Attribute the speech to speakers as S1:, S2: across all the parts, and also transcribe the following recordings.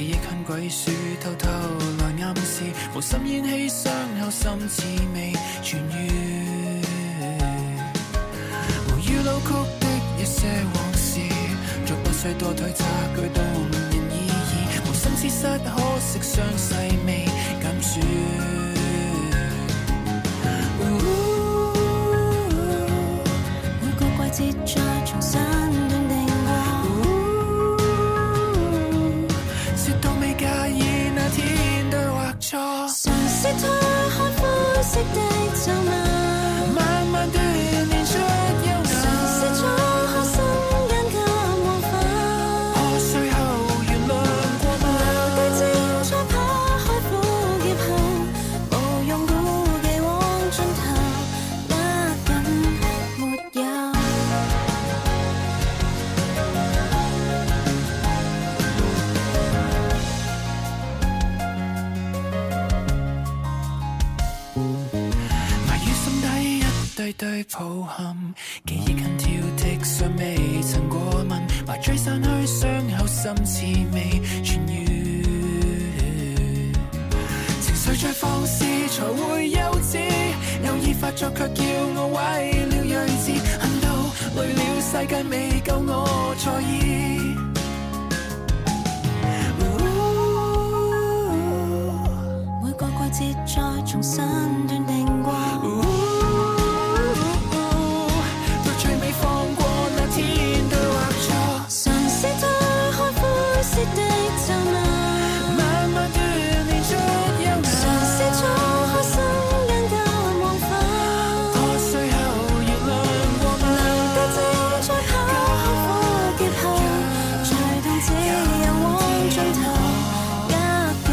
S1: 細樹偷偷來暗示，無心煙氣傷口心似未痊愈。無語扭曲的一些往事，再不需多推測，舉動人意義，無心之失可惜傷勢未減損。
S2: 每個季節再重新斷定過，
S1: 説到未介意那天對或錯。
S2: 嘗試推開灰色的皺紋，
S1: 慢慢鍛煉出優
S2: 嘗試
S1: 雅。
S2: 敞開心間嘅黃昏，
S1: 破碎後原諒過
S2: 留
S1: 嗎？
S2: 低精彩拋開苦澀後，無用顧忌往盡頭，握緊沒有。
S1: 埋於心底一堆堆抱憾，記憶很挑剔，尚未曾過問，麻醉散去傷口，心似未痊愈。情緒再放肆，才會幼稚，有意發作卻叫我毀了睿智，恨到累了世界未夠我在意。
S2: 每個季節再重新斷定過，
S1: 到最尾放過那天對或錯，
S2: 嘗試推開灰色的皺紋，
S1: 慢慢鍛鍊出優
S2: 嘗試
S1: 雅。
S2: 敞開心間嘅黃昏，
S1: 破碎後原諒過
S2: 留低
S1: 嗎？
S2: 精彩拋開苦澀後，最痛只有往盡頭，握緊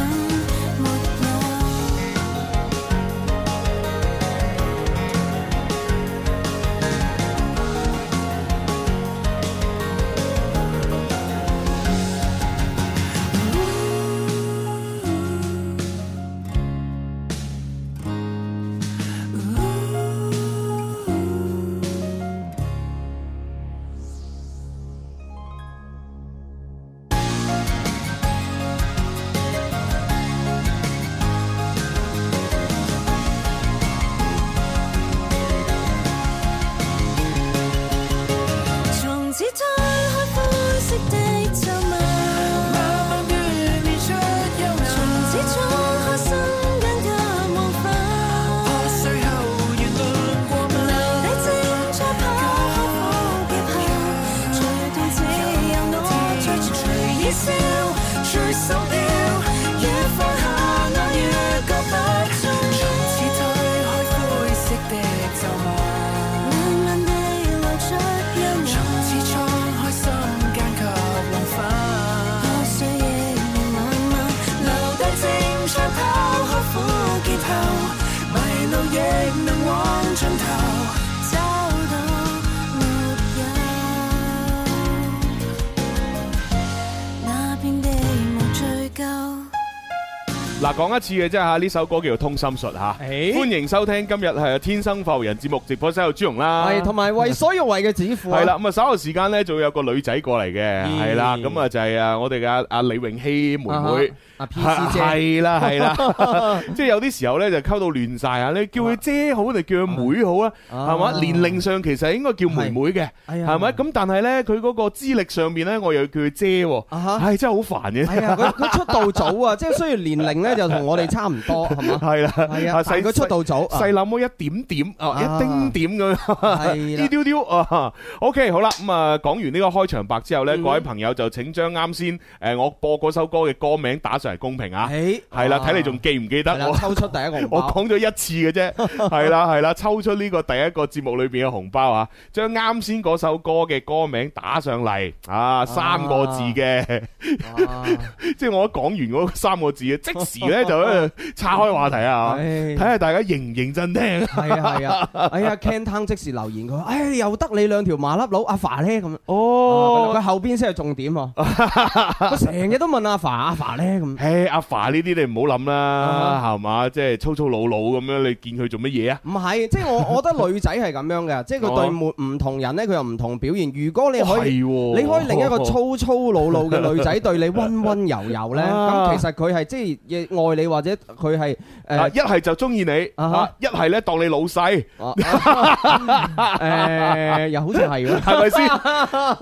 S2: 沒有。從此推開灰色的皺紋，
S1: 慢慢鍛鍊出優雅。
S2: 從此敞開心間嘅黃昏，
S1: 破碎後原諒過
S2: 留
S1: 嗎？
S2: 低精彩拋開苦澀後，最痛只有我最長，隨意笑，隨手掉，越放下我越覺不重要。
S1: 似推開灰色的皺紋，
S2: 慢慢地流出優雅，
S1: 從此敞開心間及黃昏。
S2: 破碎亦能浪漫，留低精彩拋開苦澀後。
S1: 迷路亦能往盡頭。
S2: 找到沒有？那邊的無追究。
S3: 嗱，講一次嘅啫嚇，呢首歌叫做《通心術》嚇。
S4: 誒
S3: 歡迎收聽今日係《天生浮人》節目直播室有朱容啦。
S4: 係同埋為 所欲為嘅指父啊
S3: 啊係啦，，咁啊稍後時間咧，就會有個女仔過嚟嘅，
S4: 咦
S3: 係啦，咁啊就係啊我哋嘅阿阿李永熙妹妹。
S4: 啊
S3: 係
S4: PC 姐
S3: 係啦係啦，即係有啲時候咧就溝到亂晒啊！你叫佢姐好定叫佢妹好啊？係嘛？年齡上其實應該叫妹妹嘅，
S4: 哎呀
S3: 係咪？咁但係咧佢嗰個資歷上面咧，我又要叫佢姐喎，
S4: 啊哈
S3: 唉真係好煩嘅，
S4: 係啊，佢佢出道早啊， 即係雖然年齡咧就同我哋差唔多，係嘛？
S3: 係啦，
S4: 係啊，但係佢出道早啊，
S3: 細諗咗一點點啊，
S4: 啊
S3: 一丁點咁樣，
S4: 係啦
S3: 呢丟丟啊。OK，好啦，咁啊講完呢個開場白之後呢，
S4: 嗯
S3: 各位朋友就請將啱先誒我播嗰首歌嘅歌名打上嚟公屏啊。
S4: 誒
S3: 係啦，
S4: 啊
S3: 睇你仲記唔記得
S4: 係啦
S3: 我？
S4: 抽出第一個紅
S3: 我
S4: 包，
S3: 講咗一次嘅 啫，係啦係啦，抽出呢個第一個節目裏邊嘅紅包啊，將啱先嗰首歌嘅歌名打上嚟啊，三個字嘅，
S4: 啊
S3: 即係我一講完嗰三個字啊，即時而咧就喺度岔開話題啊，
S4: 唉
S3: 睇下大家認唔認真聽。
S4: 哎係啊係啊，哎呀 Ken Tang 即時留言佢話：，唉，又得你兩條麻粒佬阿凡咧咁。啊佢
S3: 哦，
S4: 後邊先係重 點喎，佢成日都問阿凡阿凡咧咁。
S3: 唉，阿凡呢啲你唔好諗啦
S4: 啊，
S3: 係嘛，即係粗粗魯魯咁樣，你見佢做乜嘢啊？
S4: 唔係，即係我我覺得女仔係咁樣嘅，即係佢
S3: 哦
S4: 對每唔同人咧，佢有唔同表現。如果你可以，
S3: 你
S4: 你可以令一個 粗粗魯魯嘅女仔對你温温柔柔咧，
S3: 啊
S4: 咁其實佢係即係愛你或者佢係
S3: 啊，
S4: 誒
S3: 一係就中意你，
S4: 啊
S3: 啊，一係咧當你老細，
S4: 誒呃又好似係喎。
S3: 係咪 先？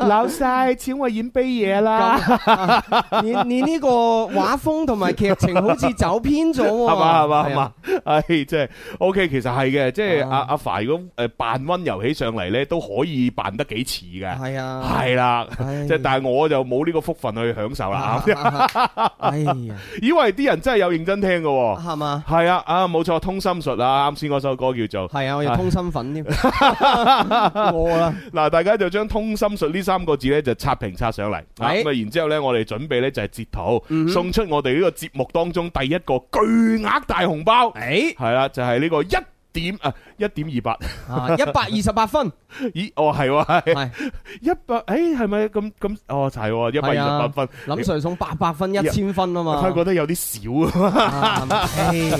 S3: 老細，請我演悲嘢啦，
S4: 你你呢個畫風同埋劇情好似走偏咗喎，
S3: 係嘛係嘛係
S4: 係啊
S3: 嘛，唉，即係 OK，其實係嘅，即係
S4: 啊
S3: 阿阿凡如果誒扮温柔起上嚟咧，都可以扮得幾似嘅，
S4: 係啊，
S3: 係啦。
S4: 唉啊
S3: 即係，但係我就冇呢個福分去享受啦。啊
S4: 哎 呀，
S3: 以為啲人真係有認真聽嘅喎，
S4: 係嘛？
S3: 係啊，啊冇錯，通心術啊，啱先嗰首歌叫做
S4: 係啊，我要通心 粉添，餓啦，
S3: 嗱，大家就將通心術呢三個字呢就刷屏刷上嚟，啊
S4: 係嗯
S3: 咁啊，然之後咧我哋準備呢就係截圖送出我哋呢個節目當中第一個巨額大紅包，
S4: 誒
S3: 係啦，就係呢個一點啊一點二八，
S4: 啊，一百二十八 分，
S3: 咦哦係喎，
S4: 係
S3: 一百誒係咪咁咁哦就係喎一百二十八分，
S4: 林 Sir 送八百分，一千 分啊嘛
S3: 哎佢，覺得有啲少啊。
S4: 啊唉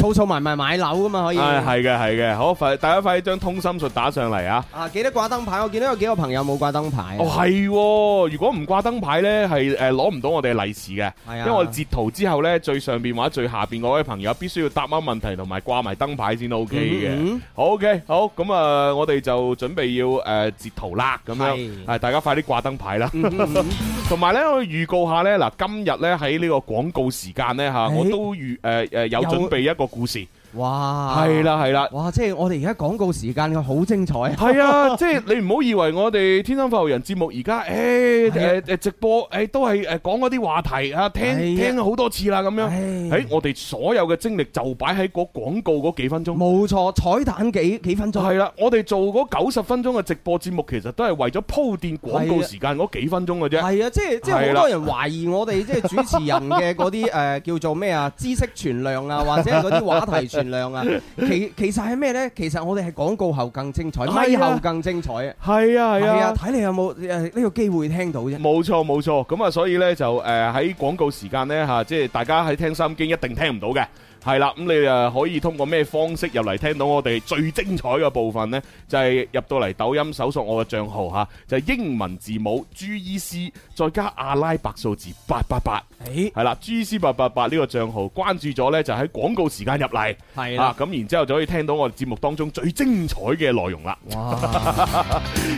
S4: 儲儲埋埋買樓噶嘛可以，
S3: 唉， 係嘅，係嘅，好快，大家快啲將通心術打上嚟啊！
S4: 啊記得掛燈牌，我見到有幾個朋友冇掛燈牌
S3: 哦，，係喎，如果唔掛燈牌呢，係誒攞唔到我哋利是嘅，
S4: 係啊
S3: 因為我哋截圖之後呢，最上邊或者最下邊嗰位朋友必須要答啱問題同埋掛埋燈牌先 OK 嘅。
S4: 嗯，
S3: 好 OK，好咁啊，我哋就準備要誒呃截圖啦，咁樣，
S4: 係
S3: 係大家快啲掛燈牌啦。
S4: 嗯嗯嗯嗯
S3: 同埋呢，我預告下呢，嗱，今日呢，喺呢個廣告時間呢，嚇，我都預誒誒有
S4: 有
S3: 準備一個故事，
S4: 哇，
S3: 係，啦係啦。
S4: 哇，即係我哋而家廣告時間佢好精彩啊！
S3: 系啊， 即系你唔好以為我哋天生發育人節目而家，诶
S4: 係啊
S3: 诶诶直播，诶都係诶讲嗰啲話題啊，聽
S4: 係啊
S3: 聽咗好多次啦咁樣。
S4: 唉
S3: 诶，我哋所有嘅精力就擺喺嗰廣告嗰幾分鐘。
S4: 冇錯，彩蛋幾幾分
S3: 就
S4: 鐘，
S3: 係啦，我哋做嗰九十分鐘嘅直播節目，其實都係為咗鋪墊廣告
S4: 係啊
S3: 時間嗰幾分鐘嘅啫。
S4: 係啊，即係即係
S3: 係啦
S4: 好多人懷疑我哋即係主持人嘅嗰 啲誒叫做咩啊知識存量啊，或者係嗰啲話題存量啊，其其實係咩咧？其實我哋係廣告後更精彩，
S3: 係啊
S4: 咪後更精彩啊！
S3: 係啊，係
S4: 係啊
S3: 啊，。
S4: 睇你有冇誒呢個機會聽到啫。
S3: 冇錯冇錯，咁啊，所以呢，就誒喺廣告時間呢，嚇、即係大家喺聽收音機一定聽唔到嘅，係啦，咁你呃誒可以通過咩方式入嚟聽到我哋最精彩嘅部分呢？就係、入到嚟抖音搜索我嘅帳號嚇、就係、英文字母 G E C 再加阿拉伯數字八八八，
S4: 誒
S3: 係啦，G C 八八八呢個帳號關注咗呢，就喺廣告時間入嚟，
S4: 係
S3: 啊，，咁然之後就可以聽到我哋節目當中最精彩嘅內容啦。
S4: 哇！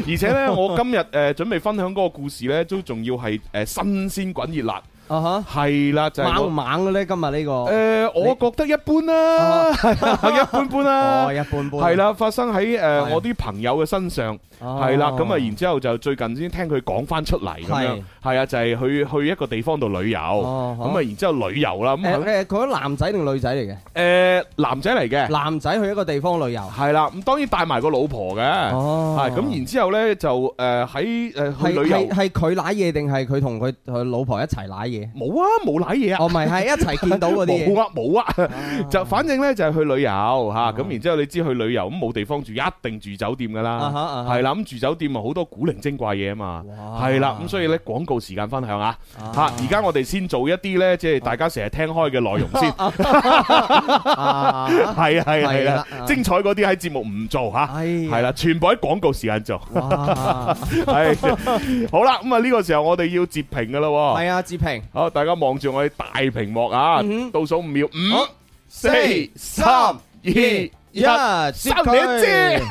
S3: 而且 咧，我今日誒、呃、準備分享嗰個故事咧，都仲要係誒、呃新鮮滾熱辣，
S4: 啊
S3: 係啦，就
S4: 嚇，
S3: 係、
S4: 猛
S3: 我
S4: 唔猛嘅咧？今日呢個
S3: 誒、
S4: 啊
S3: 呃我覺得一般啦， 一般般啦
S4: 哦，。一般般
S3: 係，啦，發生喺誒、呃
S4: 係
S3: 我啲朋友嘅身上，
S4: 哦
S3: 係啦，咁啊，然之後就最近先聽佢講翻出嚟咁樣
S4: 係，
S3: 係啊，就係去去一個地方度旅遊，
S4: 哦
S3: 咁啊，然之後旅遊啦，
S4: 誒
S3: 咁
S4: 誒，佢係男仔定女仔嚟嘅？
S3: 誒男仔嚟嘅，
S4: 男仔去一個地方旅遊，
S3: 係啦，咁當然帶埋個老婆嘅，係
S4: 哦
S3: 咁，然之後咧就誒喺誒去
S4: 係
S3: 旅遊
S4: 係。係佢舐嘢定係佢同佢佢老婆一齊 舐嘢？
S3: 冇啊，冇舐嘢啊。
S4: 哦，唔係，係一齊見到嗰啲嘢。
S3: 冇啊冇啊， 就反正呢，就係去旅遊吓，
S4: 啊
S3: 咁然之後你知去旅遊咁冇地方住，一定住酒店噶
S4: 啊哈
S3: 啦，
S4: 啊哈
S3: 係啦，咁住酒店咪好多古靈精怪嘢啊嘛，
S4: 哇
S3: 係啦，咁所以呢，廣告時間分享啊，
S4: 啊
S3: 吓而家我哋先做一啲呢，即係大家成日聽開嘅內容 先，
S4: 啊，
S3: 係啊係啊係
S4: 係
S3: 啦
S4: 啦啊，
S3: 精彩嗰啲喺節目唔做吓，
S4: 係
S3: 係啦，全部喺廣告時間做，
S4: 哇，
S3: 係好啦，咁啊呢個時候我哋要截屏噶啦喎。
S4: 係啊，志平，
S3: 好，大家望住我哋大屏幕啊！
S4: 嗯哼
S3: 倒數五秒，五
S4: 好、
S3: 四、三、二、一，
S4: 一，接
S3: 三點
S4: 佢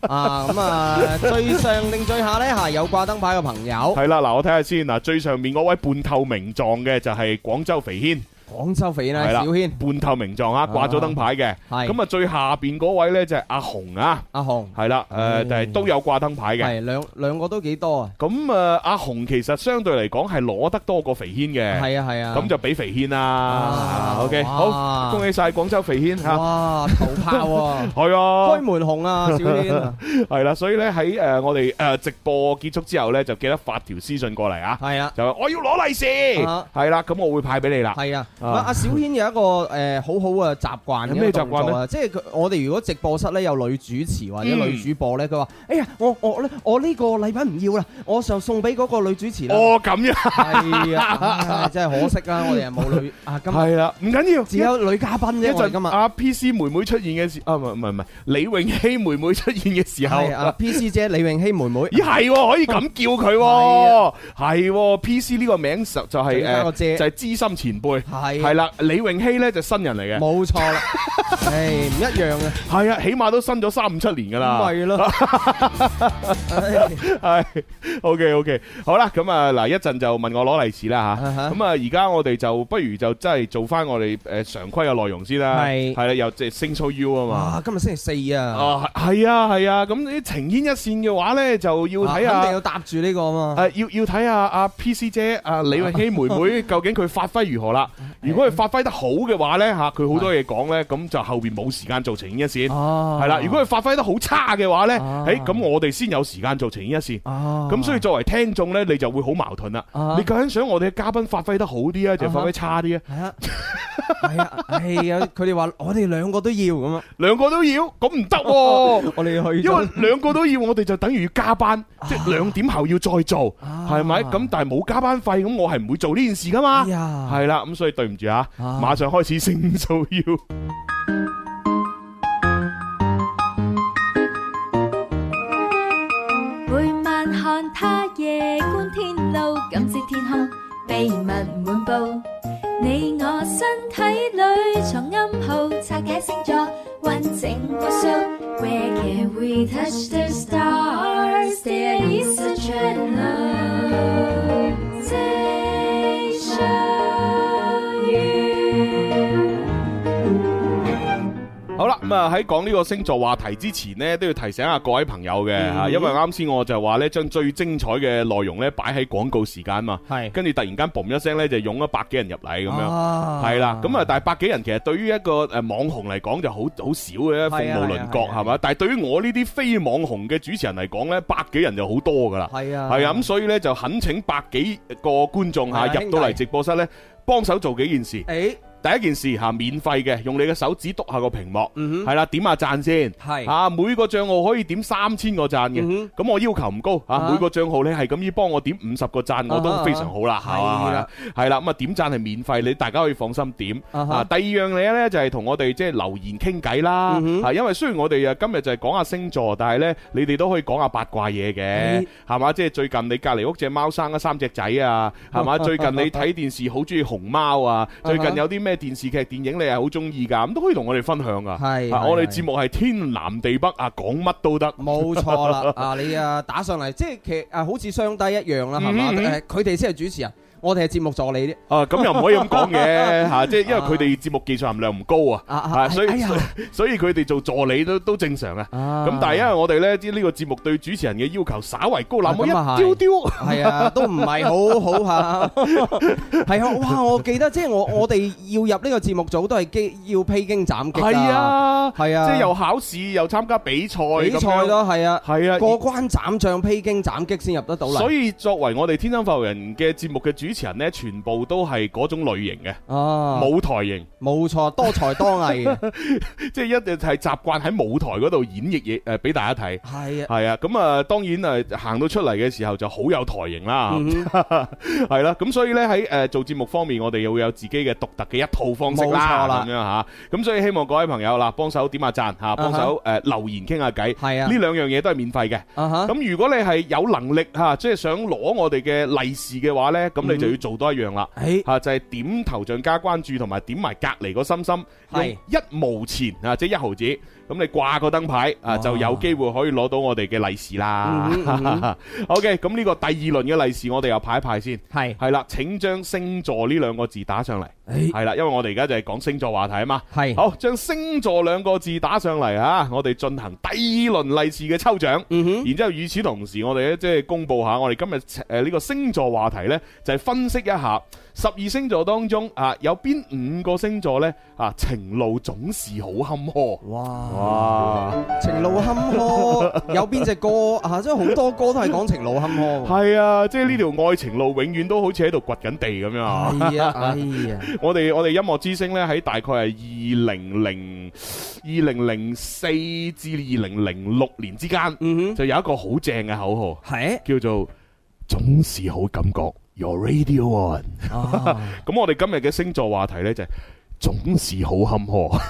S4: 啊，咁啊，最上定最下咧嚇有掛燈牌嘅朋友，
S3: 係啦，嗱，我睇下先嗱，最上面嗰位半透明狀嘅就係廣州肥軒，
S4: 廣州肥
S3: 係
S4: 奶
S3: 啦
S4: 小軒，，
S3: 半透明狀啊，掛咗燈牌嘅。
S4: 係
S3: 咁啊，最下邊嗰位呢就係阿紅啊，
S4: 阿紅，
S3: 係啦，誒，
S4: 嗯
S3: 但係都有掛燈牌嘅。
S4: 係兩兩個都幾多啊？
S3: 咁啊，阿紅其實相對嚟講係攞得多過肥軒嘅，
S4: 係啊係啊，
S3: 咁就俾肥軒啦。
S4: 哇
S3: OK，好，
S4: 哇
S3: 恭喜晒廣州肥軒嚇，
S4: 哇頭 炮喎，
S3: 係啊，
S4: 開門紅啊，小軒，
S3: 系啦，所以咧喺誒我哋誒直播結束之後咧，就記得發條私信過嚟啊，
S4: 係啊。
S3: 就話我要攞利是，
S4: 啊
S3: 係啦，咁我會派俾你啦。
S4: 係啊，阿阿小軒有一個誒好好嘅習慣，
S3: 有咩
S4: 習
S3: 習慣
S4: 啊？即係佢我哋如果直播室咧有女主持或者
S3: 嗯
S4: 女主播咧，佢話：哎呀，我我咧我呢個禮品唔要啦，我就送俾嗰個女主持啦。
S3: 哦咁樣，
S4: 係啊，唉真係可惜啦，我哋又 冇女啊，今
S3: 係啦，唔緊要。
S4: 只有女嘉賓
S3: 一
S4: 啫，我哋今
S3: 陣啊
S4: 日。
S3: 阿 PC 妹妹出現嘅時，啊唔係唔係唔係李永熙妹妹出現嘅時候，
S4: 係啊，PC 姐李永熙妹妹，
S3: 咦係喎，可以咁叫佢
S4: 啊
S3: 喎，係喎 PC 呢個名就就係
S4: 就加個
S3: 誒
S4: 姐
S3: 就係資深前輩，
S4: 係
S3: 係啦，李永熙咧就新人嚟嘅，
S4: 冇 錯啦，唉，唔一樣嘅，
S3: 係啊，起碼都新咗三五七年㗎啦，
S4: 咪 咯，唉
S3: 系，OK OK，好啦，咁啊嗱，一陣就問我攞利是啦
S4: 啊
S3: 吓，
S4: 哈
S3: 咁啊而家我哋就不如就真係做翻我哋诶常規嘅內容先啦，
S4: 係
S3: 係啦，又即係星 show U 啊嘛。
S4: 哇，今日星期四啊，
S3: 啊，係啊，係啊，咁啲情牽一線嘅話咧，就要睇
S4: 啊肯定
S3: 下，
S4: 要搭住呢個啊嘛，
S3: 誒要要睇下阿 PC 姐、阿李慧希妹妹
S4: 啊
S3: 究竟佢發揮如何啦。如果佢發揮得好嘅話咧，吓佢好多嘢講咧，咁就後邊冇時間做情牽一線，
S4: 哦
S3: 係啦。如果佢發揮得好差嘅話咧，
S4: 啊
S3: 誒咁我哋先有時間做情牽一線。
S4: 哦
S3: 咁所以作為聽眾呢，你就會好矛盾啦。
S4: 啊
S3: 你究竟想我哋嘅嘉賓發揮得好啲啊，定係發揮差啲啊？
S4: 係啊，係啊，係啊，佢哋話我哋兩個都要咁啊，
S3: 兩個都要，咁唔得 喎。
S4: 我哋去咗
S3: 因為兩個都要，我哋就等於要加班，即係兩點後要再做，
S4: 啊
S3: 係咪？咁但係冇加班費，咁我係唔會做呢件事噶嘛
S4: 哎。呀，
S3: 啊係啦，咁所以對唔住啊，
S4: 啊
S3: 馬上開始星數要。
S2: 每晚看他夜觀天路，感知天空秘密滿布。你我身體裏藏暗號，拆解星座，完整個 show。Where can we touch the stars? There is a channel.
S3: 好啦，咁啊喺講呢個星座話題之前呢，都要提醒下各位朋友嘅
S4: 嗯
S3: 吓，因為啱先我就話呢，將最精彩嘅內容呢擺喺廣告時間嘛，
S4: 係
S3: 跟住突然間嘣一聲呢，就湧咗百幾人入嚟咁樣。
S4: 啊
S3: 係啦，咁啊，但係百幾人其實對於一個誒網紅嚟講就好好少嘅，
S4: 係啊
S3: 鳳毛麟角
S4: 係啊係啊
S3: 係嘛？但係對於我呢啲非網紅嘅主持人嚟講呢，百幾人就好多㗎啦。
S4: 係啊，
S3: 係啊，咁所以呢，就懇請百幾個觀眾嚇
S4: 係啊
S3: 入到
S4: 兄
S3: 嚟
S4: 弟
S3: 直播室呢，幫手做幾件事。
S4: 誒，
S3: 第一件事嚇免費嘅，用你嘅手指篤下個屏幕，
S4: 嗯哼，
S3: 係啦，點下讚先。
S4: 係，
S3: 啊，每個帳號可以點三千個讚嘅，
S4: 嗯
S3: 咁我要求唔高啊，
S4: 啊
S3: 每個帳號咧係咁要幫我點五十個讚，我都非常好啦，
S4: 啊
S3: 係嘛
S4: 係啦，
S3: 係啦，咁啊點讚係免費，你大家可以放心點。
S4: 啊哈
S3: 啊，第二樣嘢咧就係同我哋即係留言傾偈啦，
S4: 嗯哼
S3: 啊，因為雖然我哋啊今日就係講下星座，但係咧你哋都可以講下八卦嘢嘅
S4: 嗯，
S3: 係嘛？即係最近你隔離屋只貓生咗三隻仔 啊，係嘛？最近你睇電視好中意熊貓啊，最近
S4: 啊哈
S3: 有啲咩電視劇、電影你係好中意㗎，咁都可以同我哋分享㗎。
S4: 係
S3: 啊
S4: 係
S3: 我哋
S4: 係
S3: 節目係天南地北啊，講乜都得。
S4: 冇錯啦，啊你啊打上嚟，即係其啊好似雙低一樣啦，係嘛？
S3: 嗯嗯
S4: 誒佢哋先係主持人，我哋係節目助理啫。
S3: 啊，咁又唔可以咁講 嘅嚇，即係因為佢哋節目技術含量唔高啊，
S4: 啊
S3: 啊，所以
S4: 哎呀
S3: 所以佢哋做助理都都正常啊。咁
S4: 咁
S3: 但係因為我哋咧，知呢個節目對主持人嘅要求稍為高那
S4: 咁
S3: 麼
S4: 啊
S3: 一
S4: 係
S3: 丟丟。
S4: 係啊，都唔係 好好嚇。係啊，哇！我記得即係我我哋要入呢個節目組都係機要披荊斬棘㗎
S3: 係，啊，
S4: 係
S3: 即
S4: 啊，
S3: 係又考試又參加比賽，
S4: 比賽。咯，係啊，
S3: 係啊，
S4: 過關斬將、披荊斬棘先入得到嚟。
S3: 所以作為我哋天生發育人嘅節目嘅主持人呢，全部都係嗰種類型嘅
S4: 啊，
S3: 舞台型，
S4: 冇錯，多才多 藝嘅，
S3: 即係一定係習慣喺舞台嗰度演繹嘢誒，俾大家睇。
S4: 係啊。
S3: 係啊，咁啊，當然誒行到出嚟嘅時候就好有台型啦，
S4: 嗯
S3: 係啦，咁所以呢，喺誒做節目方面，我哋又會有自己嘅獨特嘅一套方式
S4: 冇
S3: 啦，
S4: 錯啦 Uh-huh
S3: 咁樣嚇，咁所以希望各位朋友啦，幫手點下讚嚇，幫手誒留言傾下偈，
S4: 係啊
S3: 呢兩樣嘢都係免費嘅。
S4: 啊哈，
S3: 咁如果你係有能力嚇，即係想攞我哋嘅利是嘅話呢，咁你就要做多一樣啦。
S4: 誒
S3: 嚇啊就係點頭像加關注，同埋點埋隔離個心心，用
S4: 係
S3: 一毛錢啊，即係一毫子，咁你掛個燈牌啊，
S4: 哇
S3: 就有機會可以攞到我哋嘅利是啦
S4: 嗯哼嗯。
S3: OK，咁呢個第二輪嘅利是，我哋又派一派先。
S4: 係
S3: 係啦，請將星座呢兩個字打上嚟。
S4: 誒
S3: 係啦，因為我哋而家就係講星座話題啊嘛。
S4: 係
S3: 好，將星座兩個字打上嚟啊！我哋進行第二輪利是嘅抽獎。
S4: 嗯哼。
S3: 然之後，與此同時，我哋咧即係公佈下，我哋今日誒呢個星座話題呢，就係分析一下十二星座當中啊，有邊五個星座呢？啊，情路總是好坎坷。
S4: 哇！
S3: 哇！
S4: 情路坎 坷，有邊只歌啊？即係好多歌都係講情路坎坷。
S3: 係啊，即係呢條愛情路永遠都好似喺度掘緊地咁樣啊！
S4: 係啊，哎呀，
S3: 我哋我哋音樂之星呢，喺大概係二零零二零零四至二零零六年之間，
S4: 嗯
S3: 就有一個好正嘅口號，
S4: 哼，係
S3: 叫做總是好感覺。Your radio on。
S4: 啊。
S3: 咁我哋今日嘅星座話題呢，就係、總是好坎坷。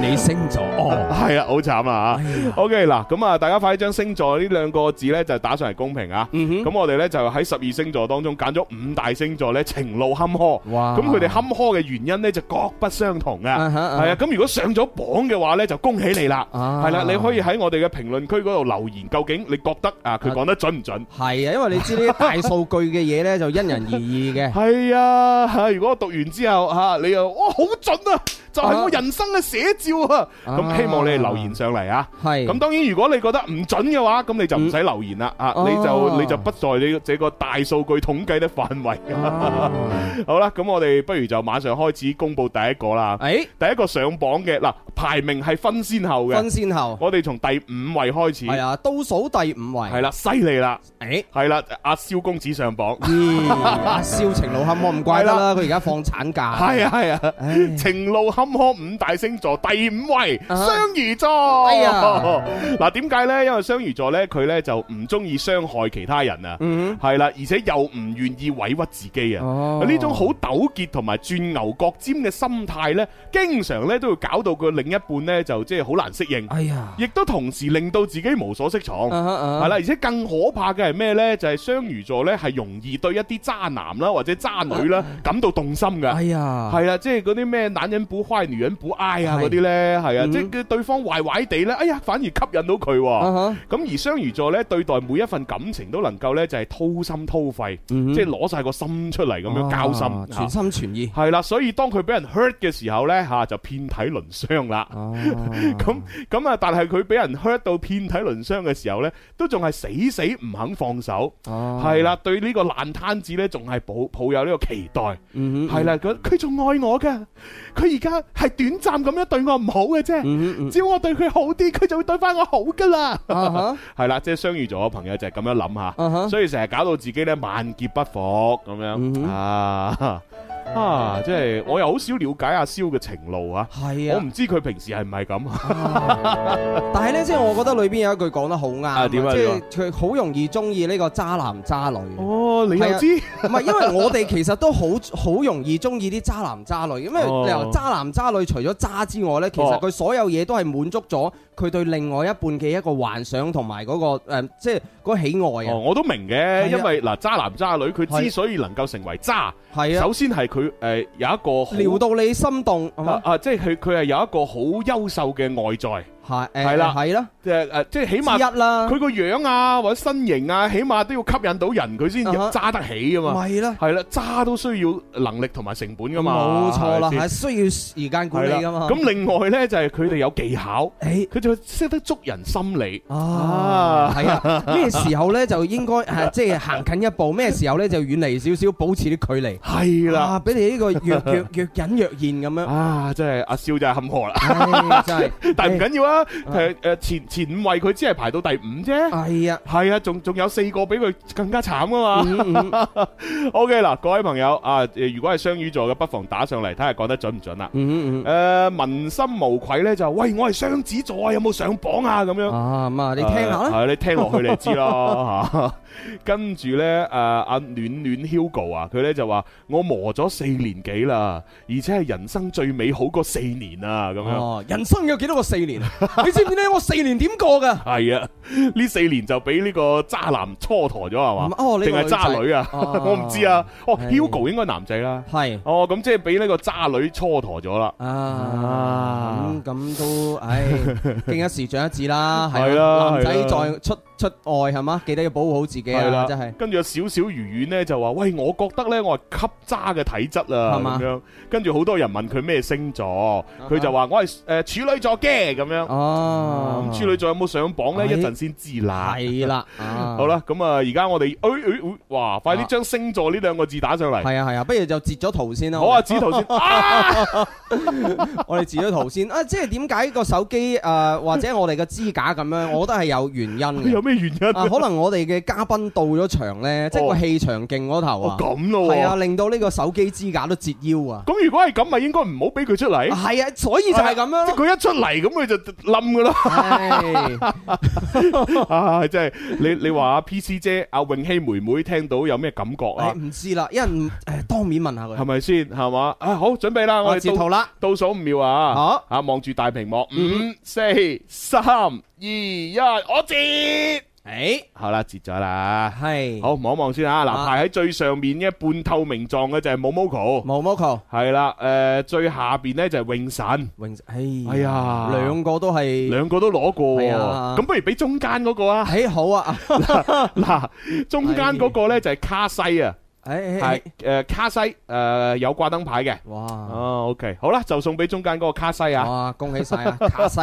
S4: 你星座哦，
S3: 系啊，好慘啊吓。OK 嗱，咁啊，大家快啲將星座呢兩個字呢，就打上嚟公平啊。
S4: 嗯
S3: 咁我哋呢，就喺十二星座當中揀咗五大星座呢，情路坎坷。
S4: 哼，哇
S3: 咁佢哋坎坷嘅原因呢，就各不相同嘅。
S4: 啊
S3: 係
S4: 哈啊哈
S3: 啊，咁如果上咗榜嘅話呢，就恭喜你啦。
S4: 啊
S3: 係啦，你可以喺我哋嘅評論區嗰度留言，究竟你覺得啊佢講得準唔準？
S4: 係啊，因為你知呢啲大數據嘅嘢咧就因人而異 嘅。
S3: 係啊，嚇如果我讀完之後嚇，你又哇好準啊，就係我人生嘅寫照啊！咁
S4: 啊
S3: 希望你哋留言上嚟啊！
S4: 係
S3: 咁當然，如果你覺得唔準嘅話，咁你就唔使留言啦，啊，
S4: 哦
S3: 你就你就不在你這個大數據統計的範圍。
S4: 啊
S3: 好啦，咁我哋不如就馬上開始公佈第一個啦。
S4: 誒
S3: 第一個上榜嘅嗱，排名係分先後嘅
S4: 分，先後
S3: 我哋從第五位開始，
S4: 係啊，倒數第五位
S3: 嗯係啦，犀利啦，
S4: 誒。
S3: 係啦，阿蕭公子上榜，
S4: 咦，阿蕭情路坎坷唔怪得啦，佢而家放產假。
S3: 係啊係啊。
S4: 唉，
S3: 情路坎坷五大星座第五位，
S4: 啊
S3: 雙魚座。
S4: 哎呀
S3: 嗱點解呢？因為雙魚座呢，佢呢就唔中意傷害其他人啊，
S4: 嗯
S3: 係啦，而且又唔願意委屈自己啊。
S4: 哦
S3: 呢種好糾結同埋轉牛角尖嘅心態呢，經常呢都會搞到佢另一半呢就即係好難適應，
S4: 哎呀，
S3: 亦都同時令到自己無所適從。
S4: 啊哈啊
S3: 係啦，而且更可怕嘅係咩呢？就係雙魚座呢係容易對一啲渣男啦或者渣女
S4: 啊
S3: 啦感到動心嘅。
S4: 哎呀，
S3: 系啦，即係嗰啲咩男人不壞、女人不愛啊
S4: 係
S3: 嗰啲呢，係啊，
S4: 嗯
S3: 即係佢對方壞壞地呢，哎呀，反而吸引到佢
S4: 啊
S3: 喎。
S4: 哈，
S3: 咁而雙魚座呢，對待每一份感情都能夠呢，就係掏心掏肺，
S4: 嗯
S3: 即係攞晒個心出嚟咁樣交
S4: 啊
S3: 心。
S4: 全
S3: 嚇
S4: 心全意。
S3: 係啦，所以當佢俾人 hurt 嘅時候呢，吓就遍體鱗傷啦。
S4: 哦，
S3: 咁咁啊，但係佢俾人 hurt 到遍體鱗傷嘅時候呢，都仲係死死唔肯放手。
S4: 係
S3: 係，啦，對呢個爛攤子呢，仲係抱抱有呢個期待。
S4: 嗯哼
S3: 系，啦，佢佢仲愛我嘅，佢而家係短暫咁樣對我唔好嘅啫。
S4: 嗯哼
S3: 只要我對佢好啲，佢就會對翻我好噶啦。
S4: 嗯，啊 哈，
S3: 係啦，即係相遇咗嘅朋友就係咁樣諗
S4: 啊
S3: 下，
S4: 哈
S3: 所以成日搞到自己咧萬劫不復咁
S4: 嗯
S3: 樣
S4: 哼
S3: 啊啊！即係我又好少了解阿蕭嘅情路啊，
S4: 係
S3: 我
S4: 啊
S3: 唔。知佢平時係唔係咁。
S4: 但係咧，即係我覺得裏邊有一句講得好啱
S3: 啊
S4: 啊，即
S3: 點啊
S4: 係佢好容易中意呢個渣男渣女。啊唔
S3: 哦，你又知
S4: 係，因為我哋其實都好好容易中意啲渣男渣女，因為
S3: 哦
S4: 由渣男渣女除咗渣之外呢，其實
S3: 哦
S4: 佢所有嘢都係滿足咗佢對另外一半嘅一個幻想同埋嗰個誒，即係嗰個喜
S3: 哦，
S4: 愛啊。
S3: 我都明嘅，
S4: 啊
S3: 因為嗱渣男渣女佢之
S4: 係
S3: 所以能夠成為渣，
S4: 係啊，
S3: 首先係佢誒有一個好
S4: 撩到你心動，係
S3: 啊
S4: 嘛
S3: 啊，即係佢佢係有一個好優秀嘅外在。
S4: 係
S3: 係
S4: 誒
S3: 啦
S4: 係啦，
S3: 即係啊誒，即係起
S4: 之
S3: 碼
S4: 一啊啦，
S3: 佢個樣啊或者身形啊，起碼都要吸引到人，佢先
S4: 啊哈
S3: 揸得起噶嘛。
S4: 咪啦。
S3: 係啦，揸都需要能力同埋成本噶啊嘛。
S4: 冇錯啦，
S3: 係咪
S4: 係需要時間管
S3: 先
S4: 理
S3: 係
S4: 噶嘛。
S3: 啦。咁另外呢，就係佢哋有技巧，
S4: 誒
S3: 佢就識得捉人心理。啊
S4: 啊，係 啊，咩時候咧就應該係即係行近一步，咩時候咧就遠離少少，保持啲距離。
S3: 係啦，
S4: 啊，俾你呢個若若若隱若現咁樣，
S3: 啊，真係阿蕭就係坎坷啦。
S4: 啊唉真係。
S3: 但係唔緊要啊，
S4: 啊
S3: 誒誒前前五位佢只係排到第五啫。
S4: 係啊，
S3: 係啊，仲仲有四個比佢更加慘噶嘛。
S4: 嗯 嗯
S3: OK 嗱，各位朋友啊，誒如果係雙魚座嘅，不妨打上嚟睇下講得準唔準啦。
S4: 嗯嗯
S3: 诶，問心無愧咧，就喂我係雙子座啊，有冇上榜啊？咁
S4: 嗯
S3: 樣
S4: 啊咁
S3: Ờ,
S4: 啊，你聽下啦。
S3: 係你聽落去你就知啦嚇跟住咧，诶阿暖暖 Hugo 啊，佢咧就話：我磨咗四年幾啦，而且係人生最美好過四年啊，咁樣。
S4: 哦，人生有幾多個四年？你知唔知咧？我四年點過㗎？
S3: 係啊，呢四年就俾呢個渣男蹉跎咗係嘛？
S4: 唔哦呢個
S3: 定係渣
S4: 女仔
S3: 女啊？
S4: 哦
S3: 我唔知啊。哦
S4: 係
S3: ，Hugo 應該男仔啦。
S4: 係
S3: 哦，咁即係俾呢個渣女蹉跎咗啦。
S4: À, 啊，咁咁都，唉，經一事長一智啦，
S3: 係
S4: 係
S3: 啦
S4: 啊，男仔
S3: 係啦
S4: 在出出外係嘛，記得要保護好自己
S3: 係
S4: 啊！
S3: 啦
S4: 真係
S3: 跟住有少少魚丸呢，就話：喂，我覺得呢，我係吸渣嘅體質啊，
S4: 係嘛啊
S3: 咁樣。跟住好多人問佢咩星座，佢就話我係诶處女座嘅咁樣。嗯
S4: 哦，
S3: 咁處女座有冇上榜呢？
S4: 哎
S3: 一陣先知啦。
S4: 係啦，啊
S3: 好，啦，咁啊，而家我哋，哎哎哎哇，快啲
S4: 啊
S3: 將星座呢兩個字打上嚟。
S4: 係啊係啊，不如就截咗圖先啦。
S3: 好啊，指頭先。啊
S4: 我哋截咗圖先啊！即係點解個手機誒或者我哋嘅支架咁 樣，我覺得係有原因嘅
S3: 有。咩原因
S4: 啊，可能我哋嘅嘉賓到咗場咧，即係個氣場勁嗰頭
S3: 哦
S4: 啊，
S3: 咁咯喎
S4: 係啊，令到呢個手機支架都折腰啊，
S3: 咁如果係咁，咪應該唔好俾佢出嚟。
S4: 係啊，所以就係咁樣
S3: 即係
S4: 咯。
S3: 佢一出嚟，咁佢就冧噶啦。
S4: 唉
S3: 啊，真係你你話阿 PC 姐、阿永熙妹妹聽到有咩感覺
S4: 唉
S3: 啊？
S4: 哎唔知啦，一人誒當面問下
S3: 係
S4: 佢。
S3: 咪先？係嘛？啊，好，準備啦，
S4: 我
S3: 我
S4: 截
S3: 哋倒
S4: 圖啦，
S3: 倒數五秒啊
S4: 好！嗯
S3: 啊，望住大屏幕，五、四、三、二、一，我截。
S4: 誒
S3: 好啦，截咗啦。
S4: 係
S3: 好，望一望先啊！嗱，
S4: 啊
S3: 排喺最上面嘅半透明狀嘅就係 Momoko，
S4: 毛毛球
S3: 係啦，誒最下邊咧就係永神，
S4: 榮，
S3: 哎
S4: 哎
S3: 呀
S4: 兩個都係。
S3: 兩個都攞過喎
S4: 係啊。
S3: 咁不如俾中間嗰個啊！
S4: 誒 好啊，
S3: 嗱，中間嗰個咧就係卡西啊，係
S4: 誒誒，
S3: 誒卡西誒有掛燈牌嘅。
S4: 哇
S3: 哦，OK，好啦，就送俾中間嗰個卡西啊！
S4: 哇，恭喜啊晒啊，卡西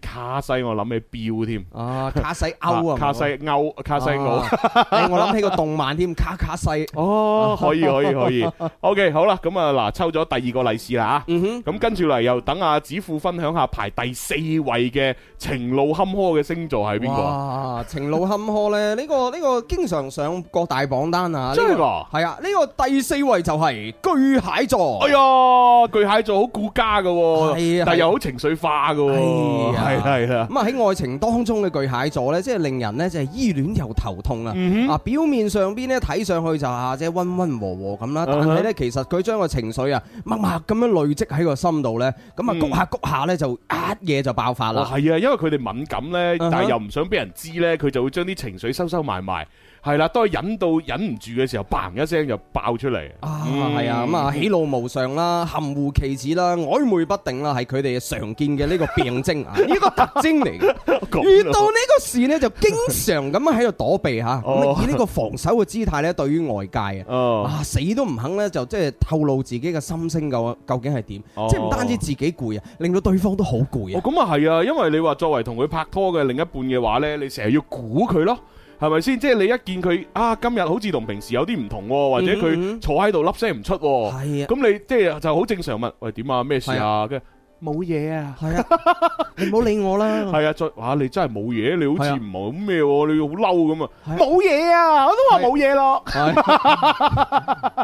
S3: 卡西我諗起標添，
S4: 啊，卡西歐啊，
S3: 卡西歐，卡西奧。
S4: 啊，我諗起個動漫添，卡卡西，
S3: 哦，可以可以可以。OK，好啦，咁啊嗱，抽咗第二個利是啦吓。
S4: 嗯哼，
S3: 咁跟住嚟又等阿子富分享下排第四位嘅情路坎坷嘅星座係邊個啊？
S4: 哇，情路坎坷咧，呢個呢個經常上各大榜單啊，呢個
S3: 真係㗎
S4: 係啊，呢個第四位就係巨蟹座，
S3: 哎呀，巨蟹座好顧家噶
S4: 係
S3: 喎
S4: 啊，
S3: 但又好情緒化噶喎，
S4: 哎
S3: 係
S4: 呀
S3: 係啦。
S4: 咁啊喺愛情當中嘅巨蟹座咧，即係令人咧就係依戀又頭痛啊！
S3: 嗯哼
S4: 啊，表面上邊咧睇上去就啊即係溫溫和和咁啦，但
S3: 嗯哼
S4: 係咧其實佢將個情緒啊默默咁樣累積喺個心度咧，咁啊
S3: 嗯
S4: 谷下谷下咧就一嘢就爆發
S3: 哦，
S4: 啦。
S3: 係啊，因為佢哋敏感呢，
S4: 嗯哼
S3: 但係又唔想俾人知呢，佢就會將啲情緒收收埋埋。係啦，當佢忍到忍唔住嘅時候，嘭一聲就爆出嚟。
S4: 啊，
S3: 嗯
S4: 係啊，咁啊，喜怒無常啦，含糊其辭啦，曖昧不定啦，係佢哋常見嘅呢個病 徵啊，呢個特徵嚟嘅。
S3: 咁啊
S4: 遇
S3: 咯
S4: 到呢個事呢，就經常咁樣喺度躲避吓，咁
S3: 哦
S4: 啊以呢個防守嘅姿態呢，對於外界啊。
S3: 哦，
S4: 啊！死都唔肯呢，就即係透露自己嘅心聲究究竟係點，
S3: 哦
S4: 即係唔單止自己攰啊，令到對方都好攰
S3: 哦
S4: 啊！
S3: 咁啊係啊，因為你話作為同佢拍拖嘅另一半嘅話呢，你成日要估佢咯。係咪先？即係你一見佢啊，今日好似同平時有啲唔同喎，或者
S4: 嗯
S3: 佢
S4: 嗯
S3: 坐喺度粒聲唔出喎，
S4: 係啊，
S3: 咁你即係就好正常問，喂點啊？咩事啊？跟住冇嘢啊。
S4: 係啊，你唔好理 我啦，
S3: 系啊，再哇！你真係冇嘢，你好似
S4: 係啊
S3: 唔係咁咩喎，你好嬲咁啊！
S4: 係啊
S3: 冇嘢啊，我都話冇嘢咯。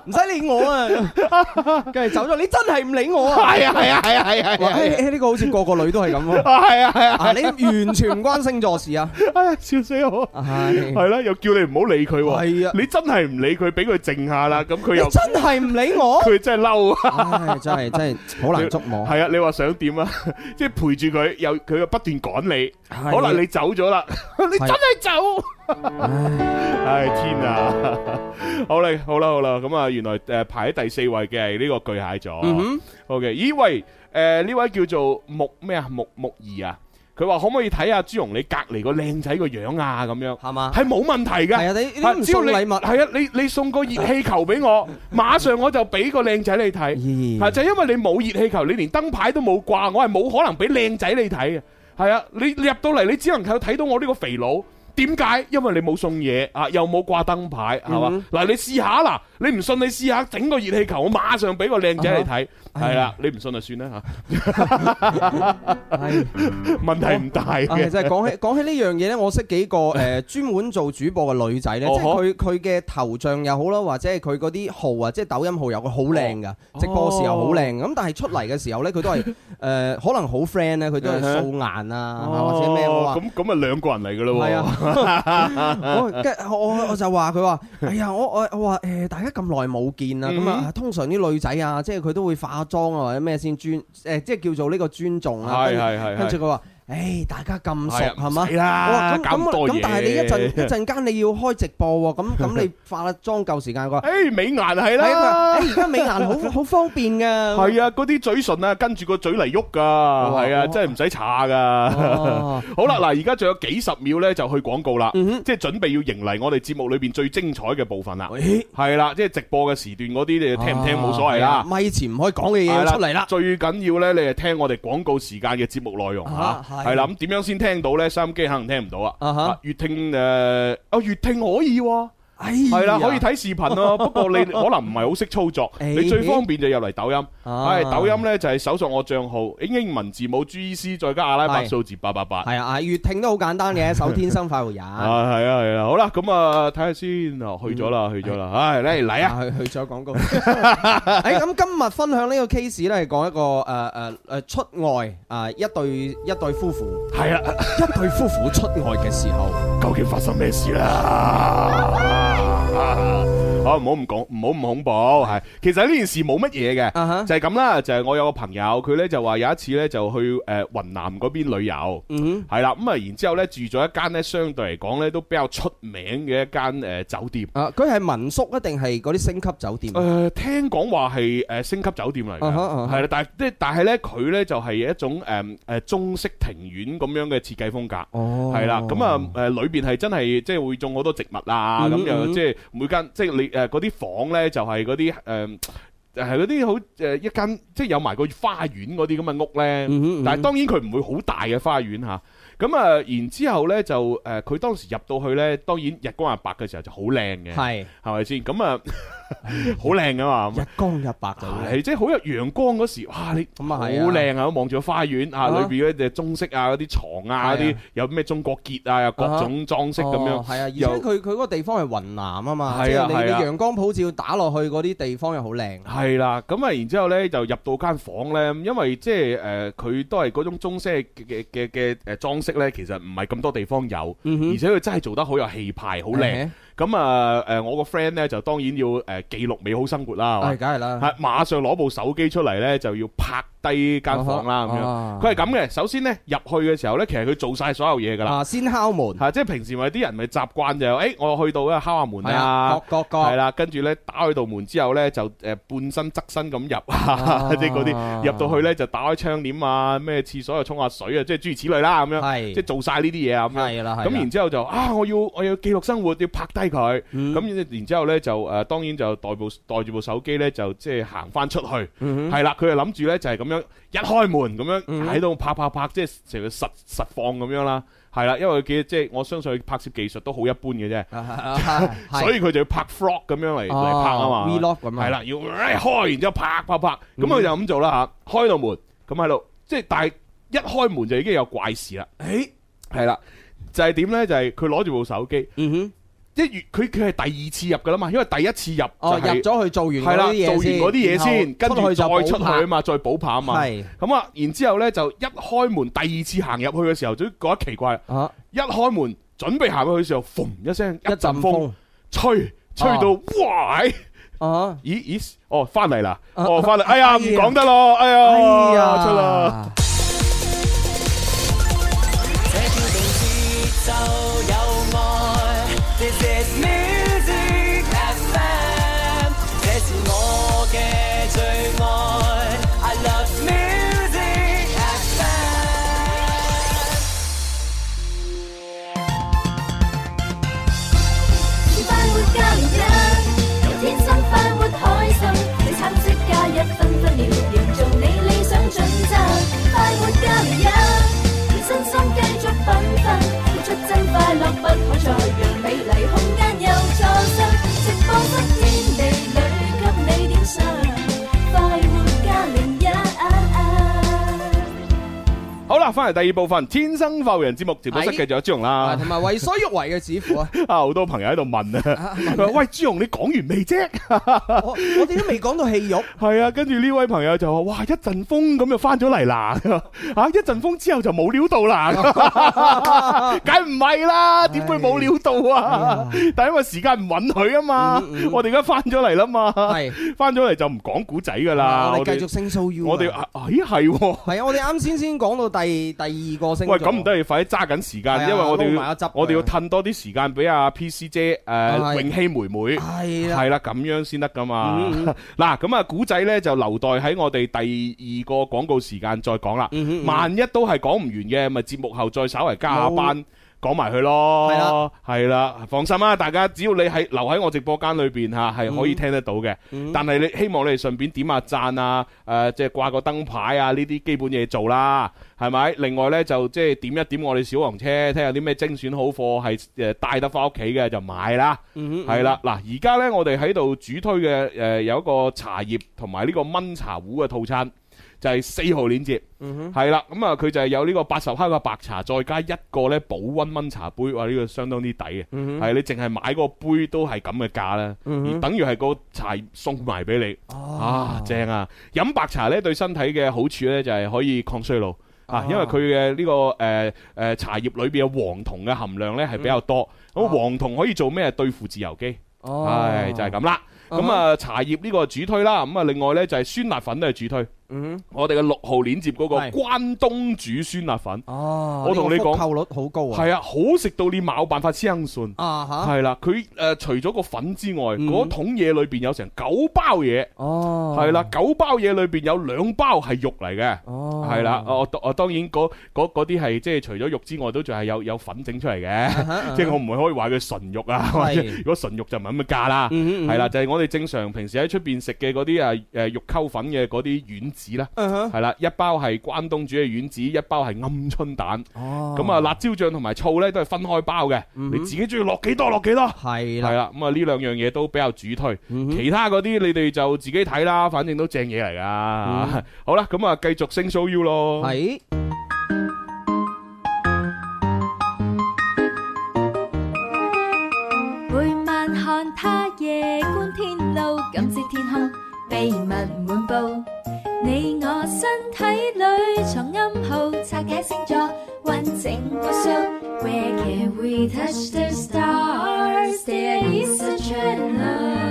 S4: 唔使理我啊！跟住走咗，你真係唔理我啊！
S3: 係啊，係啊，係啊，係啊，係
S4: 哇！
S3: 啊， 係
S4: 誒誒呢個好似個個女都係 咁喎。
S3: 啊，係啊，係啊，
S4: 啊！你完全唔關星座事 啊！
S3: 哎呀笑死我！
S4: 係
S3: 係啦，又叫你唔好理佢喎。
S4: 係啊
S3: 你真係唔理佢，俾佢靜下 啦。咁佢
S4: 你
S3: 又
S4: 真係哦唔理我，
S3: 佢真係嬲啊！
S4: 唉，真係真係好難捉摸。
S3: 係啊，你話想點啊？ 即係陪住佢，又佢又不斷趕你，可能你走咗 啦，你真係走。
S4: 唉
S3: 唉，天啊！ 好啦，好啦，好啦，咁啊，原來诶排喺第四位嘅係呢個巨蟹座。
S4: 嗯
S3: O K，咦喂，诶呢位叫做木咩啊木木兒啊，佢話可唔可以睇下朱容你隔離個靚仔個樣啊咁樣，
S4: 哼，係嘛？
S3: 係冇問題
S4: 係
S3: 嘅。
S4: 啊，你你都唔
S3: 只要
S4: 送
S3: 你
S4: 禮物，
S3: 係啊，你你送個熱氣球俾 我，馬上我就俾個靚仔你睇。
S4: 咦
S3: 係就係因為你冇熱氣球，你連燈牌都冇掛，我係冇可能俾靚仔你睇嘅。係啊，你你入到嚟，你只能夠睇到我呢個肥佬。點解？因為你冇送嘢啊，又冇掛燈牌，係嘛
S4: 嗯？
S3: 嗱、你試下啦，你唔信你試下整個熱氣球，我馬上俾個靚仔你睇，
S4: 啊
S3: 係啦，你唔信就算 啦嚇，
S4: 係
S3: 問題唔大
S4: 啊，其
S3: 嘅。
S4: 實 講起講起呢樣嘢咧，我識幾個誒專門做主播嘅女仔咧，即
S3: 哦
S4: 係佢佢嘅頭像又好啦，或者係佢嗰啲號啊，即係抖音號又好靚噶，
S3: 哦
S4: 直播時候好靚。咁但係出嚟嘅時候咧，佢都係誒可能好 friend 咧，佢都係素顏啊，或者咩我話
S3: 嗯哦。咁咁啊兩個人嚟㗎咯
S4: 係
S3: 喎。
S4: 啊，我跟我我就話佢話，哎呀，我我我話誒，大家咁耐冇見啦，咁
S3: 嗯
S4: 啊，通常啲女仔啊，即係佢都會化妝啊或者咩先尊誒，即係叫做呢個尊重啊。
S3: 係
S4: 跟住
S3: 係係係
S4: 跟住佢話：唉，大家咁熟
S3: 係啊
S4: 係嘛
S3: 唔使？啦
S4: 哇咁
S3: 搞咁
S4: 咁
S3: 多
S4: 咁
S3: 嘢，
S4: 但係你一陣一陣間你要開直播喎，咁咁你化妝夠時間啩？
S3: 誒美顏係
S4: 係啊
S3: 啦，
S4: 誒而家美 顏好好方便㗎。
S3: 係啊，嗰啲嘴唇啊跟住個嘴嚟喐㗎，係啊，
S4: 哦
S3: 真係唔使搽㗎。
S4: 哦
S3: 好啦，嗱，而家仲有幾十秒呢，就去廣告啦，
S4: 嗯哼
S3: 即係準備要迎嚟我哋節目裏邊最精彩嘅部分啦。
S4: 咦
S3: 係啦，即係直播嘅時段嗰啲，你哋 聽唔聽冇所謂
S4: 啊
S3: 啦。
S4: 咪前唔可以講嘅嘢要出嚟啦。
S3: 最緊要呢，你係聽我哋廣告時間嘅節目內容嚇
S4: 啊，係
S3: 係啦。咁點樣先聽到呢？收音機可能聽唔到啊。
S4: 啊哈
S3: 啊粵聽誒，哦粵聽可以喎，
S4: 哎
S3: 係啦，
S4: 呀哎
S3: 可以睇視頻 咯。不過你可能唔係好識操作，
S4: 誒
S3: 你最方便就入嚟抖音。
S4: 啊
S3: 係抖音呢，就係搜索我帳號，英文字母 G E C 再加阿拉伯
S4: 係
S3: 數字八八八。
S4: 係啊，啊粵聽都好簡單 嘅，首天生快活人。啊
S3: 啊，係啊，係啊，好啦，咁啊，睇下先，啊去咗
S4: 嗯
S3: 啦，去咗啦，唉，嚟嚟啊，
S4: 去去咗 廣告。誒咁今日分享呢個 case 咧，係講一個誒誒誒出外啊一對一對夫婦。
S3: 係啦，
S4: 一對夫婦出外嘅時候，
S3: 究竟發生咩事啦？啊好，唔好咁講，唔好咁恐怖，係，其實呢件事冇乜嘢
S4: 啊
S3: 嘅，
S4: 哈
S3: 就係咁啦，就係我有個朋友，佢呢就話有一次呢就去誒雲南嗰邊旅遊。
S4: 嗯，
S3: 係啦，咁啊，然之後咧住咗一間咧，相對嚟講咧都比較出名嘅一間誒、呃酒店。
S4: 啊，佢係民宿一定係嗰啲星級酒店
S3: 誒、？聽講話係誒星級酒店嚟嘅，
S4: 啊哈啊哈
S3: 係啦、但係即係但係咧，佢咧就係、一種誒誒、呃中式庭院咁樣嘅設計風格。
S4: 哦
S3: 係啦，咁啊，誒裏邊係真係即係會種好多植物啊，
S4: 嗯
S3: 咁又
S4: 嗯
S3: 即係每間即係你誒嗰啲房咧就係嗰啲誒係嗰啲好誒一間即係有埋個花園嗰啲咁嘅屋咧。
S4: 嗯哼，
S3: 但係當然佢唔會好大嘅花園嚇。咁啊，然之後呢，就誒，佢、當時入到去呢，當然日光日白嘅時候就好靚嘅，係
S4: 係
S3: 咪先？咁啊， 好靚噶嘛，啊
S4: 日光日白就
S3: 係即係好有陽光嗰時，哇！你
S4: 咁啊係啊
S3: 好靚啊，望住個花園啊，
S4: 啊
S3: 裏邊嗰啲中式啊，嗰啲床啊，嗰
S4: 係
S3: 啲
S4: 啊
S3: 有咩中國結啊，有各種裝飾咁樣
S4: 哦，係啊，而且
S3: 又
S4: 佢佢嗰個地方係雲南啊嘛，即
S3: 係啊
S4: 係你
S3: 係啊
S4: 你陽光普照打落去嗰啲地方又好靚。
S3: 係啦，咁啊，然之後咧就入到間房咧，因為即係誒，佢、都係嗰種中式嘅嘅嘅嘅誒裝飾咧，其實唔係咁多地方有，
S4: 嗯哼嗯
S3: 而且佢真係做得好有氣派，好靚。咁啊誒，我個 friend 咧就當然要誒、呃、記錄美好生活啦，
S4: 係
S3: 係
S4: 梗係啦，
S3: 嘛係馬上攞部手機出嚟咧，就要拍低間房啦咁樣。
S4: 啊
S3: 佢係咁嘅，首先咧入去嘅時候咧，其實佢做晒所有嘢㗎啦，
S4: 啊，先敲門，
S3: 係即係平時咪啲人咪習慣就誒、欸我去到咧敲下門
S4: 係
S3: 啊
S4: 啊，。各各各
S3: 系，啦，跟住咧打開道門之後咧，就誒半身側身咁
S4: 啊
S3: 入， 即係嗰啲入到去咧就打開窗簾啊，咩廁所又沖下水啊，即係諸如此類啦，咁樣，
S4: 係
S3: 即係做晒呢啲嘢啊，咁樣。
S4: 係啦，係啦
S3: 咁然之後就啊，我要我要記錄生活，要拍低佢。
S4: 嗯
S3: 咁然然之後咧就誒，當然就袋部袋住部手機咧，就即係行翻出去。
S4: 嗯哼
S3: 係啦，佢就諗住咧就係咁樣一開門咁樣
S4: 嗯
S3: 喺度拍拍拍，即係成個實實況咁樣啦。係啦，因為佢即係我相信佢拍攝技術都好一般嘅啫。
S4: 啊係
S3: 所以佢就要拍 frog 咁樣嚟嚟
S4: 哦
S3: 拍啊嘛
S4: vlog 咁啊嗯
S3: 係啦，要哎開，然之後拍拍拍，咁佢就咁做啦吓，開到門，咁喺度，即係但係一開門就已經有怪事啦，
S4: 誒
S3: 係啦，就係點呢？就係佢攞住部手機，
S4: 嗯哼，
S3: 即係越佢佢係第二次入噶啦嘛，因為第一次入
S4: 哦，
S3: 就
S4: 入
S3: 係
S4: 咗去做完
S3: 係啦，
S4: 嗰啲嘢
S3: 做完嗰啲嘢先，跟
S4: 然後
S3: 住再
S4: 就
S3: 出去
S4: 補拍
S3: 啊嘛，再補拍啊嘛，
S4: 係
S3: 咁啊，然之後咧就一開門第二次行入去嘅時候，就覺得奇怪，
S4: 啊，
S3: 一開門準備行入去嘅時候，嘣一聲
S4: 一陣風。
S3: 吹吹到哇！哎
S4: 啊！
S3: 咦咦，哦，翻嚟啦，
S4: 啊
S3: 哦，翻嚟，哎呀，唔
S4: 哎呀
S3: 講得咯，哎呀，
S4: 哎呀，
S3: 出啦，！
S1: 這叫做節奏有愛，This is music FM，這是我嘅最愛，I love music FM。
S2: 快活教育日，由天生快活開心，你參即加一分分秒，營造你理想準則。快活教育日，你身心繼續繽紛，付出真快樂不可再讓美麗空間又錯失。直播室天地裏給你點上，快活教育日。
S3: 好啦，翻嚟第二部分《天生浮人》節目直播室
S4: 哎
S3: 繼續有朱紅
S4: 啊，
S3: 啦，
S4: 同埋為所欲為嘅 指父啊，
S3: 啊，好多朋友喺度問啊，佢話喂，朱紅你講完未啫？
S4: 我我哋都未講到戲肉，
S3: 係啊，跟住呢位朋友就話：哇，一陣風咁就翻咗嚟啦， 啊，一陣風之後就冇料到 啦，梗唔係啦，點會冇料到啊？但係因為時間唔允許啊嘛
S4: 嗯嗯，
S3: 我哋而家翻咗嚟啦嘛，
S4: 係哦
S3: 翻咗嚟就唔講古仔噶啦，
S4: 我哋繼續升 show you 啊。
S3: 我哋啊，咦係喎，
S4: 係啊，我哋啱先先講到第第二個星座。
S3: 喂，咁唔得，你快啲揸緊時間，因
S4: 啊
S3: 為我哋要我哋要褪多啲時間俾阿 PC 姐誒
S4: 哦係
S3: 永熙妹妹。
S4: 系啦，嗯
S3: 係啦，咁樣先得噶嘛。 嗱，咁啊，古仔呢就留待喺我哋第二個廣告時間再講啦。
S4: 嗯哼嗯
S3: 萬一都係講唔完嘅，咪節目後再稍為加下班。講埋佢咯，
S4: 係啦，
S3: 係啦，放心啊啦，大家只要你喺留喺我直播間裏邊嚇，係
S4: 嗯
S3: 可以聽得到嘅。但係你希望你哋順便點下讚啊，誒即係掛個燈牌啊，呢啲基本嘢做啦，係咪？另外呢，就即係點一點我哋小黃車，睇下有啲咩精選好貨係誒帶得翻屋企嘅就買啦。
S4: 嗯
S3: 係啦，嗱，而家呢，我哋喺度主推嘅誒、呃有一個茶葉同埋呢個炆茶壺嘅套餐，就係四號鏈接，係啦、咁啊佢就係有呢個八十克嘅白茶，再加一個呢保温炆茶杯，哇！呢、個相當之抵嘅，係、你淨係買嗰個杯都係咁嘅價啦，而等於係個茶葉送埋俾你，啊正啊！飲白茶呢對身體嘅好處呢，就係可以抗衰老。啊，因為佢嘅呢個誒誒、呃茶葉裏邊嘅黃酮嘅含量呢係比較多，咁、
S4: 嗯
S3: 黃酮可以做咩？對付自由基。
S4: 哦嗯
S3: 唉，就係咁啦。咁啊，茶葉呢個主推啦，咁啊，另外呢，就係酸辣粉都係主推。
S4: 嗯哼，
S3: 我哋嘅六號鏈接嗰個
S4: 係
S3: 關東煮酸辣粉，
S4: 哦，
S3: 我同你
S4: 呢個
S3: 講
S4: 復購率好高啊，
S3: 係啊，好食到你冇辦法相信。
S4: 啊吓，
S3: 係啦，佢誒除咗個粉之外，
S4: 嗯
S3: 嗰桶嘢裏邊有成九包嘢，
S4: 哦，
S3: 係啦，，九包嘢裏邊有兩包係肉嚟嘅。
S4: 哦，
S3: 係啦，我我當然嗰嗰嗰啲係即係除咗肉之外，都仲係有有粉整出嚟 嘅，即係我唔會可以話佢純肉啊，或者
S4: Uh-huh，係
S3: 如果純肉就唔係咁嘅價啦。
S4: 嗯，嗯
S3: 係啦，，就係我哋正常平時喺出邊食嘅嗰啲啊誒肉溝粉嘅嗰啲丸子啦，
S4: 嗯哼，
S3: 係啦，一包係關東煮嘅丸子，一包係鵪鶉蛋，
S4: 哦，
S3: 咁啊辣椒醬同埋醋呢都係分開包嘅，
S4: 嗯
S3: 你
S4: 哼
S3: 自己中意落幾多落幾多。
S4: 係
S3: 係
S4: 啦，
S3: 啦，咁啊呢兩樣嘢都比較主推，
S4: 嗯哼
S3: 其他嗰啲你哋就自己睇啦，反正都正嘢嚟噶。 好啦，咁啊繼續升 show you 咯。
S4: 嗯係
S5: 每晚看他夜觀天路，感知天空秘密滿布。你我身體裏藏暗號，拆解星座完整無數。Where can we touch the stars? There is a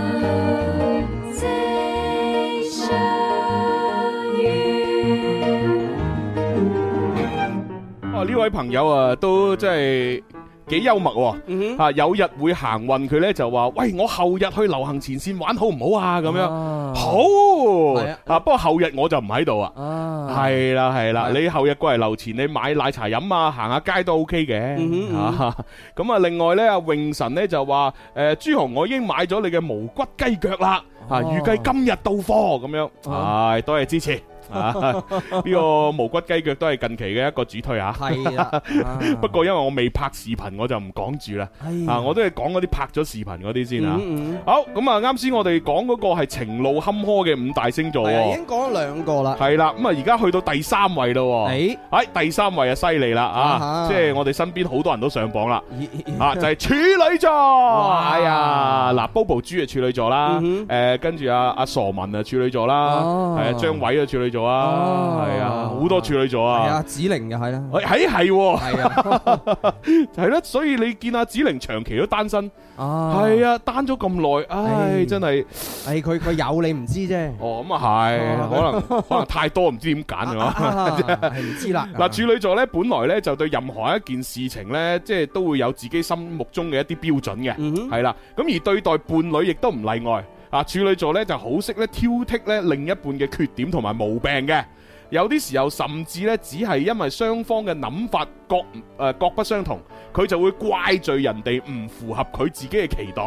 S5: translation.
S3: 哇！呢位朋友啊，都真係幾幽默喎、
S4: 嗯
S3: 啊，有日會行運，佢呢就話：喂，我後日去流行前線玩好唔好啊？咁樣、
S4: 樣
S3: 好
S4: 係啊
S3: 啊！不過後日我就唔喺度啊。
S4: 啊，
S3: 係啦係啦，
S4: 係
S3: 你後日過嚟樓前，你買奶茶飲啊，行下街都 OK 嘅。
S4: 嗯哼
S3: 啊咁啊，另外呢，阿榮神呢就話：誒，朱紅，我已經買咗你嘅無骨雞腳啦，啊，
S4: 哦
S3: 預計今日到貨咁樣。
S4: 哦
S3: 係，多謝支持。啊，呢個無骨雞腳都係近期嘅一個主推啊。
S4: 係啦，啊
S3: 不過因為我未拍視頻，我就唔講住啦。
S4: 係
S3: 啊，我都係講嗰啲拍咗視頻嗰啲先啊。
S4: 嗯嗯
S3: 好，咁啊，啱先我哋講嗰個係情路坎坷嘅五大星座
S4: 係啊，已
S3: 喎，
S4: 經講咗兩個啦，
S3: 係啦，咁啊而家去到第三位咯喎，
S4: 誒，
S3: 喺第三位啊犀利啦
S4: 哎啊
S3: 啊，
S4: 哈
S3: 即係我哋身邊好多人都上榜啦。
S4: 咦
S3: 啊，就係處女座，
S4: 哇
S3: 哎呀，嗱，Bobo 豬啊處女座啦
S4: 嗯，
S3: 誒，跟住阿阿傻文啊處女座啦，
S4: 哦
S3: 係啊，張偉啊處女座啊
S4: 哦，
S3: 係啊，好多處女座
S4: 係
S3: 啊
S4: 啊，，指令嘅係啦，
S3: 誒係係喎。
S4: 係啊，
S3: 係啦，所以你見阿子玲長期都單身，
S4: 啊，
S3: 係啊，單咗咁耐，唉，
S4: 唉
S3: 真係，
S4: 誒，佢佢有你唔知啫。
S3: 哦咁啊 係，可能可能太多唔知點揀啊。
S4: 啊，係唔知啦。
S3: 嗱，處女座呢，本來呢就對任何一件事情呢，即係都會有自己心目中嘅一啲標準嘅，
S4: 嗯哼
S3: 係啦。咁而對待伴侶亦都唔例外。啊，處女座呢就好識咧挑剔咧另一半嘅缺點同埋毛病嘅，有啲時候甚至呢，只係因為雙方嘅諗法各誒、呃各不相同，佢就會怪罪人哋唔符合佢自己嘅期待。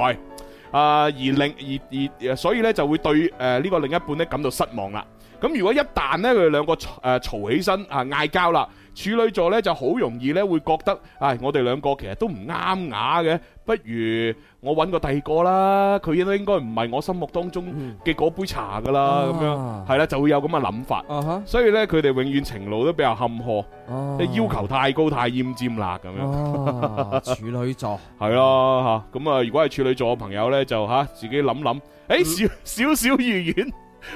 S3: 啊、而另而而所以呢，就會對誒呢、個另一半呢感到失望啦。咁如果一旦呢，佢哋兩個嘈誒嘈起身啊嗌交啦，處女座呢就好容易呢會覺得，唉、我哋兩個其實都唔啱牙嘅，不如我揾個第二個啦，佢應應該唔係我心目當中嘅嗰杯茶噶啦，咁、
S4: 啊
S3: 樣係啦，就會有咁嘅諗法。
S4: 啊哈，
S3: 所以呢，佢哋永遠情路都比較坎坷，
S4: 哦
S3: 即係要求太高太奄尖啦咁樣。
S4: 哦，處女座，
S3: 系
S4: 嗯
S3: 咯吓，咁啊，如果係處女座嘅朋友呢，就吓自己諗諗，诶、少少少預遠，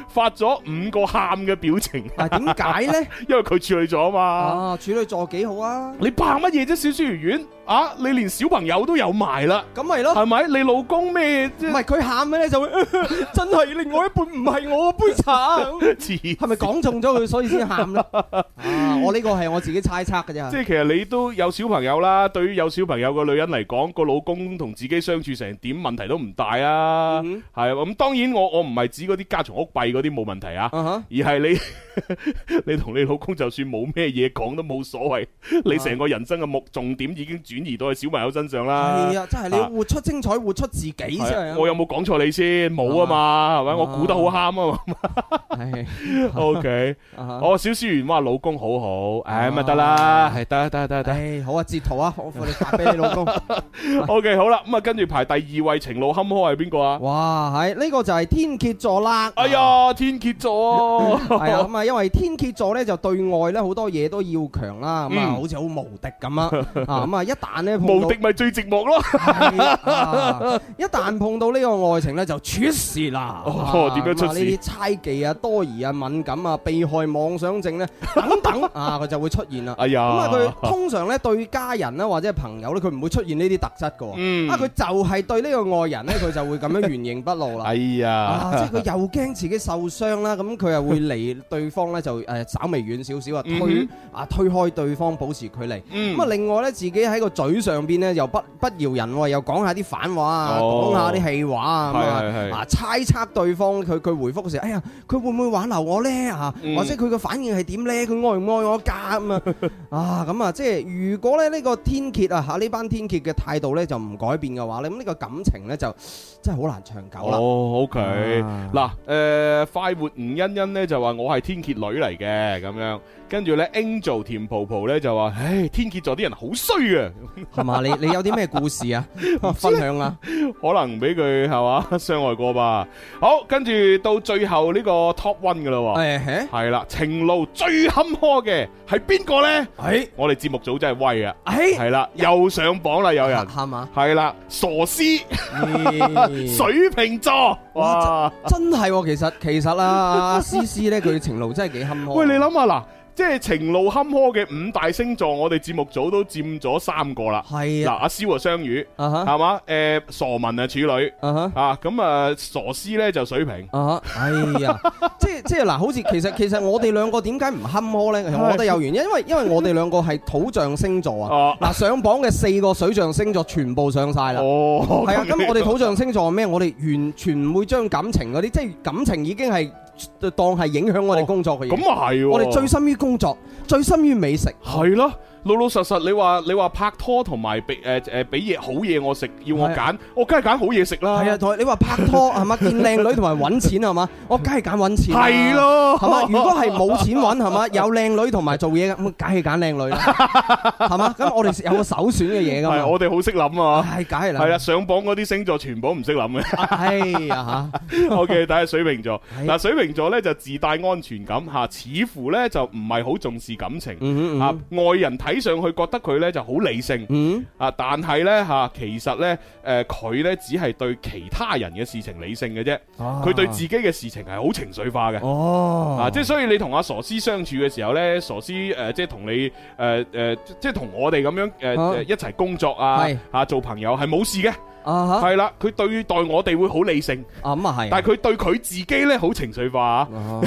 S3: 發咗五個喊嘅表情，
S4: 啊，點解咧？
S3: 因為佢處理 咗啊嘛。
S4: 啊，處女座幾好啊，
S3: 你怕乜嘢啫？小書魚丸啊，你連小朋友都有埋啦，
S4: 咁咪咯。
S3: 係咪？你老公咩
S4: 哦唔
S3: 啫？
S4: 係佢喊嘅咧，就會 真係另外一半唔係我 杯茶，係
S3: 即
S4: 咪講中咗佢所以先喊咧？啊，我呢個係我自己猜測嘅啫。
S3: 係其實你都有小朋友啦，對於有小朋友嘅女人嚟講，個老公同自己相處成點問題都唔大啊。
S4: 嗯
S3: 係啊，咁當然我我唔係指嗰啲家嘈屋閉嗰啲冇問題啊。
S4: 啊哈
S3: 而係你 你同你老公就算冇咩嘢講都冇所謂，
S4: 啊
S3: 你成個人生嘅目重點已經轉移到去小朋友身上啦。
S4: 係啊，真係你要活出精彩，活出自己先
S3: 係啊
S4: 係啊。
S3: 我有冇講錯你先？冇啊嘛，係咪？我估得好啱 啊嘛。
S4: 係
S3: OK，
S4: 啊 哈
S3: 我小思源話老公好好，唉，咪
S4: 啊
S3: 得啦，係得得得得。
S4: 唉，好啊，截圖啊，我我哋發俾你老公。
S3: OK，好啦，咁啊，跟住排第二位情路坎坷係邊個啊？
S4: 哇，係呢個就係天蝎座啦。啊
S3: 哎呀，天蝎 座，
S4: 係啊，咁啊，因為天蝎座咧就對外咧好多嘢都要強啦，咁啊，
S3: 嗯
S4: 好似好無敵 咁啊，啊咁啊，一旦咧碰
S3: 無
S4: 到
S3: 敵咪最寂寞咯。
S4: 係啊一旦碰到呢個愛情咧就出事啦。
S3: 哦
S4: 啊
S3: 點樣出事
S4: 咁啊呢啲猜忌啊、多疑啊、敏感啊、被害妄想症咧等等啊，佢就會出現啦。
S3: 哎呀
S4: 咁啊，佢通常咧對家人咧或者係朋友咧，佢唔會出現呢啲特質嘅
S3: 嗯
S4: 喎。啊，佢就係對呢個愛人咧，佢就會咁樣原形 畢露啦。
S3: 哎
S4: 啊！即
S3: 呀，
S4: 係佢又驚自己受傷啦，咁佢又會離 對方咧就誒稍微遠少少啊，推
S3: 嗯
S4: 啊推開對方，保持距離。
S3: 嗯
S4: 咁啊，另外咧自己喺個嘴上邊咧又不不饒人喎，又講下啲反話啊，
S3: 哦
S4: 講下啲氣話啊咁
S3: 係係係
S4: 啊，啊猜測對方佢佢回覆嘅時候，哎呀，佢會唔會挽留我咧啊？
S3: 嗯
S4: 或者佢嘅反應係點咧？佢愛唔愛我㗎咁啊？ 啊咁啊，即係如果咧呢個天蝎啊嚇呢班天蝎嘅態度咧就唔改變嘅話咧，咁呢個感情咧就 真係好難長久啦。
S3: 哦，OK，
S4: 啊
S3: 嗱，誒快活吳欣欣咧就話我係天蝎女嚟嘅咁樣，跟住咧 Angel 甜婆婆咧就話，唉，天蝎座啲人好衰啊，
S4: 係嘛？你你有啲咩故事啊？分享啊！
S3: 可能俾佢係嘛 傷害過吧。好，跟住到最後呢個 Top One 噶啦喎，
S4: 誒嘿，
S3: 係啦，情路最坎坷嘅係邊個咧？
S4: 誒
S3: 我哋節目組真係威啊，
S4: 誒，
S3: 哎係啦，又上榜啦，有 人
S4: 哎係嘛？
S3: 係啊嗯啦，傻師 水瓶座，哇！
S4: 嗯真係喎，其實其實啊，思思咧佢情路真係幾坎坷。
S3: 喂，你諗下嗱，即係情路坎坷嘅五大星座，我哋節目組都佔咗三個啦。
S4: 係
S3: 嗱，
S4: 啊
S3: 阿蕭啊雙魚，
S4: 啊哈
S3: 係嘛？誒，傻文啊處女，
S4: 啊哈
S3: 啊咁啊傻師咧就水瓶。
S4: 啊哈！哎呀， 即係即係嗱，好似其實其實我哋兩個點解唔坎坷咧？其實我覺得有 原因，因為因為我哋兩個係土象星座
S3: 哦
S4: 啊。嗱，上榜嘅四個水象星座全部上晒啦。
S3: 哦，
S4: 係啊，
S3: 樣
S4: 咁我哋土象星座係咩？我哋完全唔會將感情嗰啲，即係感情已經係當係影響我哋工作嘅嘢。
S3: 咁啊係喎，
S4: 我哋醉心於工作，醉心於美食，
S3: 係咯。老老實實，你話你話拍拖同埋俾誒誒俾嘢好嘢我食，要我
S4: 係啊
S3: 揀，我梗係揀好嘢食啦。
S4: 係啊，同埋你話拍拖係嘛，見靚女同埋揾錢係嘛，我梗係揀揾錢啦，
S3: 係咯
S4: 係 嘛，如果係冇錢揾係嘛，有靚女同埋做嘢嘅，咁梗係揀 靚女啦，係嘛，咁我哋有個首選嘅嘢㗎
S3: 係
S4: 嘛，
S3: 我哋好識諗啊。
S4: 係梗係啦，
S3: 係啊，上榜嗰啲星座全部唔識諗嘅。
S4: 哎呀
S3: O K，睇下水瓶座。
S4: 係
S3: 嗱，水瓶座咧就自帶安全感嚇，似乎咧就唔係好重視感情。
S4: 嗯
S3: 啊，外人睇上去覺得佢咧就好理性
S4: 嗯
S3: 啊，但係咧嚇，其實咧誒佢咧只係對其他人嘅事情理性嘅啫，
S4: 吓，
S3: 佢對自己嘅事情係好情緒化嘅。
S4: 啊哦
S3: 啊，即係所以你同阿傻師相處嘅時候咧，傻師誒、呃即係同你誒誒、呃呃即即係同我哋咁樣誒、呃
S4: 啊
S3: 呃一齊工作啊
S4: 係，
S3: 啊做朋友係冇事嘅，
S4: 啊吓
S3: 係啦，佢對待我哋會好理性。
S4: 啊咁啊係，
S3: 但係佢對佢自己呢，好情緒化啊，
S4: 哦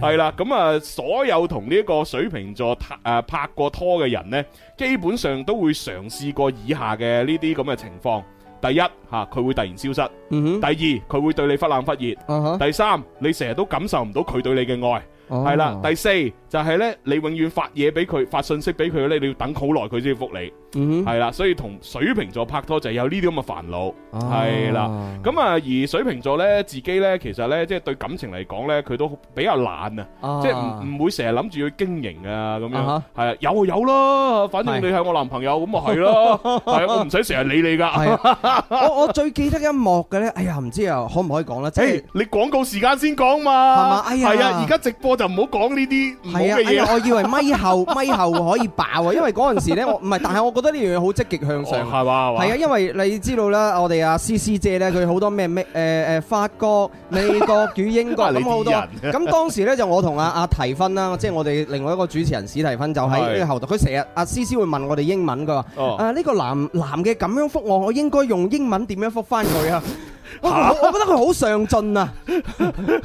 S3: 係啦，咁啊，所有同呢個水瓶座拍誒拍過拖嘅人呢，基本上都會嘗試過以下嘅呢啲咁嘅情況。第一嚇，佢會突然消失；
S4: 嗯
S3: 第
S4: 哼
S3: 二，佢會對你忽冷忽熱；
S4: 啊
S3: 第三，你成日都感受唔到佢對你嘅愛，
S4: 吓，
S3: 係啦；
S4: 第
S3: 第四就係呢，你永遠發嘢俾佢，發信息俾佢呢，你要等好耐佢先復你，
S4: 嗯哼
S3: 係啦。所以同水瓶座拍拖就有呢啲咁嘅煩惱，
S4: 啊
S3: 係啦。咁啊，而水瓶座呢，自己呢，其實呢，即係對感情嚟講呢，佢都比較懶啊，
S4: 啊
S3: 即係唔唔會成日諗住去經營啊咁樣，係
S4: 啊
S3: 啊有就有啦，反正
S4: 係
S3: 你係我男朋友咁啊係 啦，係啊我唔使成日理你
S4: 係
S3: 㗎。
S4: 啊，我我最記得一幕嘅咧，哎呀，唔知啊，可唔可以講咧？即
S3: 誒，
S4: 係
S3: 你廣告時間先講嘛，
S4: 嘛哎呀
S3: 係啊，而家直播就唔好講呢啲唔好
S4: 係啊
S3: 嘅，
S4: 哎呀
S3: 嘢，哦
S4: 我以為咪後咪後可以爆啊，因為嗰陣時咧，我唔係，但係我覺覺得呢樣嘢好積極向
S3: 係
S4: 上。
S3: 嘛係嘛，
S4: 係啊，因為你知道啦，我哋阿思思姐咧，佢好多咩咩誒誒法 國、美國與英國
S3: 你
S4: 咁
S3: 啲
S4: 好多。
S3: 人
S4: 咁當時咧就我同阿阿提芬啦，即係我哋另外一個主持人史提芬就喺呢個後台，佢成日阿思思會問我哋英文，佢話：
S3: 哦
S4: 啊呢個男男嘅咁樣覆我，我應該用英文點樣覆翻佢啊？我我我覺得佢好上進啊！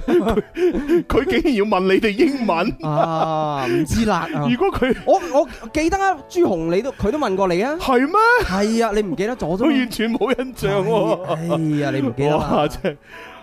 S3: 佢竟然要問你哋英文，
S4: 啊，唔知啦。啊
S3: 如果佢
S4: 我我記得啊，朱紅你都佢都問過你啊。
S3: 係咩？
S4: 係啊，你唔記得咗啫
S3: 佢
S4: 嘛。
S3: 完全冇印象喎。
S4: 哎呀，你唔記得啦
S3: 哇！。 真係
S4: 嗯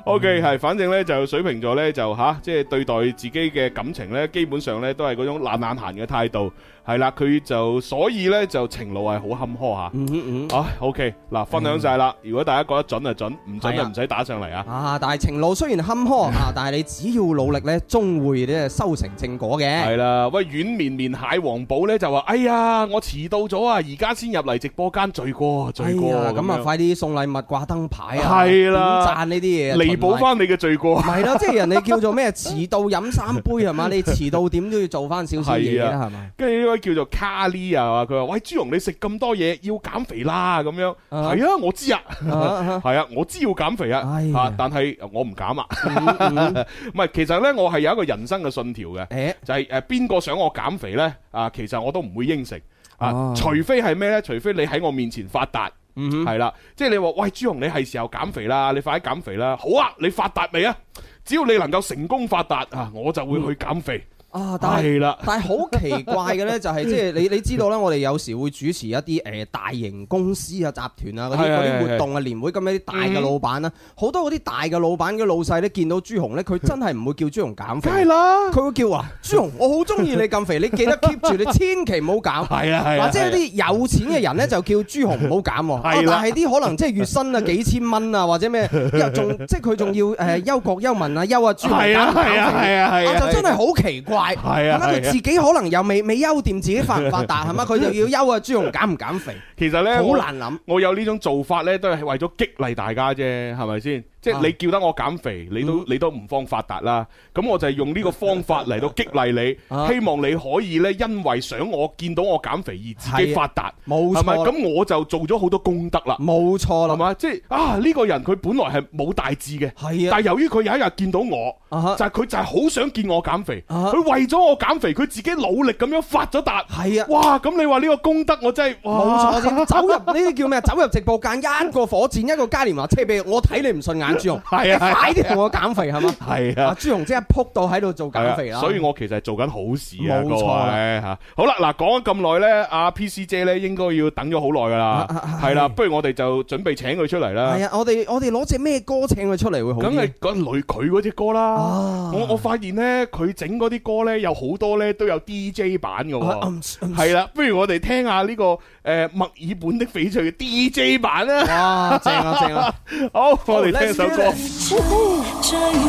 S3: OK，係，反正咧就水瓶座咧就吓，即係對待自己嘅感情咧，基本上咧都係嗰種懶懶閒嘅態度，係啦，佢就所以咧就情路係好坎坷吓。
S4: 嗯嗯嗯。
S3: 啊，OK，嗱，分享晒啦。如果大家覺得準就準，唔準
S4: 係
S3: 就
S4: 啊
S3: 唔使打上嚟啊。
S4: 啊！但係情路雖然 坎坷啊，但係你只要努力咧，終會咧修成正果嘅。
S3: 係啦，喂，軟綿綿蟹黃寶咧就話：哎呀，我遲到咗啊，而家先入嚟直播間，罪過，
S4: 哎
S3: 罪過。
S4: 呀，咁啊
S3: 樣，
S4: 快啲送禮物掛燈牌啊！
S3: 係啦
S4: 點讚呢啲嘢，啊
S3: 彌補翻你嘅罪過。
S4: 同埋。係咯，即係人哋叫做咩？遲到飲三杯係嘛？你遲到點都要做翻少少嘢
S3: 係啊
S4: 啦，係嘛？
S3: 跟住呢位叫做卡莉啊，佢話：喂，朱紅，你食咁多嘢，要減肥啦咁樣。
S4: 啊
S3: 係啊，我知啊，
S4: 啊 啊
S3: 係啊，我知要減肥啊，
S4: 哎呀
S3: 啊，但係我唔減啊。
S4: 嗯嗯
S3: 唔係，其實呢，我係有一個人生嘅信條嘅，
S4: 誒
S3: 就係誒呃邊個想我減肥呢？啊，其實我都唔會應承。啊
S4: 哦，
S3: 除非係咩呢？除非你喺我面前發達，
S4: 嗯哼
S3: 係啦，即係你話喂朱紅，你係時候減肥啦，你快啲減肥啦！好啊，你發達未啊？只要你能夠成功發達啊，我就會去減肥。
S4: 啊，嗯但係。
S3: 係啦，
S4: 但係好奇怪嘅咧，就 係即係你你知道啦，我哋有時會主持一啲誒大型公司啊、集團啊嗰啲
S3: 係係
S4: 嗰
S3: 係嗯
S4: 啲活動啊、年會咁樣啲大嘅老闆啦，好多嗰啲大嘅老闆嘅老細咧，見到朱紅咧，佢真係唔會叫朱紅
S3: 梗
S4: 減
S3: 係
S4: 肥，
S3: 啦，
S4: 佢會叫話朱紅，我好中意你咁肥，你 記得 keep 住，你千祈唔好減。
S3: 係啊係啊，
S4: 嗱，即係
S3: 係啊
S4: 啲有錢嘅人咧，就叫朱紅唔好減喎。啊
S3: 係啦
S4: 但係啲可能即係月薪啊幾千蚊啊，或者咩，又仲即係佢仲要誒憂國憂民啊，憂啊朱紅
S3: 係啊
S4: 減
S3: 係
S4: 減
S3: 啊
S4: 肥
S3: 係啊係
S4: 我
S3: 啊，
S4: 就真係好奇怪，
S3: 係啊
S4: 咁解
S3: 係啊
S4: 佢自己可能又未未優掂自己發唔發 達係嘛？佢就要優啊朱紅減唔減肥，
S3: 其實呢，
S4: 好
S3: 我
S4: 難諗。
S3: 我有呢種做法呢，都係為咗激勵大家啫，係咪先？即係
S4: 啊嗯
S3: 你叫得我減肥，你都你都唔方發達啦。咁我就係用呢個方法嚟到激勵
S4: 啊
S3: 你，希望你可以呢，因為想我見到我減肥而自己
S4: 係啊
S3: 發達，
S4: 冇
S3: 係咪？
S4: 錯啦，嗯
S3: 咁我就做咗好多功德啦，
S4: 冇錯
S3: 係
S4: 啦，
S3: 嘛？即係啊，呢個人佢本來係冇大志嘅，
S4: 係啊
S3: 但係由於佢有一日見到我。
S4: 啊哈，
S3: 就係佢就係好想見我減肥，
S4: 啊
S3: 佢為咗我減肥，佢自己努力咁樣發咗達。
S4: 係啊。
S3: 哇！咁你話呢個功德我真係
S4: 冇
S3: 哇，
S4: 錯先，走入呢啲叫咩？走入直播間，一個火箭，一個嘉年華車俾我，我睇你唔順眼，朱紅，
S3: 係啊
S4: 你快啲同我減肥係嘛？
S3: 係
S4: 啊，
S3: 啊。
S4: 朱紅即刻撲到喺度做
S3: 係啊
S4: 減肥啦。
S3: 所以我其實係做緊好事啊，
S4: 冇
S3: 各
S4: 錯啦
S3: 位嚇。好啦，嗱講咗咁耐呢，阿 PC 姐呢應該要等咗好耐噶啦
S4: 啊啊啊，
S3: 係啦，
S4: 係
S3: 不如我哋就準備請佢出嚟啦
S4: 係。啊，我哋我哋攞只咩歌請佢出嚟會好
S3: 梗
S4: 啲
S3: 係講女佢嗰只歌啦。
S4: 啊？
S3: 我我發現呢，佢整嗰啲歌呢，有好多呢都有 DJ 版嘅
S4: 啊
S3: 喎。
S4: 嗯嗯
S3: 係啦，不如我哋聽下呢個誒墨爾本的翡翠嘅 DJ 版啦。
S4: 哇，正 啊正啊！
S3: 好，我哋聽首歌。
S2: 追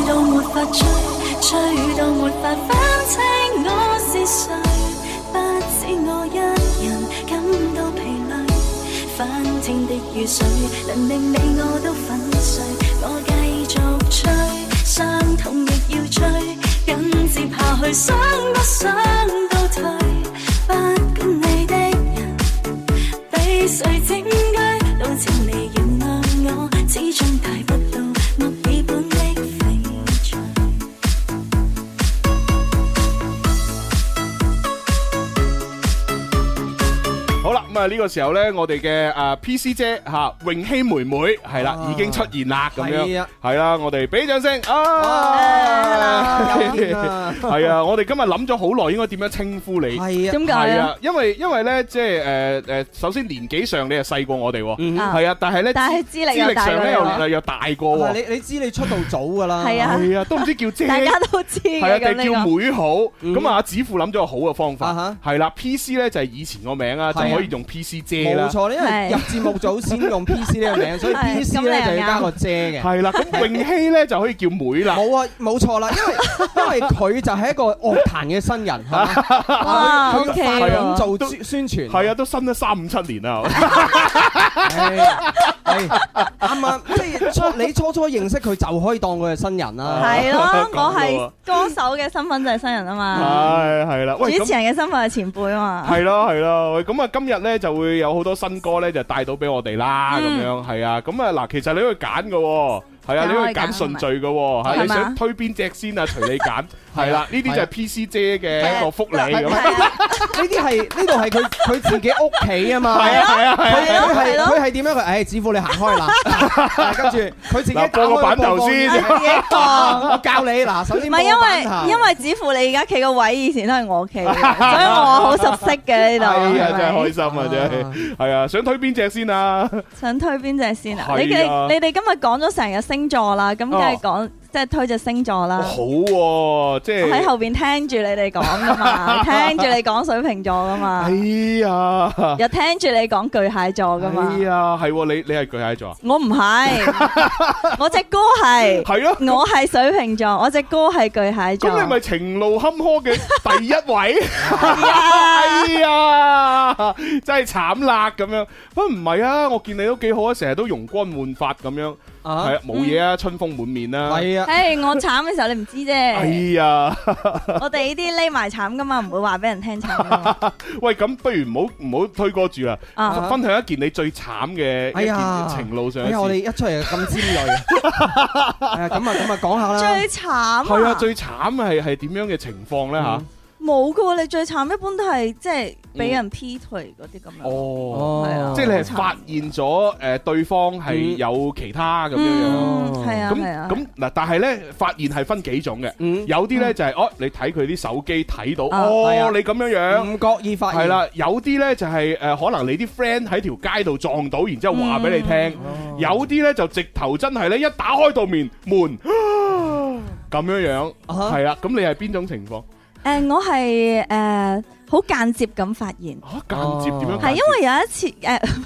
S2: 到沒法追，追到沒法分清我是誰，不止我一人感到疲累，翻天的雨水能令你我都粉碎，我繼續追，傷痛亦要追，緊接下去想不想倒退，不管你的人。比誰整居，到千里原諒我，始終睇不到墨爾本的翡翠。
S3: 好啦，咁啊呢個時候呢，我哋嘅誒 PC 姐嚇榮希妹妹係啦，
S4: 啊
S3: 已經出現啦，咁
S4: 係
S3: 樣
S4: 啊
S3: 係啦，我哋俾掌聲啊！
S4: 有 見啊
S3: 係啊，我哋今日諗咗好耐，應該點樣稱呼你？
S4: 係啊，
S6: 點解
S3: 係
S6: 啊？
S3: 啊，因為因為咧，即係誒誒，首先年紀上你係細過我哋喎，
S4: 嗯
S3: 係啊，但係咧，
S6: 但係資歷
S3: 資
S6: 又
S3: 歷
S6: 大過
S3: 上咧
S6: 你
S3: 又
S6: 喎，
S3: 又又大過
S4: 嗱
S3: 喎，
S4: 啊你你知你出道早噶啦，
S6: 係啊
S3: 係啊，都唔知叫姐
S6: 大家都知嘅
S3: 係啊，
S6: 咁
S3: 定係叫
S6: 呢
S3: 妹好咁
S4: 嗯
S3: 啊？阿子富諗咗個好嘅方
S4: 啊
S3: 法
S4: 哈，
S3: 係啦，PC 咧就係以前個名啊，就
S4: 係啊
S3: 可以用 PC 姐啦
S4: 冇。錯，因為
S6: 係
S4: 入節目組先用 PC 呢個名，所以
S6: 係
S4: PC
S6: 咁啊
S4: 咧
S6: 你
S4: 就
S6: 又
S4: 要加個姐嘅。
S3: 係啦， 咁泳希咧就可以叫妹啦。
S4: 冇啊，冇錯啦，因為 因為佢就係一個樂壇嘅新人，係嘛
S6: 個哇
S4: 佢
S6: ，OK
S4: 佢咁
S6: 啊喎，
S4: 做宣宣傳，
S3: 啊係啊，都新咗三五七年啦。
S6: 啊
S4: 唉，係啱啱即係初你初初認識佢就可以當佢係新人啦，
S6: 係
S3: 咁
S6: 咯，
S3: 咯
S6: 我係歌手嘅身份就係新人啊嘛，
S3: 係係啦，喂
S6: 主持
S3: 咁
S6: 人嘅身份係前輩啊嘛，
S3: 係咯係咯，喂咁啊今日咧就就會有好多新歌咧，就帶到俾我哋啦，咁樣係啊。咁啊嗱，其實你可以揀嘅喎，係
S6: 有
S3: 啊，你可以
S6: 可以
S3: 揀
S6: 揀
S3: 順序嘅喎，係你
S6: 係嘛
S3: 想推邊只先啊？隨你揀， 係啦，呢啲就係 PC 姐嘅一個福利咁。
S4: 呢啲係呢度係佢佢自己屋企啊嘛。
S3: 係啊係啊係
S4: 佢
S3: 啊！
S4: 佢係
S6: 係咯
S4: 佢係點樣？佢唉，子富你行開啦， 跟住佢自己打
S3: 嗱，
S4: 開個
S3: 過個板頭先。
S4: 播 放
S6: 嘢
S4: 啊
S6: 放。
S4: 我教你 嗱，首
S6: 唔
S4: 先
S6: 係因
S4: 為
S3: 啊
S6: 為因為子乎你而家企個位以前都係我企嘅， 所以我好熟悉嘅呢度。
S3: 哎呀，真係開
S6: 係咪
S3: 心啊！真係係啊，想推邊只先啊？
S6: 想推邊隻先啊
S3: 係？啊哦
S6: 你哋你哋今日講咗成日星座啦，咁梗係講即係推隻星座啦。
S3: 好喎，即
S6: 我喺
S3: 係
S6: 後邊聽住你哋講噶 嘛，聽住你講水瓶座噶嘛
S3: 哎，呀，
S6: 又聽住你講巨蟹座噶嘛
S3: 哎。呀，係喎，你你係巨蟹座啊？
S6: 我唔 係，我隻歌係，
S3: 係咯。
S6: 我係水瓶座，我隻歌係巨蟹座。
S3: 咁你咪情路坎坷嘅第一位，
S6: 啊
S3: 哎呀，真係慘啦咁樣。不過唔係啊，我見你都幾好啊，成日都容光煥發咁樣，係啊，冇嘢
S4: 嗯
S3: 啊，春風滿面啦。
S4: 係啊，
S6: 唉，我慘嘅時候你唔知
S3: 哎
S6: 啫，
S3: 呀，啊
S6: 我哋呢啲匿埋慘噶嘛，唔會話俾人聽慘㗎嘛。
S3: 喂，咁不如唔好唔好推歌住啦，
S6: 啊，
S3: 分享一件你最慘嘅
S4: 哎
S3: 一
S4: 呀
S3: 件情路上
S4: 哎
S3: 嘅
S4: 呀，我哋
S3: 事。
S4: 一出嚟就咁 尖鋭，係啊，咁啊咁啊講下啦
S6: 最，慘啊！
S3: 係啊，最慘係係點樣嘅情況咧
S4: 嗯
S3: 吓？
S6: 冇噶喎，你最慘一般都係即係俾人劈腿嗰啲咁樣。
S3: 嗯哦，
S6: 係啊
S4: 哦，
S3: 即係你係發現咗誒對方係
S4: 嗯
S3: 有其他咁樣樣咯。
S6: 嗯，係啊，
S3: 咁
S6: 係啊。
S3: 咁嗱，但係咧發現係分幾種嘅，
S4: 嗯
S3: 有
S6: Ừ.
S3: 啲咧就係哦，你睇佢啲手機睇到
S6: 啊
S4: 係啊
S3: 哦，你咁樣樣。
S4: 唔覺
S6: Ừ.
S4: 意發現
S3: 係，啦，有啲呢就係、誒、可能你啲 friend 喺條街度撞到，然之後話俾你聽；有啲呢就直頭真係呢，一打開道面門咁樣樣，
S4: 啊哈
S3: 係啦。咁你係邊種情況？
S6: 誒，我係誒好間接咁發現，
S3: 啊，間接點樣間接？
S6: 係因為有一次誒， 即係
S3: 有一次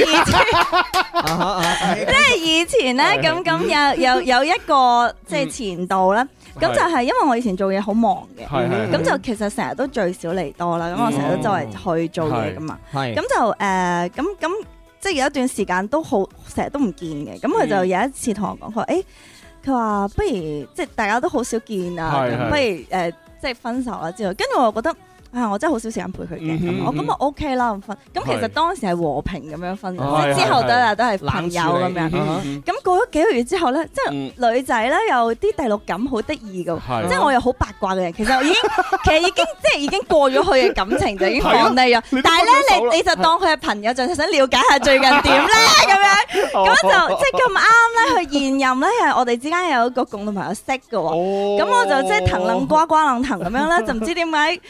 S6: 以前。
S4: 啊哈啊 哈
S6: 即係以前咧，
S3: 係
S6: 咁
S3: 嗯
S6: 咁有有 有一個即係前度啦，咁
S3: 係
S6: 就係因為我以前做嘢好忙嘅，
S3: 係嗯係
S6: 咁就其實成日都聚少離多啦，咁我成日都周圍去做嘢噶嘛，咁
S4: 係
S6: 就誒咁咁即係有一段時間都好成日都唔見嘅，
S3: 嗯
S6: 咁佢就有一次同我講，佢話誒，佢話不如即係大家都好少見啊，
S3: 係
S6: 咁
S3: 係
S6: 不如誒即係分手啦之後，跟住我又覺得。啊！我真係好少時間陪佢嘅，
S3: 嗯
S6: 咁
S3: 哼
S6: 我
S3: 嗯哼
S6: 咁啊 OK 啦咁分。咁其實
S3: 係
S6: 當時係和平咁樣分嘅，
S3: 哦
S6: 即係
S3: 係
S6: 之後
S3: 係
S6: 都係都係
S4: 冷
S6: 朋
S4: 處
S6: 友咁
S4: 理
S6: 樣。
S4: 啊
S6: 咁過咗幾個月之後咧，即係女仔咧有啲第六感好得意嘅
S3: 嗯係
S6: 喎，即係我又好八卦嘅人。其實我已經 其實已經即係已經過咗佢嘅感情就已經放低咗
S3: 啊你都，
S6: 但係
S3: 分咗
S6: 咧
S3: 手啦
S6: 你你就當佢係朋友，就想了解下最近點咧咁樣。
S3: 哦
S6: 咁就即係咁啱咧，佢現任咧係我哋之間有一個共同朋友識嘅喎。
S3: 哦
S6: 咁我就即係騰楞瓜瓜楞騰咁樣咧，就唔知點解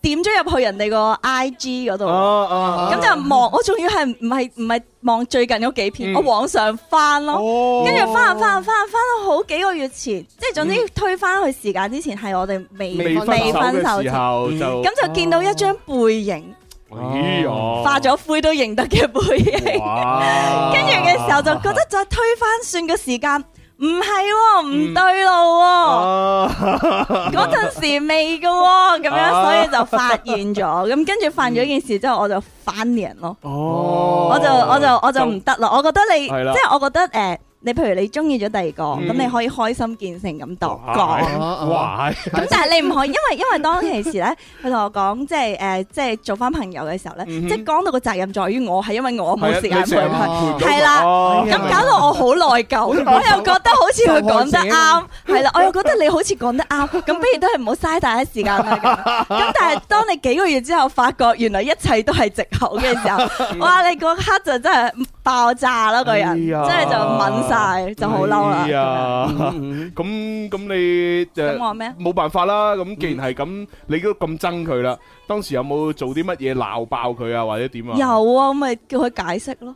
S6: 點咗入去人哋個 I G 嗰度。
S3: 啊啊，
S6: 咁就望，我仲要係唔係唔係望最近嗰幾
S3: 嗯
S6: 篇，我往上翻咯。
S3: 哦
S6: 跟住翻啊翻啊翻啊翻到好幾個月前，即係總之推翻去時間之前係我哋未
S3: 未分手嘅時
S6: 前，
S3: 候哦就
S6: 咁就見到一張背影，
S3: 哎呀
S6: 化咗灰都認得嘅背影。
S3: 哇
S6: 跟住嘅時候就覺得再推翻算嘅時間唔係喎，唔
S3: 嗯
S6: 對路
S3: 哦
S6: 喎。
S3: 啊
S6: 嗰陣時未嘅喎，咁樣
S3: 啊
S6: 所以就發現咗，咁跟住犯咗件事之後，我就翻人咯。
S3: 哦
S6: 我就我就我就唔得啦，我覺得你即
S3: 係啦
S6: 係我覺得誒，你譬如你中意咗第二個，
S3: 嗯哦
S6: 咁你可以開心見誠咁度
S3: 哇
S6: 講。
S4: 啊
S3: 哇
S6: 咁但係你唔可以，因為因為當其時 咧，佢同我講即係誒，即係做翻朋友嘅時候咧，
S3: 嗯哼
S6: 即係講到個責任在於我，係因為我冇時間陪
S4: 係
S6: 佢。
S4: 啊
S6: 係啦
S3: 哦
S6: 咁搞到我好內 疚，我又覺得好似佢講得
S4: 受害
S6: 啱，係啦，我又覺得你好似講得啱，咁不如都係唔好嘥大家時間啦。 咁咁但係當你幾個月之後發覺原來一切都係藉口嘅時 候，哇！你嗰刻就真係爆炸啦，個
S3: 哎
S6: 人
S3: 呀
S6: 真係就敏晒，就好嬲啦。
S3: 哎呀
S4: 嗯
S3: 咁咁你
S6: 咁
S3: 就
S6: 我咩？啊
S3: 冇辦法啦。咁既然係咁，你都咁憎佢啦，當時有冇做啲乜嘢鬧爆佢啊，或者點啊？
S6: 有啊，咁咪叫佢解釋 咯。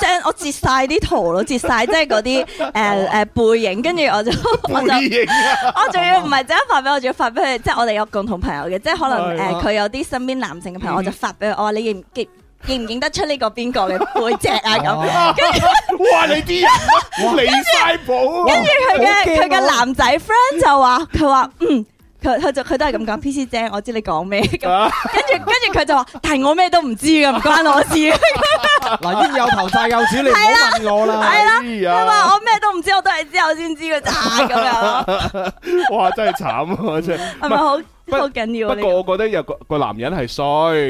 S6: send 我截晒啲圖咯，截晒即係嗰 啲誒誒背影，跟住我就我就。
S3: 哦背影啊，
S6: 我仲要唔係即刻發俾我，仲要發俾佢，即係我哋有共同朋友嘅，即係可能
S3: 係嗯
S6: 誒佢有啲身邊男性嘅朋友，我就發俾佢，我話你認唔認認唔認得出呢個邊個嘅背脊啊
S3: 哦
S6: 咁。
S3: 哇！你啲人離晒譜啊
S6: 跟住佢
S4: 好
S6: 嘅
S4: 驚
S6: 佢嘅
S4: 喎
S6: 男仔 friend 就話，佢話嗯。佢佢就佢都係咁講，P C
S3: 啊
S6: 姐，我知你講咩咁，跟住跟住佢就話，但係我咩都唔知噶，唔關我事。
S4: 嗱，冤有頭債有主，你唔好問我啦。
S6: 係啦
S3: 哎
S6: 佢
S3: 呀
S6: 話我咩都唔知，我都係之後先知嘅咋咁樣，
S3: 哇，真係慘啊，真係。
S6: 係咪好
S3: 不
S6: 好緊要啊？
S3: 不
S6: 呢個
S3: 過我覺得有個個男人係衰，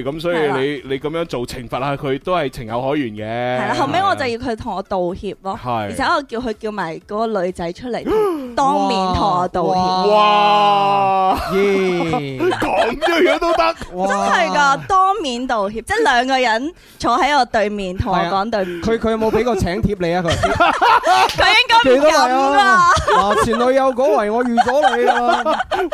S3: 咁所以
S6: 係啦
S3: 你你咁樣做懲罰下佢都係情有可原嘅。
S6: 係啦，後尾我就要佢同我道歉咯，
S3: 係
S6: 而且我叫佢叫埋嗰個女仔出嚟，同當面同我道歉。
S3: 哇，
S4: 耶！
S3: 咁樣樣都得，
S4: 哇
S6: 真係㗎，當面道歉，即係兩個人坐喺我對面同我
S4: 係啊
S6: 講對唔住，
S4: 佢佢有冇俾個請帖你啊？佢
S6: 佢應該唔敢
S4: 位啊
S6: 㗎。？
S4: 嗱，前女友嗰圍我預咗你啦。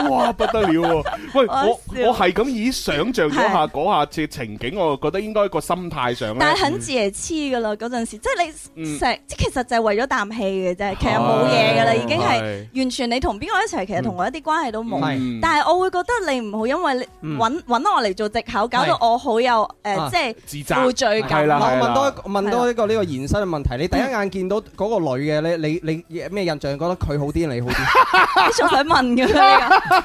S3: 哇不得了喎！喂，
S6: 好
S3: 我
S6: 笑
S3: 我係咁已想像咗下嗰下嘅情景，我覺得應該個心態上咧
S6: 但係，很自嚟黐噶啦，嗰陣時即係
S3: 嗯
S6: 你成即係其實就係為咗啖氣嘅啫，其實冇嘢噶啦，已經係
S3: 係
S6: 完全你同邊個一齊，其實同我一啲關係都冇。
S4: 係
S3: 嗯
S6: 但係我會覺得你唔好因為你
S4: 嗯
S6: 揾揾我嚟做藉口，搞到
S4: 係
S6: 我好有
S4: 啊
S6: 誒即係
S3: 自
S6: 負
S3: 責
S6: 罪
S3: 係
S6: 感。
S3: 啦
S4: 嗱
S3: 係
S4: 我
S3: 啦
S4: 問多一個問多一個呢個延伸嘅問題，你第一眼見到嗰個女嘅咧，你你你咩印象？覺得佢好啲定你好啲？
S6: 你仲想問 㗎呢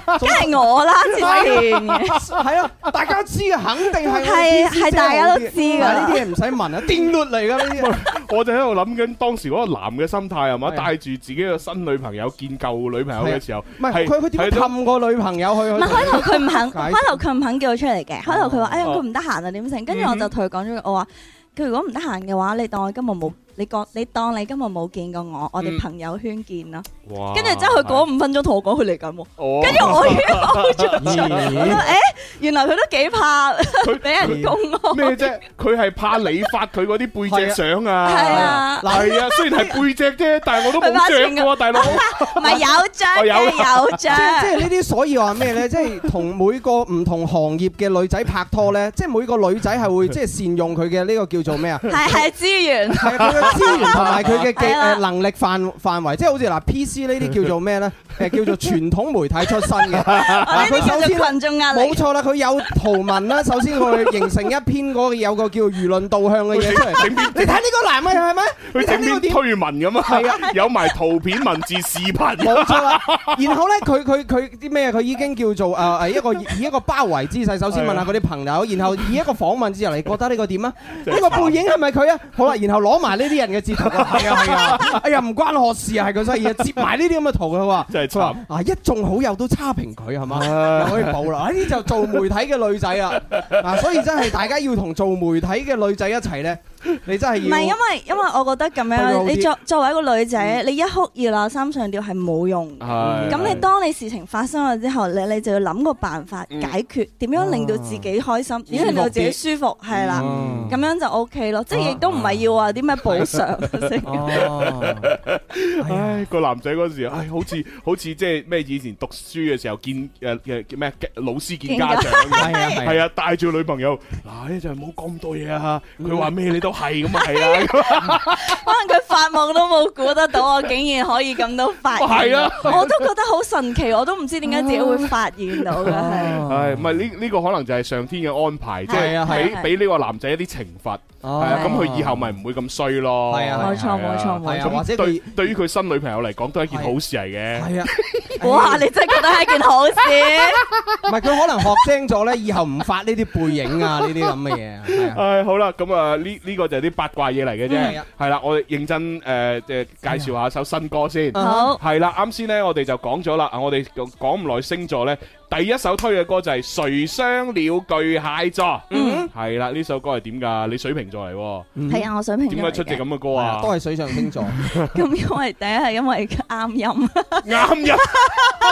S6: 個？梗係我啦，自然嘅。
S4: 係啊，大家知嘅，肯定係
S6: 係係大家都知㗎
S4: 㗎。呢啲嘢唔使問啊，定律嚟㗎呢啲。
S3: 我就喺度諗緊當時嗰個男嘅心態係嘛，
S4: 係啊
S3: 帶住自己嘅新女朋友見舊女朋友嘅時候，
S4: 唔係佢佢點樣
S3: 係都
S4: 氹個女朋友去
S6: 唔係
S4: 去？
S6: 開頭佢唔肯，
S4: 解釋
S6: 開頭佢唔肯叫我出嚟嘅。開頭佢話：哎呀，
S3: 哦
S6: 佢唔得閒啊，點成？跟住我
S3: 嗯哼
S6: 就同佢講咗句，我話：佢如果唔得閒嘅話，你當我今日冇，你講你當你今日冇見過我，我
S3: 嗯
S6: 哋朋友圈見啦。
S3: 哇
S6: 跟住之後，佢嗰五分鐘同我講佢嚟緊喎。
S3: 哦
S6: 跟住我已經冇咗出嚟，我
S4: 咦
S6: 話誒，原來佢都幾怕
S3: 佢
S6: 俾人公
S3: 咩
S6: 安。
S3: 啫？佢係怕你發佢嗰啲背脊相啊。
S6: 係啊，
S3: 係啊，雖然係背脊啫，但係我都冇着嘅喎，大佬。
S6: 唔係有獎
S3: 哦有
S6: 嘅，有
S4: 即係即
S6: 獎。
S4: 係呢啲，所以話咩呢？即係同每個唔同行業嘅女仔拍拖呢， 即係每個女仔係會即係善用佢嘅呢個叫做咩啊？
S6: 係係資源，
S4: 係佢嘅資源同埋佢嘅技
S6: 係啦
S4: 誒能力範範圍，即係好似嗱 PC 呢啲叫做咩呢？誒叫做傳統媒體出身嘅，
S6: 我呢
S4: 嗱
S6: 啲
S4: 佢
S6: 叫
S4: 首
S6: 做
S4: 先
S6: 群眾壓力
S4: 冇。錯啦，佢有圖文啦，首先佢形成一篇嗰個有個叫輿論導向嘅嘢出嚟。
S3: 整邊
S4: 你睇呢個男嘅係咪？ 你
S3: 佢
S4: 睇
S3: 整
S4: 呢個
S3: 邊
S4: 點？
S3: 推文咁啊，有埋圖片、文字、視頻。啊
S4: 冇錯啦。然後咧，佢佢佢啲咩？佢已經叫做誒誒一個以一個包圍姿勢，首先問下佢啲朋友，然後以一個訪問之後，你覺得呢個點啊？呢個背影係咪佢啊？好啦，然後攞埋呢啲人嘅截圖啊，係啊係 啊，哎呀唔關我事啊，係佢所以啊接埋呢啲咁嘅圖佢話。
S3: 真係
S4: 佢話
S3: 慘。
S4: 啊，一眾好友都差評佢係嘛，又可以報啦。啊呢啲就做媒體嘅女仔 啦，啊，所以真係大家要同做媒體嘅女仔一齊咧，你真係
S6: 唔係，因
S4: 要
S6: 為因為我覺得咁
S4: 佢會好
S6: 樣，
S4: 啲
S6: 你作作為一個女仔，你一哭二鬧三上吊係冇用嘅。
S3: 啊係
S6: 咁你當你事情發生咗之後，你你就要諗個辦法
S3: 嗯
S6: 解決，點樣令到自己開心，點樣令到自己舒服，係啦，
S4: 嗯
S6: 咁樣就 O K 咯。即係亦都唔係要話啲咩補償啊先。
S4: 哦，
S6: 啊
S4: 哎呀
S3: 唉，個男仔嗰時，唉，好似好似即係咩？以前讀書嘅時候見誒誒叫咩？老師見家長。
S4: 係啊係 啊
S3: 係。啊，帶住女朋友，嗱呢就冇咁多嘢啊！佢話咩你都係咁啊， 係啊，
S6: 可能佢發夢都冇估得到，我竟然可以咁都發現。
S3: 係啊，
S6: 我都覺得好神奇，我都唔知點解自己會發現到
S4: 啊
S6: 嘅係。
S3: 係唔係呢？呢個可能就係上天嘅安排，即
S4: 係啊係
S3: 係
S6: 啊
S3: 俾俾呢個男仔一啲懲罰。
S4: 哦
S3: 係啊，咁
S6: 係
S3: 佢以後咪唔會咁衰咯。
S4: 係啊
S6: 冇錯
S3: 係啊
S6: 冇錯冇
S4: 係
S6: 錯。
S4: 啊，或者
S3: 咁對
S4: 佢
S3: 對於佢新女朋友嚟講，都係一件好事嚟嘅。
S4: 係啊，
S6: 哇！你真係覺得係一件好事。
S3: 啊
S4: 唔係佢可能學精咗咧，以後唔發呢啲背影啊，呢啲咁嘅嘢啊係啊。
S3: 唉，好啦，咁啊，呢呢個就係啲八卦嘢嚟嘅
S4: 嗯係
S3: 啫
S4: 啊。
S3: 係啦，我哋認真誒，即係介紹下首新歌先。
S6: 好。
S3: 係啦，啱先呢，我哋就講咗啦，啊我哋講唔耐星座呢，第一首推嘅歌就係《誰傷了巨蟹座》。嗯，係啦，呢首歌係點㗎？你水瓶座嚟喎，
S6: 係啊，我水平
S3: 嗯點解出隻咁嘅歌
S4: 係
S3: 啊
S4: 啊都？係水上星座，
S6: 咁因為第一係因為啱 音，
S3: 啱音，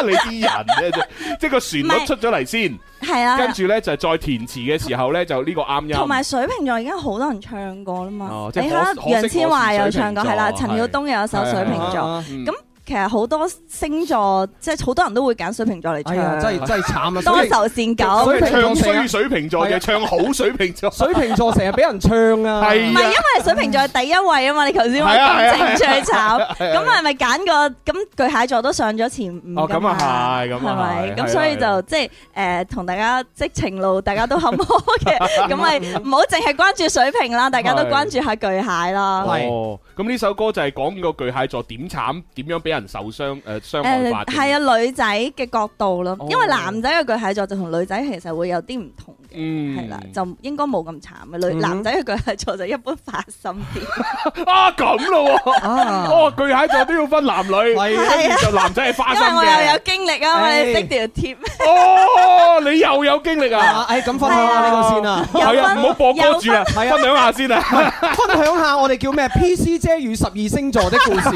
S3: 你啲人咧，即即係個旋
S6: 唔
S3: 律
S6: 係
S3: 出咗嚟先。
S6: 係啊，
S3: 跟住咧就係再填詞嘅時候咧就呢個啱音，
S6: 同埋水瓶座已經好多人唱過啦嘛
S3: 哦。即係
S6: 你睇
S3: 可
S6: 下
S3: 可惜
S6: 楊千嬅又唱過，
S3: 我是水瓶座
S6: 係啦，
S3: 係
S6: 陳曉東又有首水瓶座。
S4: 啊
S3: 嗯
S6: 咁其實好多星座，即係好多人都會揀水瓶座嚟
S4: 哎呀，真
S6: 唱，
S4: 係真係慘
S6: 多
S4: 啊！所以
S6: 愁善
S4: 咁
S6: 感。
S3: 所以
S4: 水瓶
S3: 唱衰水瓶座
S4: 座成日係
S3: 嘅，
S4: 啊
S3: 唱好水瓶座。
S4: 水瓶座成日俾人唱啊，
S3: 係
S6: 唔係因為水瓶座係第一位啊嘛，你頭先話
S3: 係啊係啊
S6: 感情最慘，
S3: 係啊
S6: 咁係咪揀個咁巨蟹座都上咗前五
S3: 哦
S6: 㗎
S3: 咁
S6: 嘛
S3: 啊係咁啊
S6: 係咪？
S3: 係係啊
S6: 咁所以
S3: 係啊
S6: 就即係誒同大家即係情路，大家都坎坷 嘅， 咁咪唔好淨係關注水瓶啦，大家都
S3: 係
S6: 關注下巨蟹啦。
S4: 係
S3: 哦，咁呢首歌就係講個巨蟹座點慘，點樣俾人受傷誒傷害
S6: 誒啊
S3: 法嘅。
S6: 係啊，女仔嘅角度咯
S3: 哦，
S6: 因為男仔嘅巨蟹座就同女仔其實會有啲唔同
S3: 嗯
S6: 嘅，係啦，就應該冇咁慘嘅。女
S4: 嗯
S6: 男仔嘅巨蟹座就一般花心啲，
S3: 啊咁咯喎，
S4: 啊
S3: 哦巨蟹座都要分男女，
S4: 係
S6: 啊
S3: 跟住就男仔係花
S6: 因
S3: 心
S6: 為我又有
S3: 嘅。
S6: 經歷啊嘛，
S4: 唉
S6: 你識條貼，
S3: 哦，你又有經歷
S4: 啊
S3: 啊？
S4: 哎，咁分享下呢個先啊。
S6: 有
S3: 係啊，
S6: 分
S3: 唔好播歌住啊，
S4: 有
S3: 分
S4: 分
S3: 享下先啊。
S4: 分享下我哋 叫咩 PC 姐與十二星座的故事，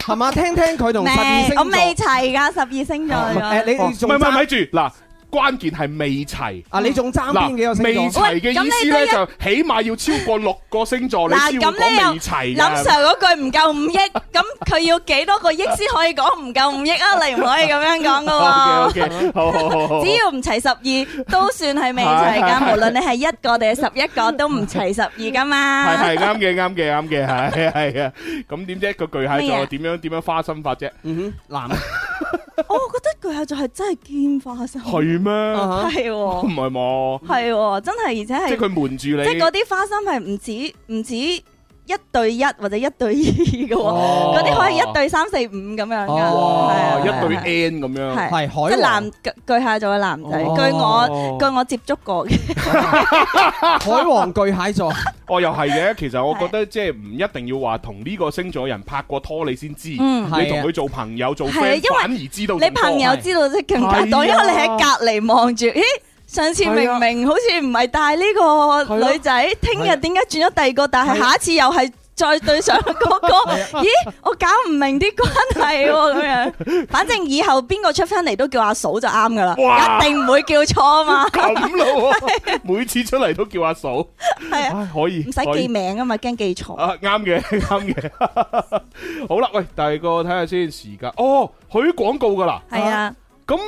S4: 係嘛？聽聽佢同十二星
S6: 未
S4: 座。
S6: 我未齊㗎，十二星座㗎
S4: 誒，你
S3: 唔
S4: 你仲
S3: 係唔係咪
S4: 爭
S3: 住嗱，關鍵係未齊。
S4: 啊？你仲爭邊幾個
S3: 嗱，未
S4: 星座？
S3: 齊嘅意思咧
S6: 喂
S3: 就起碼要超過六個星座，你
S6: 嗱
S3: 先會
S6: 咁你
S3: 講
S6: 又
S3: 未齊
S6: 林
S3: 嘅。
S6: Sir 嗰句唔夠五億，咁佢要幾多個億先可以講唔夠五億啊？你唔可以咁樣講噶
S3: O
S6: 喎。
S3: K O K，好好好好。
S6: 只要唔齊十二，都算係未齊
S3: 係係
S6: 㗎。
S3: 係
S6: 無論你係一個定係十一個，都唔齊十二㗎
S3: 係
S6: 嘛。
S3: 係啱嘅啱嘅啱嘅係係啊！咁點啫？個巨蟹
S6: 咩
S3: 座
S6: 啊
S3: 點樣點樣花心法啫？
S4: 嗯哼，男
S6: 我覺得巨蟹座係真係堅花心，
S3: 係咩？
S4: 啊
S6: 係
S3: 唔
S6: 喎，
S3: 係嘛？
S6: 係喎，真係而
S3: 即
S6: 且
S3: 係
S6: 係
S3: 佢瞞住
S6: 即係嗰
S3: 你。
S6: 啲花心係唔止唔止一對一或者一對二 嘅喎，嗰啲可以一對三四五咁樣㗎。
S4: 哦
S6: 係啊
S3: 哇！
S4: 係啊
S3: 一對 N 咁樣。
S6: 係
S4: 係海
S6: 即係
S4: 王
S6: 男巨巨蟹座嘅男仔，
S4: 哦
S6: 據我據我接觸過嘅，
S4: 海王巨 蟹座，
S3: 哦，又係嘅。其實我覺得即係唔一定要話同呢個星座人拍過拖你先知，你
S6: 嗯，
S4: 係啊
S3: 同佢做朋友做
S6: 係啊
S3: friend
S6: 因為
S3: 反而知道
S6: 你
S3: 仲多。
S6: 朋友知道即係更加多，
S3: 係啊
S6: 因為你喺隔離望住，咦？上次明明好似唔係帶呢個女仔，聽日點解轉咗第二個，但係下一次又係再對上嗰個？ 咦，我搞唔明啲關係喎咁樣。反正以後邊個出翻嚟都叫阿嫂就啱噶
S3: 哇
S6: 啦，一定唔會叫錯嘛，
S3: 咁咯喎，每次出嚟都叫阿嫂，
S6: 係啊，
S3: 唉可以
S6: 唔使
S3: 可以
S6: 記名啊嘛，驚記錯。
S3: 啊，啱嘅， 啱嘅。好啦，喂，第二個睇下先時間。哦，佢廣告噶啦，
S6: 係啊，
S3: 咁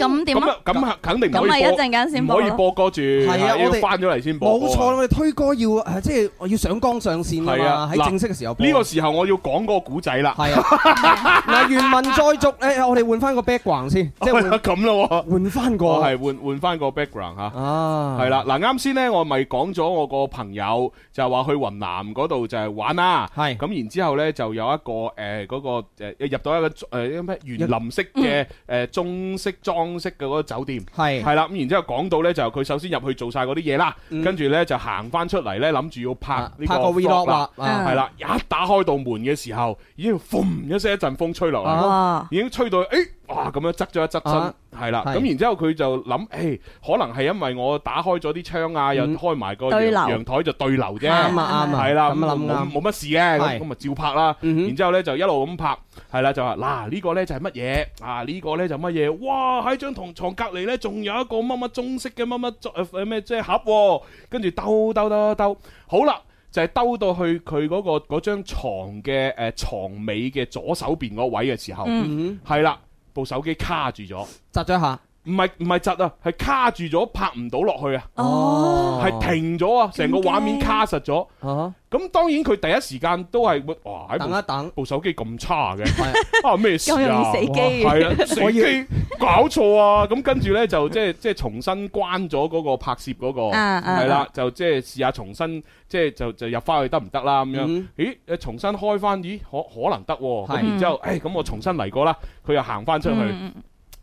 S6: 咁點啊？
S3: 咁啊肯定唔
S6: 咁
S3: 可
S6: 咪
S3: 以
S6: 一
S3: 播，
S6: 陣間先
S3: 唔
S6: 播
S3: 可以
S6: 咯。
S3: 播歌住，係
S4: 啊
S3: 要
S4: 我哋
S3: 翻咗嚟先播。
S4: 冇錯，。我哋推歌要誒，即係我要上綱上線㗎
S3: 係啊
S4: 嘛，喺
S3: 嗱
S4: 正式嘅時候播。
S3: 呢個時候我要講嗰個古仔啦，
S4: 係啊，嗱，原文再續，誒，我哋換翻個 background 先，即係換
S3: 咁咯
S4: 換翻
S3: 喎，
S4: 個
S3: 我係換換翻個 background 吓。
S4: 啊，
S3: 係啦，嗱啱先呢，我咪講咗我個朋友就話去雲南嗰度就係玩啦，
S4: 係
S3: 咁然之後呢，就有一個誒嗰個誒入到一個誒咩園林式嘅誒中式裝飾嘅嗰個酒店。
S4: 係
S3: 係啦，咁然之後講到呢，就佢首先入去做晒嗰啲嘢啦，
S4: 嗯
S3: 跟住呢，就行翻出嚟呢，諗住要拍呢
S4: 拍個
S3: vlog
S4: vlog
S3: 啦，
S4: 啦，啊
S3: 係啦，一打開道門嘅時候，已經嘣一聲一陣風吹落嚟，
S4: 啊
S6: 哇！哦
S3: 已經吹到誒哇咁樣側咗一側
S4: 啊
S3: 身，係啦，
S4: 係
S3: 咁然之後佢就諗誒，可能係因為我打開咗啲窗啊，又
S4: 嗯
S3: 開埋個
S6: 對流
S3: 陽陽台就對流啫，
S4: 啱啊啱啊，
S3: 係啦，
S4: 咁諗
S3: 冇
S4: 啱，
S3: 冇乜事嘅，咁
S4: 係
S3: 咁咪啊照拍啦。
S4: 嗯哼
S3: 然之後咧就一路咁拍，係啦就話嗱呢個咧就係乜嘢啊呢個咧就乜嘢，哇喺張同床隔離咧仲有一個乜乜中式嘅乜乜作誒誒咩即係盒喎，跟住兜兜兜兜，好啦。就係兜到去佢嗰、個嗰張牀嘅誒牀尾嘅左手邊嗰位嘅時候，
S6: 嗯
S4: 嗯
S3: 係啦、部手機卡住咗，唔
S4: 哼，窒咗一下，
S3: 係唔係窒啊，係卡住咗，拍唔到落去啊，
S6: 哦，
S3: 係、停咗啊，成個畫面卡實咗。
S4: 啊，
S3: 咁當然佢第一時間都係會哇喺
S4: 等
S3: 部
S4: 一等，
S3: 部手機咁差嘅，
S4: 係
S3: 啊咩事啊？
S6: 咁容易死機
S3: 哇係 啊，
S4: 我
S3: 死
S4: 要
S3: 機搞錯啊！咁跟住呢，就即係即係重新關咗嗰個拍攝嗰個，
S6: 啊啊
S3: 係啦，就即係試下重新即係就就入翻去得唔得啦咁樣
S4: 嗯？
S3: 咦，重新開翻，咦可可能得喎？咁
S4: 係嗯
S3: 然之後，誒咁我重新嚟過啦，佢又行翻出去。
S6: 嗯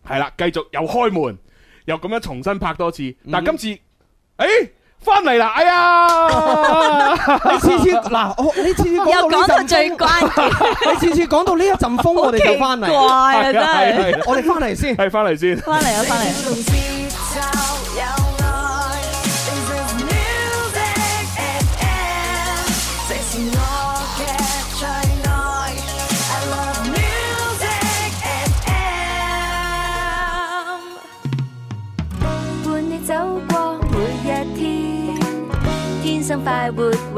S3: 係啦，繼續又開門，又咁樣重新拍多次，但今
S4: 嗯
S3: 次，誒翻嚟啦，哎呀，
S4: 你次次嗱，我你次 次
S6: 又
S4: 講
S6: 講
S4: 到
S6: 到
S4: 呢陣
S6: 最 關
S4: 風，你次次講到呢一陣風，我哋就翻
S6: 奇怪
S4: 嚟，
S6: 啊，真 係
S3: 係
S4: 我哋翻嚟先。
S3: 係翻嚟先。
S6: 翻嚟啊，翻嚟啊！
S2: 同節奏有愛，This is music FM，這是我嘅最愛，I love music
S5: 伴
S2: FM。
S5: 你走過每一天，天生快活永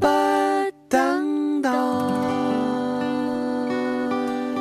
S7: 不等待。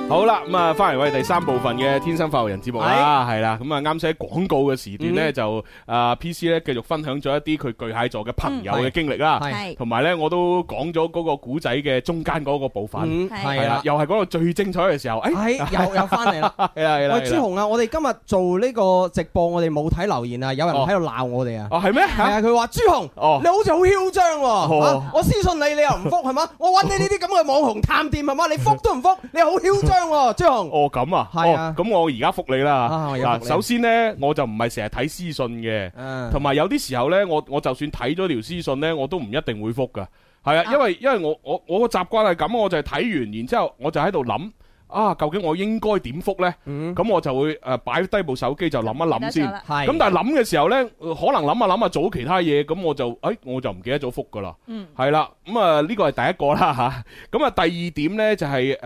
S3: 好啦，咁啊，翻嚟我哋第三部分嘅《天生發育人》節目啦，係啦，咁啊，啱先喺廣告嘅時段咧，就啊 P C 咧繼續分享咗一啲佢巨蟹座嘅朋友嘅經歷啦，
S4: 係
S6: 係
S3: 同埋咧我都講咗嗰個古仔嘅中間嗰個部分，
S4: 嗯，
S6: 係
S3: 係
S4: 係啦
S3: 啦，，又係講到最精彩嘅時候，誒，
S4: 係又又翻 嚟啦。
S3: 係啦係啦，
S4: 喂，朱
S3: 係啦，
S4: 紅啊，我哋今日做呢個直播，我哋冇睇留言啊，有人
S3: 哦
S4: 喺度鬧我哋啊。
S3: 哦係咩？
S4: 係啊，佢話朱紅，
S3: 哦
S4: 你好似好囂張喎，
S3: 哦
S4: 啊我私信你你又唔復係嘛？我揾你呢啲咁嘅網紅探店係嘛？你復都唔復，你好囂張喎，朱紅。
S3: 哦咁啊，
S4: 係
S3: 哦
S4: 啊
S3: 咁我而家覆你啦
S4: 啊。而家
S3: 嗱，
S4: 覆你
S3: 首先呢，我就唔係成日睇私信嘅，
S6: 啊
S4: 嗯
S3: 同埋有啲時候呢，我我就算睇咗條私信呢，我都唔一定會覆噶。係啊，因為因為我我我個習慣係咁，我就係睇完，然之後我就喺度諗啊，究竟我應該點覆呢？
S4: 嗯，
S3: 咁我就會誒擺低部手機就諗一諗先。
S6: 得咗啦
S4: 係。
S3: 咁但係諗嘅時候呢，可能諗下諗下做咗其他嘢，咁我就誒我就唔記得咗覆噶啦。
S6: 嗯，
S3: 係啦，咁啊呢個係第一個啦 吓，咁啊第二點呢，就係、誒、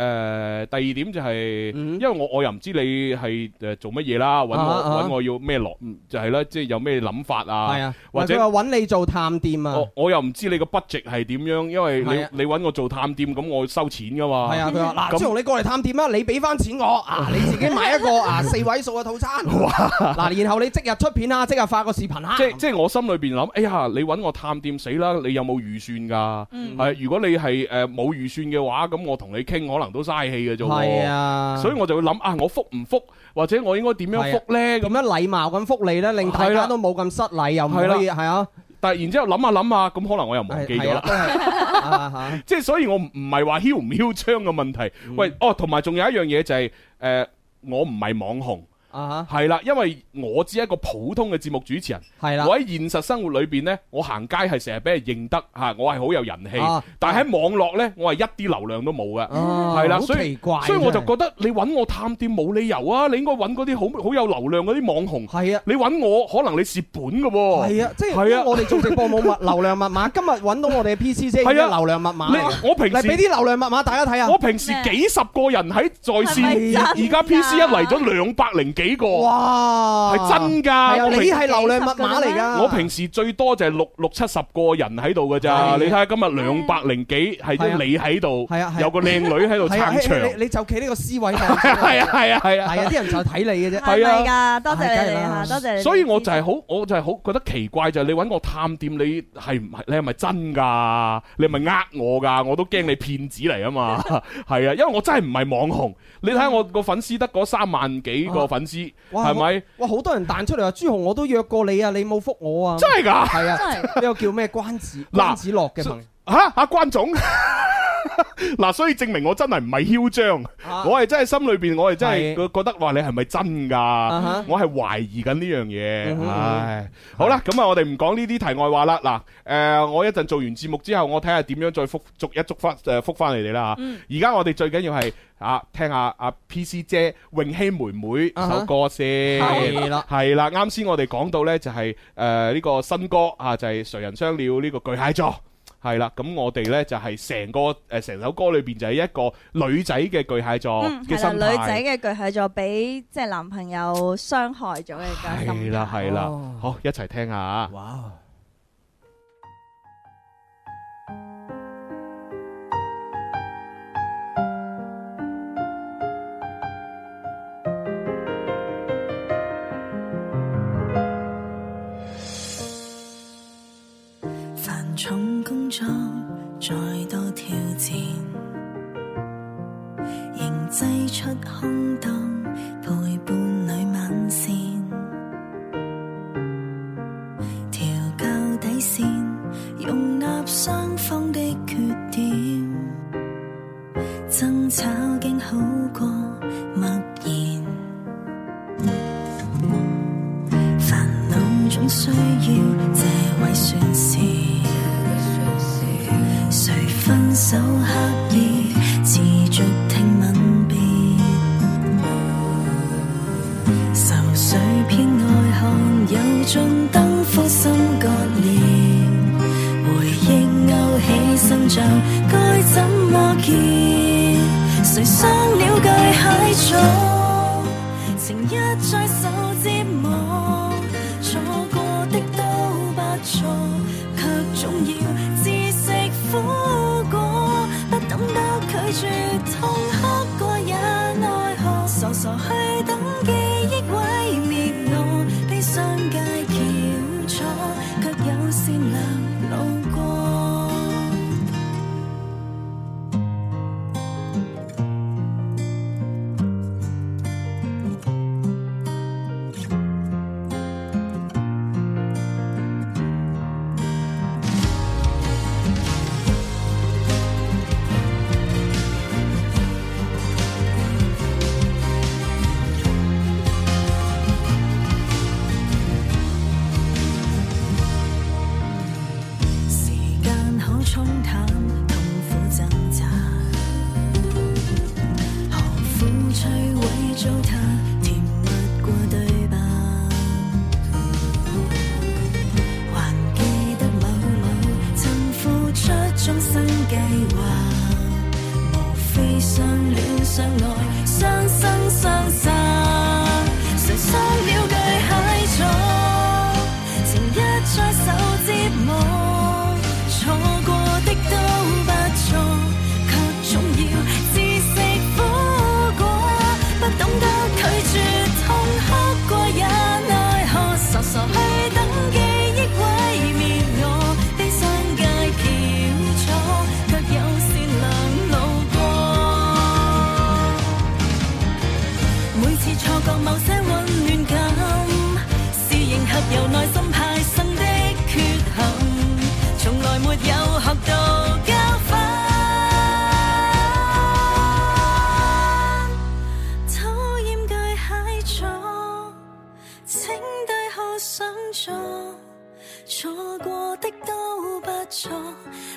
S3: 第二點就係、
S4: 嗯
S3: 因為我我又唔知你係誒做乜嘢啦，揾我揾、
S4: 啊啊
S3: 我要咩落，就係啦，即係有咩諗法
S4: 係
S3: 啊，
S4: 啊，
S3: 或
S4: 或
S3: 者
S4: 者佢話揾你做探店啊。
S3: 我我又唔知你個 budget 係點樣，因為
S4: 係啊
S3: 你你揾我做探店，咁我收錢噶嘛。
S4: 係啊，佢話嗱，
S3: 咁
S4: 朱紅你過嚟探店啦，你俾翻錢我啊，你自己買一個 啊四位數嘅套餐，嗱，然後你即日出片啊，即日發個視頻啊，
S3: 即即係我心裏邊諗，哎呀，你揾我探店死啦！你有冇預算㗎？係、
S4: 嗯
S3: 如果你係誒呃冇預算嘅話，咁我同你傾可能都嘥氣嘅啫喎。
S4: 係啊，
S3: 所以我就會諗啊，我覆唔覆，或者我應該點樣覆呢？
S4: 咁
S3: 咁
S4: 樣禮貌咁福利咧，令大
S3: 係啦
S4: 家都冇咁失禮，又唔
S3: 係啦
S4: 可以係啊，
S3: 但係然之後諗下諗下，咁可能我又忘記咗
S4: 係
S3: 啦。
S4: 啊都係啊
S3: 即係所以我唔唔係話囂唔囂張嘅問題。
S4: 嗯
S3: 喂，哦，同埋仲有一樣嘢就係、呃我唔係網紅，
S4: 啊啊
S3: 係啦，因為我只係一個普通嘅節目主持人。
S4: 嚇，係啦，
S3: 我喺現實生活裏邊呢，我行街係成日俾人認得嚇，我係好有人氣。
S4: 啊
S3: 但係喺網絡呢，我係一啲流量都冇嘅。
S4: 哦
S3: 係啦
S4: 好
S3: 所以
S4: 奇怪，
S3: 所以我就
S4: 真係
S3: 覺得你揾我探店冇理由啊！你應該揾嗰啲好好有流量嗰啲網紅。
S4: 係啊。
S3: 你揾我，可能你蝕本嘅喎。
S4: 係啊，即係因
S3: 係啊
S4: 為我哋做直播冇密 流量密碼，今日揾到我哋嘅 PC 姐已經
S3: 係啊
S4: 係流量密碼嚟嘅。
S3: 你我平
S4: 嚟俾
S3: 時
S4: 啲啊流量密碼大家睇下
S3: 我，平時幾十個人喺在線，
S6: 係咪
S3: 而家
S6: 真
S3: P C 一
S6: 㗎
S3: 嚟咗兩百零幾個，
S4: 哇，
S3: 係真
S4: 係
S3: 㗎。
S4: 啊，
S3: 我
S4: 你
S3: 平
S4: 係流量密碼嚟㗎。
S3: 我平時最多就係六六七十個人喺度㗎咋，
S4: 係嗯
S3: 你睇下今日兩百零幾係
S4: 係啊
S3: 你喺度
S4: 係啊，係啊
S3: 有個靚女喺度
S4: 係啊，
S3: 撐場，
S4: 你你就企呢個 C 位 度，
S3: 係
S4: 係
S3: 啊係啊係啊。
S4: 啊，啲人就睇你嘅啫。
S3: 係
S6: 係
S3: 啊
S6: 咪噶？多謝你哋
S4: 係梗係
S6: 吓，
S4: 啦
S6: 多謝你哋。
S3: 所以我就係好，我就係好覺得奇怪，就係你揾我探店，你係唔係你係咪真㗎？你係咪呃我㗎？我都驚你騙子嚟啊 嘛，係啊，因為我真係唔係網紅。你睇下我個粉絲得嗰三萬幾個粉絲，
S4: 啊哇
S3: 係咪
S4: 哇，好多人彈出嚟話朱紅，我都約過你啊，你冇覆我啊。
S3: 真係㗎？
S4: 係
S6: 真
S4: 啊，
S6: 係
S4: 呢個叫咩關子
S3: 嗱
S4: 關子樂嘅朋友
S3: 嚇阿關總。 嗱，所以證明我真係唔係囂張，
S4: 啊
S3: 我係真係心裏邊，我係真係
S4: 係
S3: 覺覺得話你係咪真
S4: 啊
S3: 㗎？
S4: 哈
S3: 我係懷疑緊呢樣嘢，
S4: 哼
S3: 唉，好啦，咁啊，我哋唔講呢啲題外話啦。嗱，誒，我一陣做完節目之後，我睇下點樣再復逐一逐翻誒復翻你哋啦嚇。而家我哋最緊要係啊，聽下阿 PC 姐泳希妹妹
S4: 啊哈
S3: 首歌先。
S4: 係啦，
S3: 係啦，啱先我哋講到呢，就係誒呢個新歌啊，就係誰人相了呢個巨蟹座。係啦，咁我哋呢，就係成個誒成首歌裏邊就係一個女仔嘅巨蟹座
S6: 嗯，
S3: 嘅
S6: 係
S3: 心
S6: 啦，
S3: 態。
S6: 女仔嘅巨蟹座俾即係男朋友傷害咗嘅咁。
S3: 係啦係啦
S4: 哦，
S3: 好一齊聽下啊。
S4: 哇！
S2: 繁重工作再多挑戰，仍擠出空檔陪伴侶晚膳，調校底線，容納雙方的缺點，爭吵竟好過默然。煩惱總需要這位宣洩，誰分手刻意持續聽吻別，愁緒偏愛看有盡燈火心割裂，回憶勾起心像該怎麼結？誰傷了巨蟹座？情一再受折磨，錯過的都不錯，卻總要自食苦果。不懂得拒絕，痛哭過也奈傻去等記憶毀滅我，悲傷街翹楚，卻有善良路過。時間好沖淡，痛苦掙扎，何苦摧毀糟蹋？甜蜜過對白，還記得某某曾付出終身計劃，無非相戀相愛，相生相殺，誰傷了巨蟹座？情一再受折磨，錯過的都不錯，卻總要自食苦果。不懂得拒絕，痛哭過也奈何，傻傻去等記憶毀滅我，悲傷街翹楚，卻有善良路過。每次錯覺某些溫暖感，是迎合由內心派生的缺陷，從來沒有學到教訓。討厭巨蟹座，請低可想座，錯過的都不錯，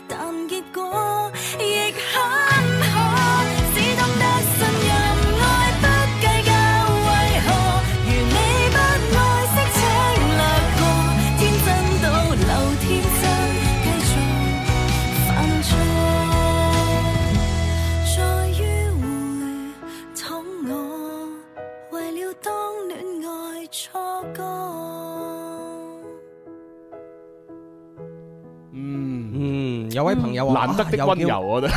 S2: 但結果亦很好，只懂得信任愛，不計較為何。如你不愛惜，請略過，天真到留天真，繼續犯錯，再迂回躺我，為了當戀愛錯過。
S3: 嗯，
S4: 嗯，啊有位朋友話
S3: 難得的温柔，，我覺得。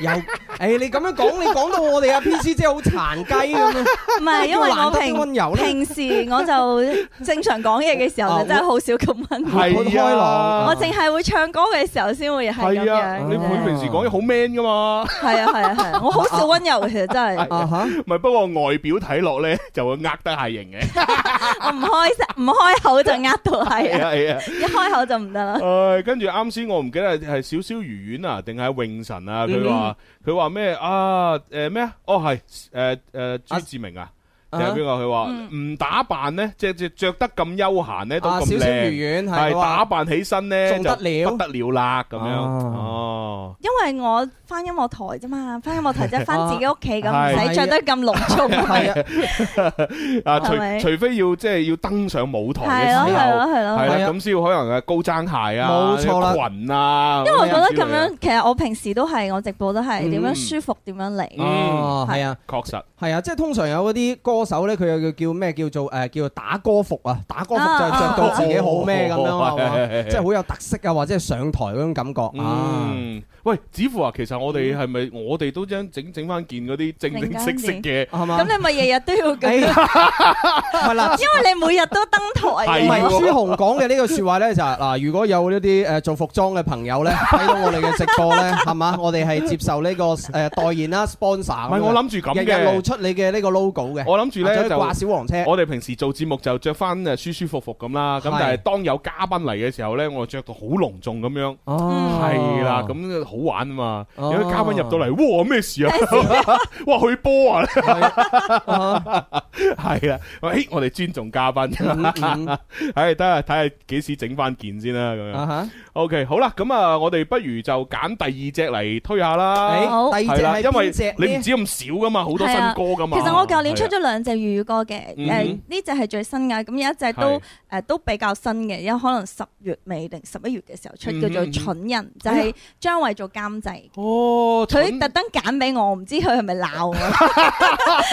S4: 又誒你咁樣講，你講到我哋阿 PC 姐好殘雞咁樣。
S6: 唔係， 因為我
S4: 叫難得啲
S6: 平
S4: 温柔咧
S6: 平時我就正常講嘢嘅時候就真係好少咁温柔，
S3: 係啊
S4: 開朗
S6: 我淨係會唱歌嘅時候先會係咁
S3: 係啊，
S6: 樣
S3: 你
S6: 嘅
S3: 佢平時講嘢好 man 噶嘛，
S6: 係啊係啊係啊，我好少温柔嘅，其實真係，
S4: 啊哈！
S3: 咪不過外表睇落咧 就會呃得下型嘅，
S6: 啊我唔開聲唔開口就呃到係
S3: 係
S6: 啊，
S3: 啊係啊。
S6: 一開口就唔得啦。
S3: 诶，跟住啱先我唔記得係小小魚丸啊，定係泳神啊？佢話佢話咩啊？诶咩啊？哦係诶诶朱
S4: 啊
S3: 志明啊，定
S4: 啊
S3: 係邊個？佢話
S6: 嗯
S3: 唔打扮咧，即即着得咁休閒咧，都咁
S4: 啊，小小
S3: 靚，
S4: 魚丸
S3: 係
S4: 係啊
S3: 打
S4: 打
S3: 扮起身咧
S4: 仲得
S3: 就
S4: 了
S3: 不得了啦咁樣
S4: 啊
S3: 哦。
S6: 因為我翻音樂台啫嘛，翻音樂台即係翻自己屋企咁，唔
S3: 係
S6: 使着得咁隆重。
S4: 係啊，
S3: 啊，除
S6: 係咪
S3: 除非要即係要登上舞台嘅
S6: 係咯
S3: 時
S6: 係
S3: 候，
S6: 咯係
S3: 係
S6: 咯。
S3: 啦，
S4: 係啊
S3: 咁先要可能係高踭鞋啊，
S4: 冇錯啦
S3: 裙啊，
S6: 因為我覺得
S3: 之類
S6: 咁
S3: 嘅
S6: 樣，其實我平時都係我直播都係點
S3: 嗯
S6: 樣舒服點樣嚟。嗯
S4: 哦，係啊。
S3: 確實
S4: 係啊，即係通常有嗰啲歌手咧，佢又叫叫咩叫做誒叫做打歌服啊，打歌服就係着到自己好咩咁樣啊係嘛，即係好有特色啊，或者係上台嗰種感覺啊。
S3: 嗯，喂，子父啊，其實我
S6: 嗯
S3: 哋係咪我哋都將整整翻件嗰啲正正式式嘅？
S4: 係嘛？
S6: 咁你咪日日都要咁，
S4: 哎
S6: 因
S4: 係啦，
S6: 為你每日都登台
S3: 係
S4: 唔係
S3: 喎
S4: 朱紅講嘅呢個説話咧，就係嗱，如果有呢啲誒做服裝嘅朋友咧，睇到我哋嘅直播咧，係嘛，我哋係接受呢個誒代言啦、sponsor 咁
S3: 唔
S4: 樣。
S3: 係我諗住咁
S4: 日啊日露
S3: 嘅，
S4: 出你嘅呢個 logo 嘅，
S3: 我諗住
S4: 或
S3: 咧
S4: 者
S3: 就
S4: 掛小黃車。
S3: 我哋平時做節目就着翻誒舒舒服服咁啦。咁
S4: 係
S3: 但係當有嘉賓嚟嘅時候咧，我就着到好隆重咁樣。
S4: 哦
S3: 係啦，咁好玩啊嘛！有
S4: 哦
S3: 啲嘉賓入到嚟，哇咩事啊？哇去波啊！係啦，喂，我哋尊重嘉賓，
S4: 嗯
S3: 係得啦，睇下幾時整翻件先啦，咁樣。
S4: 啊
S3: O、k 好啦，咁啊，我哋不如就揀第二隻嚟推下啦。
S6: 好
S4: 哈！哎第二隻
S3: 啦，
S4: 係
S3: 因為
S4: 邊隻
S3: 你唔
S4: 呢
S3: 止咁少噶嘛，好多新歌噶嘛。
S6: 其實我舊年出
S3: 係啊
S6: 咗兩隻粵語歌嘅，誒
S3: 嗯
S6: 呢只係最新嘅，咁有一隻
S3: 係
S6: 都誒都比較新嘅，有可能十月尾定十一月嘅時候出，
S3: 嗯
S6: 叫做
S3: 嗯
S4: 哎
S6: 《蠢人》，就係張惠做做監製。
S3: 哦，
S6: 佢
S3: 蠢
S6: 特登揀俾我，唔知佢係咪鬧我。啊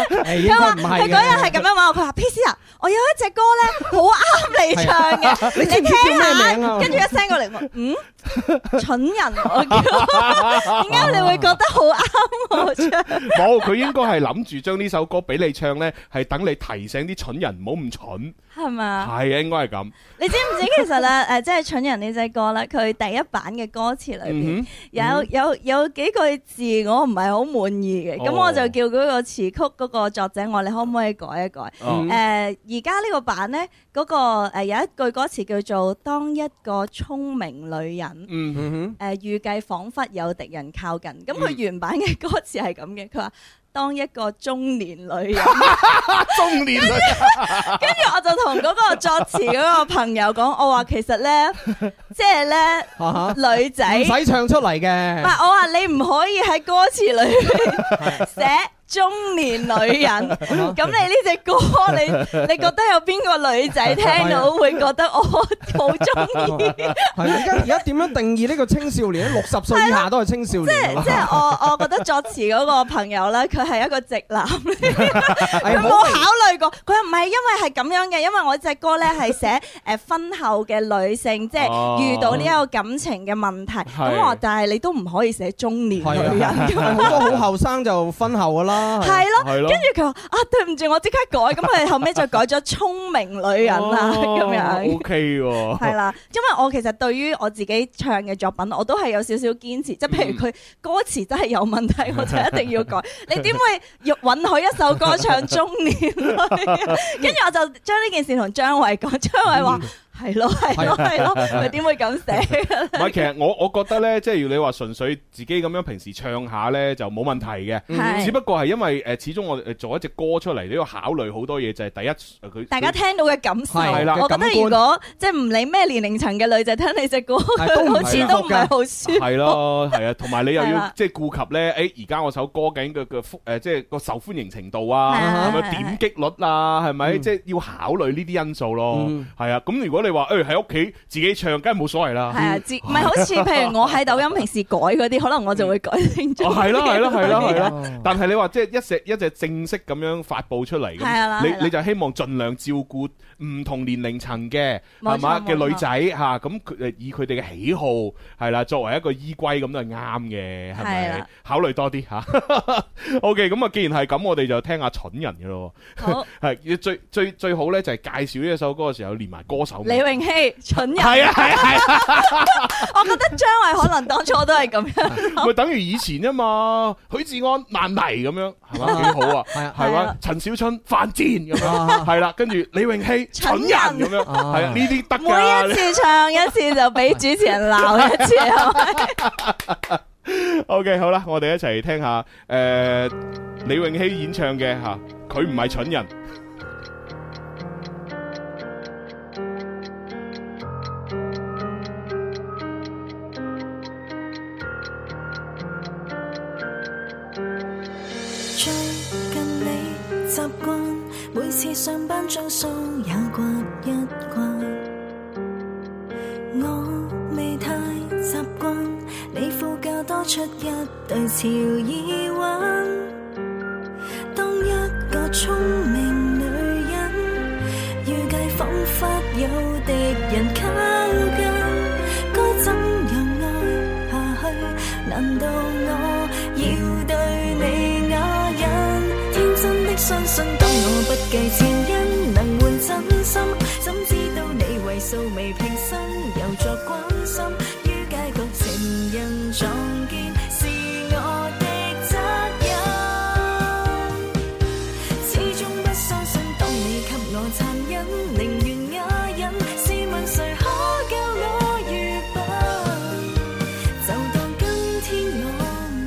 S4: 誒
S6: 佢
S4: 應該
S6: 話
S4: 唔
S6: 佢
S4: 係
S6: 嗰日
S4: 嘅。
S6: 係咁樣話我，佢話 P C 啊，我有一隻歌咧好啱你唱嘅，
S4: 你知唔知叫咩名啊
S6: 跟住一 send 過嚟，我 嗯，蠢人，我叫 點解你會覺得好啱我唱？
S3: 冇，佢應該係諗住將呢首歌俾你唱呢，係等你提醒啲蠢人唔好咁蠢，
S6: 係嘛？
S3: 係啊，應該係咁。
S6: 你知唔知其實咧？誒，即係《蠢人》呢隻歌咧，佢第一版嘅歌詞裏邊
S3: 嗯
S6: 有有有幾句字我唔係好滿意嘅，咁
S3: 哦
S6: 我就叫嗰個詞曲嗰個作者，我話你可唔可以改一改？
S3: 哦
S6: 誒而家呢個版呢，嗰、個、呃、有一句歌詞叫做當一個聰明女人。
S3: 嗯，
S4: 嗯
S6: 誒、預計彷彿有敵人靠近，咁佢
S3: 嗯
S6: 原版嘅歌詞係咁嘅，佢話當一個中年女人，跟
S3: 中年女
S6: 住我就同嗰個作詞嗰個朋友講，我話其實 呢，即係呢，
S4: 哼，啊
S6: 女
S4: 哈，唔
S6: 仔，
S4: 使唱出嚟
S6: 唔係。
S4: 嘅
S6: 我話你唔可以喺歌詞裏面寫中年女人。
S4: 啊
S6: 咁你呢只歌，你 你覺得有邊個女仔聽到會覺得我好中意？
S4: 係而家而家點樣定義呢個青少年咧？六十歲以下都係青少年啊。
S6: 即係我我覺得作詞嗰個朋友咧，佢係一個直男，佢
S4: 係
S6: 冇考慮過。佢話唔係因為係咁樣嘅，因為我隻歌咧係寫誒婚後嘅女性，即
S3: 哦
S6: 係遇到呢一個感情嘅問題。
S3: 係
S6: 咁我話但係你都唔可以寫中年
S4: 係啊
S6: 女人㗎 嘛。
S4: 好多好後生就婚後噶啦。
S6: 係咯，
S3: 係咯
S6: 跟住佢話啊，對唔住，我即刻改，咁佢後尾就改咗聰明女人啦，咁樣。
S3: O K 哦
S4: 哦
S3: 喎，
S6: 係啊啦，因為我其實對於我自己唱嘅作品，我都係有少少堅持，即係
S4: 嗯
S6: 譬如佢歌詞真係有問題，我就一定要 改。你點會允許一首歌唱中年女啊？跟住我就將呢件事同張偉 講，張偉話。
S4: 嗯
S6: 係咯，係咯，
S4: 啊
S6: 係咯，佢點會咁寫？
S3: 唔係其實我我覺得呢，即係如你話純粹自己咁樣平時唱下呢，就冇問題嘅。
S6: 嗯
S4: 嗯
S6: 係
S3: 只不過係因為誒，始終我哋做一隻歌出嚟都要考慮好多嘢，就係第一呃佢
S6: 大家聽到嘅感受，
S4: 係啦
S6: 我覺
S4: 嘅感
S6: 得
S4: 官
S6: 如果即係唔理咩年齡層嘅女仔聽你隻歌，
S4: 係都唔
S6: 好似都唔係好舒服。
S3: 係 咯，係啊，同埋你又
S6: 係
S3: 要
S6: 啦
S3: 即係顧及呢。誒而家我首歌緊嘅嘅誒，呃即係個受歡迎程度啊，
S6: 係
S3: 係
S6: 係
S3: 咪點擊率啊，係咪？
S4: 嗯
S3: 即係要考慮呢啲因素咯
S4: 嗯。
S3: 係啊，咁如果你話誒喺屋企自己唱，梗係冇所謂啦
S6: 係。啊，自唔係好似譬如我喺抖音平時改嗰啲，可能我就會改清楚。
S3: 哦，係咯，係咯，係咯，係
S4: 係
S3: 咯。
S6: 哦
S4: 啊
S3: 但係你話即係一隻一隻正式咁樣發布出嚟，
S6: 係啦
S3: 咁
S6: 係啦
S3: 你你就希望盡量照顧唔同年齡層嘅
S6: 冇錯
S3: 係嘛
S6: 冇
S3: 嘅
S6: 錯
S3: 女仔嚇，咁佢誒以佢哋嘅喜好係啦，作為一個依歸咁都係啱嘅，係
S6: 係
S3: 咪
S6: 啦？
S3: 考慮多啲嚇。OK，咁啊，既然係咁，我哋就聽下蠢人嘅咯。
S6: 好，
S3: 係最最最好咧，就係介紹呢一首歌嘅時候，連埋歌手名
S6: 李。榮希蠢人，
S3: 係啊係啊係啊，
S6: 我覺得張偉可能當初都係咁 樣諗。
S3: 咪等於以前啊嘛，許志安、難泥咁樣，係嘛幾好啊？
S4: 係啊
S3: 係
S6: 係
S3: 嘛
S6: 啊？
S3: 陳小春、犯賤咁樣，
S4: 啊
S3: 係啦，跟住李永熙、蠢
S6: 蠢
S3: 人
S6: 人
S3: 咁樣，
S4: 啊
S3: 係啊，呢啲得
S6: 每一
S3: 㗎。
S6: 次唱一次就俾主持人鬧一次，係咪
S3: OK，好啦，我哋一齊聽下誒李永熙演唱嘅嚇，佢唔係蠢人。
S2: 最近你習慣每次上班張須也刮一刮，我未太習慣你副駕多出一對潮耳環。當一個聰明女人，預計彷彿有敵人靠近，該怎樣愛下去？難道我要對你啞忍？天真的相信，當我不計前因，能換真心，怎知道你為素未平生，又作關心？於街角情人撞見，是我的責任。始終不相信，當你給我殘忍，寧願啞忍。試問誰可教我愚笨？就當今天我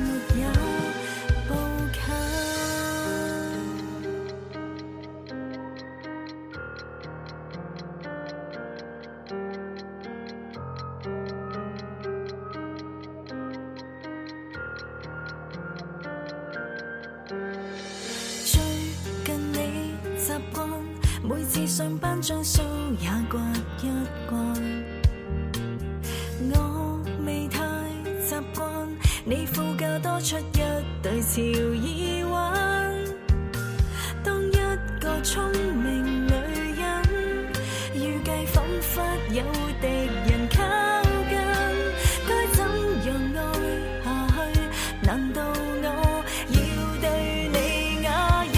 S2: 沒有報近。最近你習慣每次上班將須也刮一刮，我未太習慣你副教多出一對潮耳環。當一個聰明女人預計彷彿有敵人靠近，該怎樣愛下去？難道我要對你啞忍？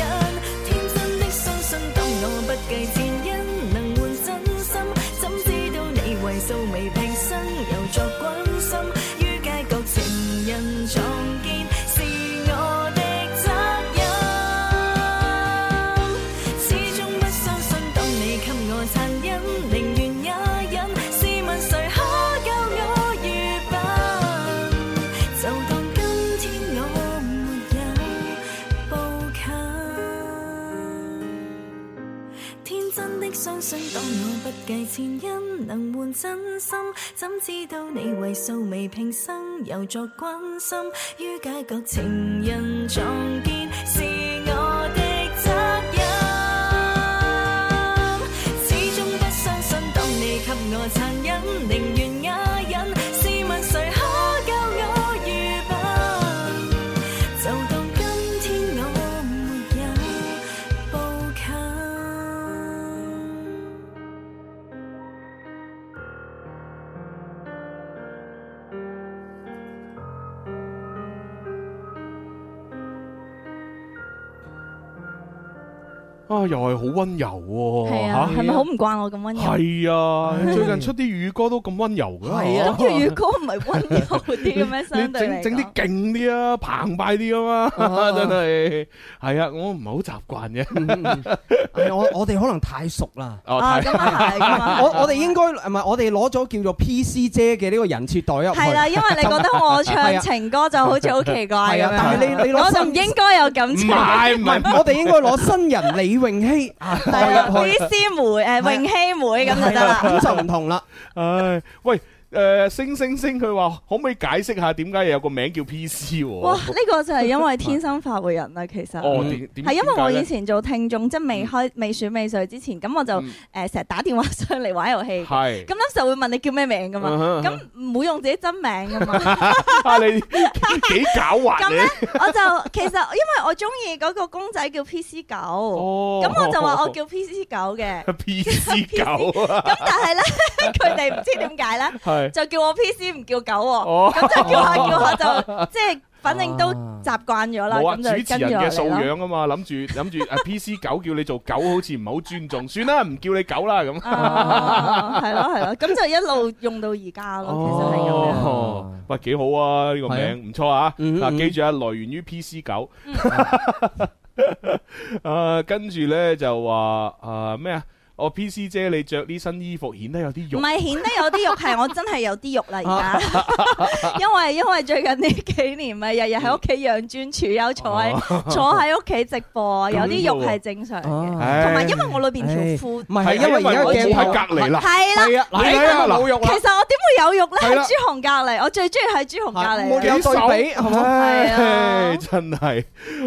S2: 天真的相信，當我不計前因，能換真心，怎知道你為素未平生，又作關心？於街角情人撞見，是我的責任。始終不相信，當你給我殘忍，寧願也忍。試問誰可教我愚笨？就當今天我沒有步近。天真的相信，當我不計前因，能換真心，怎知道你為素未平生，又作關心？於街角情人撞見，是我的責任。始終不相信，當你給我殘忍，寧願啞忍。試問誰可教我愚笨？就當今天我沒有。步近。
S3: 啊，又係好温柔喎，
S6: 係啊，
S3: 哦嚇
S6: 係咪好唔慣我咁温柔？
S3: 係啊， 最近出啲粵語歌都咁温柔㗎，
S4: 係 啊
S6: 咁粵語歌唔係温柔啲嘅咩？
S3: 你
S6: 相對
S3: 整
S6: 嚟
S3: 整啲
S6: 講，哦
S3: 勁啲啊，澎湃啲啊嘛，
S4: 啊
S3: 真係係啊，我唔係好習慣嘅。
S4: 係我我哋可能太熟啦。
S3: 哦，
S6: 啊，
S3: 睇
S6: 咁啊係，咁啊係
S4: 我我哋應該唔係我哋攞咗叫做 PC 姐嘅呢個人設代入去。
S6: 係啦，因為你覺得我
S4: 係啊
S6: 唱情歌就好似好奇怪
S4: 係
S6: 咁
S4: 啊，
S6: 樣，
S4: 但係你你
S6: 我
S4: 攞
S6: 就唔
S4: 新
S6: 應該有感
S3: 唔
S6: 情。
S3: 係唔
S4: 唔係
S3: 係，
S4: 我哋應該攞新人李泳希
S6: 係
S4: 代
S6: 啦
S4: 入
S6: ，B
S4: 去，
S6: C 妹誒
S4: 係啊
S6: 泳希妹咁就得啦。
S4: 咁就唔同啦。
S3: 唉，喂，誒，星星星，佢話可唔可以解釋下點解有個名叫 PC 喎？
S6: 哇！呢個就係因為天生發會人啦，其實。
S3: 哦，
S4: 嗯
S3: 點點
S6: 係因為我
S3: 點解呢
S6: 以前做聽眾，即係未開未選未睡之前，咁我就
S3: 嗯
S6: 誒成日打電話上嚟玩遊戲，咁
S3: 係
S6: 咧就會問你叫咩名噶嘛，
S3: 嗯哼
S6: 咁唔會用自己真名噶 嘛，
S3: 啊，你幾狡猾
S6: 咁
S3: 你
S6: 咧？我就其實因為我中意嗰個公仔叫 PC 九，
S3: 哦，
S6: 咁我就話我叫 PC 九嘅，
S3: PC 九啊，
S6: 咁但係咧 佢哋唔知點解咧
S3: 係
S6: 就叫我 PC 唔叫九喎，
S3: 哦，
S6: 咁就叫下叫下就即係反正都
S4: 啊
S6: 習慣咗啦，
S3: 冇
S6: 咁
S3: 啊，主
S6: 就
S3: 持
S6: 跟
S3: 人
S6: 住
S3: 嘅素
S6: 我嚟咯。
S3: 養啊嘛，諗住諗住啊 PC 九叫你做狗，好似唔係好尊重，算啦，唔叫你狗啦咁。
S6: 啊，係咯係咯，咁就一路用到而家咯，其實係咁樣。
S3: 哦，喂，幾好啊！呢個
S4: 係啊
S3: 名唔錯啊！
S4: 嗯
S3: 嗱，
S4: 嗯
S3: 記住啊，來源於 PC 九。
S6: 嗯
S3: 誒，跟住咧就話誒咩啊？我 PC 姐你着呢身衣服顯得有啲
S6: 唔
S3: 肉。
S6: 係顯得有啲肉係，我真係有啲肉啦而家，因為因為最近呢幾年咪日日喺屋企養尊處優，坐喺坐喺屋企直播，有啲肉係正常嘅，
S4: 哦
S3: 唉
S6: 同埋因為我裏邊條褲
S4: 唔係，係因為
S3: 我
S4: 而家
S3: 冇
S4: 鏡頭
S3: 喺隔離啦。
S6: 係啦，
S4: 係啊，
S3: 你睇下
S4: 嗱，
S3: 嗱
S4: 冇肉
S6: 其
S4: 啦，
S6: 實我點會有肉咧？
S3: 係啦
S6: 喺朱紅隔離，我最中意喺朱紅隔
S4: 冇
S6: 離
S4: 有
S6: 啦。
S4: 對比係嘛？
S3: 唉
S6: 係啊
S3: 真係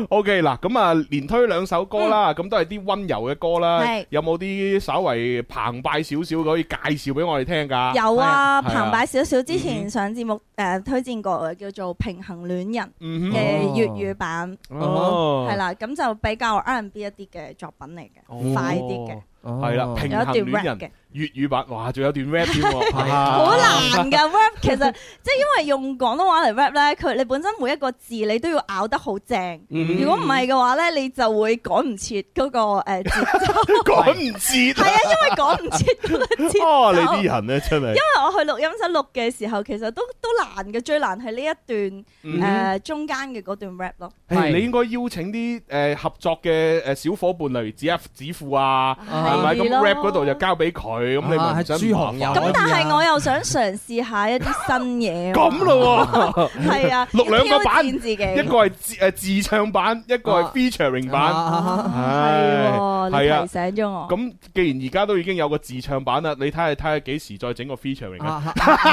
S3: OK à, 嗱，咁啊，連推兩首歌啦，咁都係啲温柔嘅歌啦
S6: 係。
S3: 有冇啲稍為澎湃少少嘅可以介紹俾我哋聽㗎？
S6: 有啊，
S3: 係啊
S6: 澎湃少少之前
S3: 嗯
S6: 上節目誒推薦過嘅叫做《平衡戀人》
S3: 嗯哼，
S6: 嘅粵語版，
S3: 哦
S6: 係，啦，咁就比較 R&B 一啲嘅作品嚟嘅，
S3: 哦
S6: 快啲嘅，
S3: 係啦，平衡
S6: 有一
S3: 戀
S6: 段 rap
S3: 人啊
S6: 嘅。
S3: 粵語版，哇，仲有段 rap 添喎，
S6: 好
S3: 好
S6: 難 㗎 rap，其實即係因為用廣東話嚟 rap 咧，佢你本身每一個字你都要咬得好正，
S3: Ừ
S4: 嗯
S6: 如果唔係嘅話咧，你就會趕唔切嗰個誒節 奏，
S3: 趕唔切
S6: 係啊，因為趕唔切嗰個節奏。
S3: 哦，你啲人咧真係，
S6: 因為我去錄音室錄嘅時候，其實都都難嘅，最難係呢一
S3: 嗯
S6: 段誒中間嘅嗰段 rap 咯。
S3: 誒
S4: 係
S3: 你應該邀請啲誒合作嘅誒小伙伴，例如子啊、子富啊，係咪咁
S6: 係咯
S3: rap 嗰度就交俾佢，咁你
S4: 啊
S3: 咪唔
S4: 係
S3: 使
S4: 朱
S3: 麻
S4: 紅
S3: 煩
S4: 友
S6: 咁但係我又想嘗試下一啲新嘢喎。
S3: 咁咯
S6: 係啊，
S3: 錄兩個版
S6: 要挑戰自己。
S3: 喎， 一個係自誒自唱版，一個係 featuring 版。
S4: 啊
S3: 唉
S6: 啊係
S3: 係啊
S6: 喎，你提醒咗我。
S3: 咁既然而家都已經有個自唱版啦，你睇下睇下幾時再整個 featuring 啊？
S4: 啊哎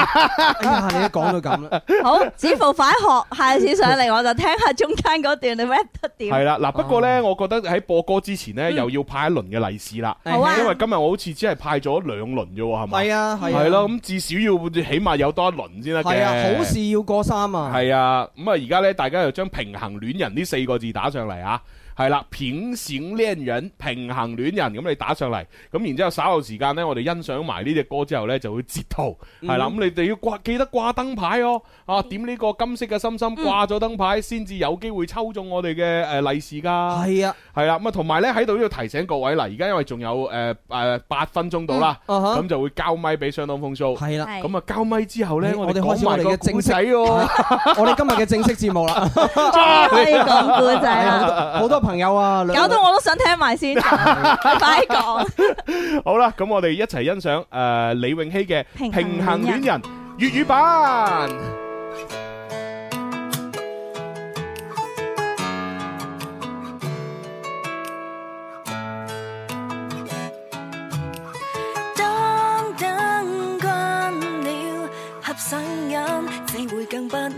S4: 呀，你都講到咁啦，
S6: 好，子父快學，下次上嚟我就聽下中間嗰段你 rap 得
S3: 係
S6: 點。
S3: 啦，
S4: 啊
S3: 嗱，不過呢，我覺得喺播歌之前
S4: 嗯
S3: 呢，又要派一輪嘅利是啦，
S6: 好啊
S3: 因為今日我好似只係派咗兩輪啫喎，係咪？
S4: 哎係啊，係啊
S3: 係咯，咁至少要起碼有多多一輪先得嘅。
S4: 係啊，好事要過三啊，
S3: 系啊，咁啊，而家咧，大家又將平衡戀人呢四個字打上嚟啊，係啦，平行戀人，平衡戀人，咁你打上嚟，咁然之后稍後時間呢，我哋欣賞埋呢只歌之後呢，就會截圖，
S4: 嗯
S3: 係啦，咁你哋要掛，記得掛燈牌哦，啊，點呢個金色嘅心心
S4: 嗯
S3: 掛咗燈牌，先至有機會抽中我哋嘅诶利是㗎。
S4: 係啊，
S3: 係啦，咁啊，同埋呢，喺度都要提醒各位啦，而家因為仲有诶诶八分鐘到啦，
S4: 啊哈
S3: 咁就會交咪俾相當風騷。
S4: 係啦，
S6: 係
S3: 咁啊，交咪之後呢，
S4: 咦
S3: 我哋
S4: 我哋開
S3: 講
S4: 始
S3: 埋
S4: 我
S3: 個
S4: 哋嘅正
S3: 故
S4: 式
S3: 仔喎。
S4: 我哋今日嘅正式節 目啦，
S6: 可以講故仔啦，
S4: 好多朋友啊，兩
S6: 搞到我都想聽埋先，快講。
S3: 好啦，咁我哋一齊欣賞诶、呃李永熙嘅《
S6: 平衡
S3: 平衡戀
S6: 戀
S3: 人》粵語版。
S2: 當燈關了，合上眼，只會更不安。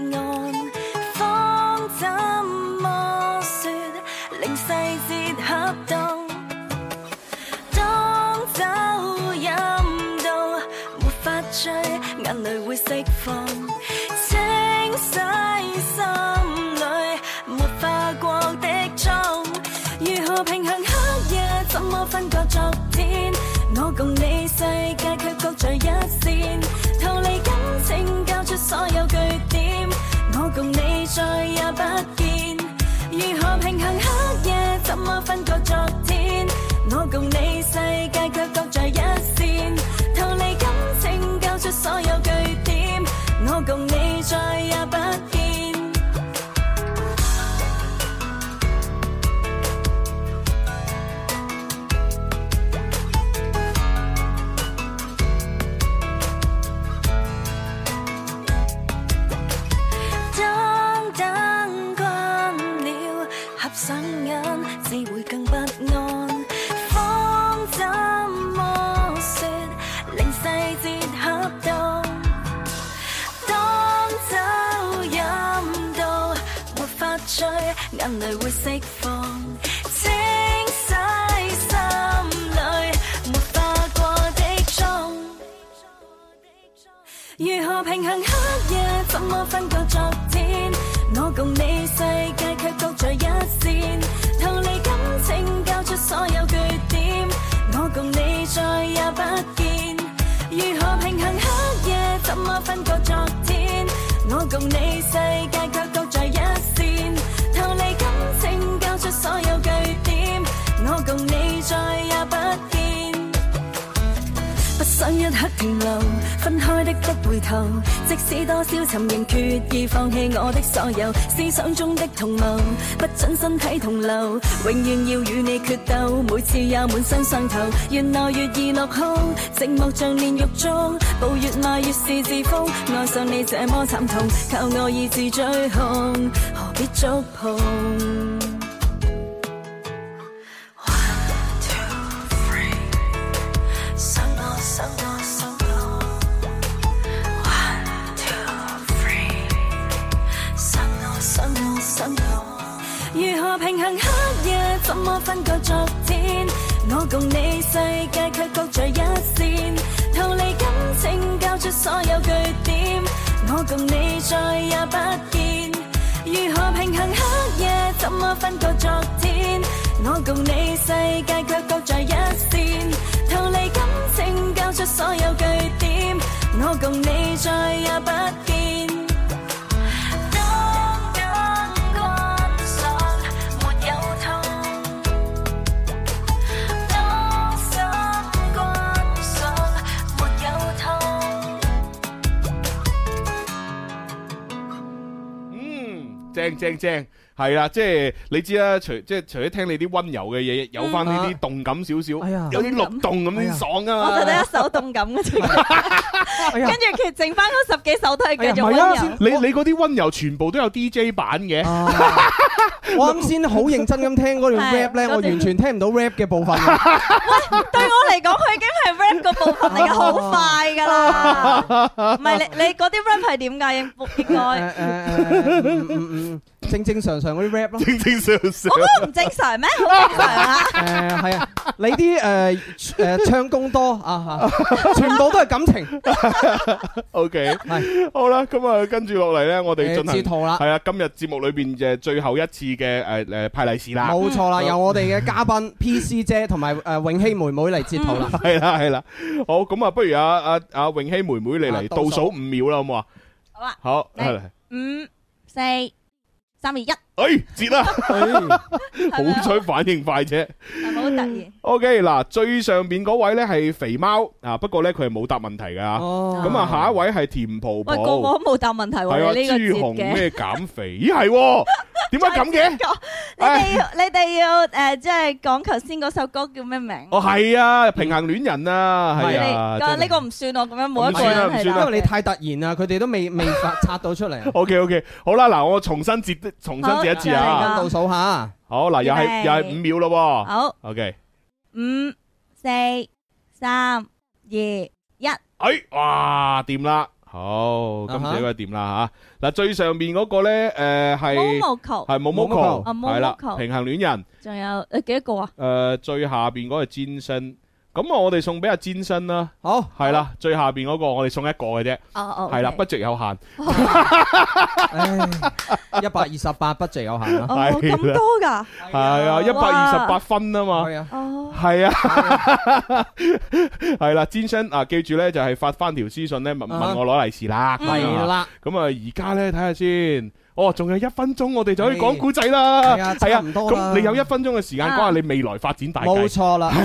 S2: 方怎麼說，令細節恰當？當酒飲到沒法追，眼淚會釋放，清洗心裏沒化過的妝。如何平衡黑夜？怎麼分割昨天？我共你世界卻各在一線，逃離感情，交出所有據點。我共你再也不見。如何平衡黑夜？怎麼分割昨天？我共你世界卻各在一線，逃離感情，交出所有據點。我共你再也不見。當燈關了，合上眼，只會更不安。方怎麼說，令細節恰當？當酒飲到沒法追，眼淚會釋放，清洗心裏沒化過的妝。如何平衡黑夜？怎麼分割昨天？我共你世界卻各在一線，逃離感情，交出所有據點。我共你再也不見。如何平衡黑夜？怎麼分割昨天？我共你世界卻各在一線，逃離感情，交出所有據點。我共你再也不見。不想一刻停留，分開的不回頭。即使多消沉，仍決意放棄我的所有。思想中的同謀，不准身體同流，永遠要與你決鬥。每次也滿身傷透，越鬧越易落空，寂寞像煉獄中，步越邁越是自封。愛上你這麼慘痛，靠我意志追控，何必觸碰？One two three。想我想我想我，one two three，想我想我想我。如何平衡黑夜？怎麼分割昨天？我共你世界卻各在一線，逃離感情，交出所有據點。我共你再也不見。如何平衡黑夜？怎麼分割昨天？我共你世界卻各在一線，逃離感情，交出所有據點。我共你再也不見。當燈關上，沒有痛；當心關上，沒有痛。
S3: 嗯，正正正，係啦，即係你知啦，除即係除咗聽你啲温柔嘅嘢，有翻呢啲動感少少，
S4: 哎呀
S3: 有啲律動咁先爽
S6: 我
S3: 啊
S6: 就得一手動感嘅啫，
S4: 哎
S6: 跟
S4: 呀
S6: 住佢剩翻嗰十幾首都係繼續
S4: 哎
S6: 温
S4: 呀唔係啊
S6: 柔。
S3: 你你嗰啲温柔全部都有 DJ 版嘅，
S4: 啊！我啱先好認真咁聽嗰段
S6: 係
S4: rap 咧，
S6: 嗰段
S4: 我完全聽唔到 rap 嘅部分啊。
S6: 對我嚟講，佢已經係 rap 個部分嚟嘅，好快㗎啦。唔係你你嗰啲 rap 係點㗎？應應該
S4: 誒誒誒嗯嗯嗯正正常常嗰啲 rap 咯。
S3: 正正常常。
S6: 我唔正常咩？好正常啊！
S4: 诶，系啊，你啲诶诶唱功多啊，嚇全部都係感情，
S3: O K，
S4: 係
S3: 好啦，咁啊，跟住落嚟咧，我哋
S4: 誒
S3: 進行
S4: 截圖啦
S3: 係啊，今日節目裏邊嘅最後一次嘅诶诶派利是啦。
S4: 冇錯啦，由我哋嘅 嘉賓 PC 姐同埋诶永熙妹妹嚟截圖啦。
S3: 係啦係啦，好咁啊，不如啊啊啊永熙妹妹你嚟
S4: 啊
S3: 倒
S4: 倒數
S3: 數五秒啦，好唔好啊？
S6: 好啊，
S3: 好，
S6: 嚟
S3: 係啦
S6: 五、四、三、二、一，
S3: 哎，截啦，
S6: 係咪
S3: 好
S6: 啊
S3: 彩反應快啫。
S6: 係咪好突然？
S3: O K，嗱，最上邊嗰位咧係肥貓啊，不過咧佢係冇答問題㗎。
S4: 哦
S3: 咁啊，下一位係甜婆
S6: 喂，個個
S3: 婆，
S6: 都冇答問題
S3: 係啊，
S6: 喎，你呢個
S3: 朱紅
S6: 節嘅。
S3: 咩減肥？咦係喎，點解咁嘅？
S6: 你哋要你哋要诶，即係講頭先嗰首歌叫咩名？
S3: 哦，係啊，平衡戀人啊，係啊，
S6: 你個
S3: 真係
S6: 呢個唔算我咁樣冇一個
S3: 唔算啦
S6: 人
S3: 唔
S6: 係
S3: 算啦
S6: 答
S4: 因為你
S6: 嘅
S4: 太突然啊啦，佢哋都 未未發拆到出嚟。啊
S3: O K O K，好啦，嗱，我重新截，重新截一次啊，
S4: 倒數下，
S3: 好嗱，又係
S6: 預備
S3: 又係五秒咯喎
S6: 好，
S3: ，O K，
S6: 五、四、三、二、一。
S3: 哎，哇，掂啦，好，今次
S4: 啊哈
S3: 應該掂啦吓，嗱，最上面嗰個咧，誒係
S6: Momoko，
S3: 係 Momoko，
S4: Momoko
S3: 係啦，
S6: Momoko
S3: 平衡戀人，
S6: 仲有诶几多個啊？
S3: 誒最下邊嗰個係詹身，咁我哋送俾阿詹身啦，
S4: 好
S3: 係啦，最下邊嗰個我哋送一個嘅啫，
S6: 哦哦，
S3: 係啦，不值有限，
S4: 一百二十八 budget 有限啊啦。
S6: 哦
S3: 係啦
S6: 咁多㗎，
S3: 係啊，一百二十八分啊嘛。
S4: 係啊，
S6: 哦，
S3: 系啊，系啦，詹生啊，記住咧就係發翻條私信咧，問
S4: 啊哈嗯
S3: 問我攞利是啦，咁樣
S4: 係
S3: 啊，
S4: 啦，
S3: 咁啊而家咧睇下先，哦，仲有一分鐘，我哋就可以講古仔啦，
S4: 係啊
S3: 係
S4: 差唔多啦
S3: 咁你有一分鐘嘅時間講
S6: 啊
S3: 下你未來發展大
S4: 冇嗯
S3: 計，
S4: 錯啦。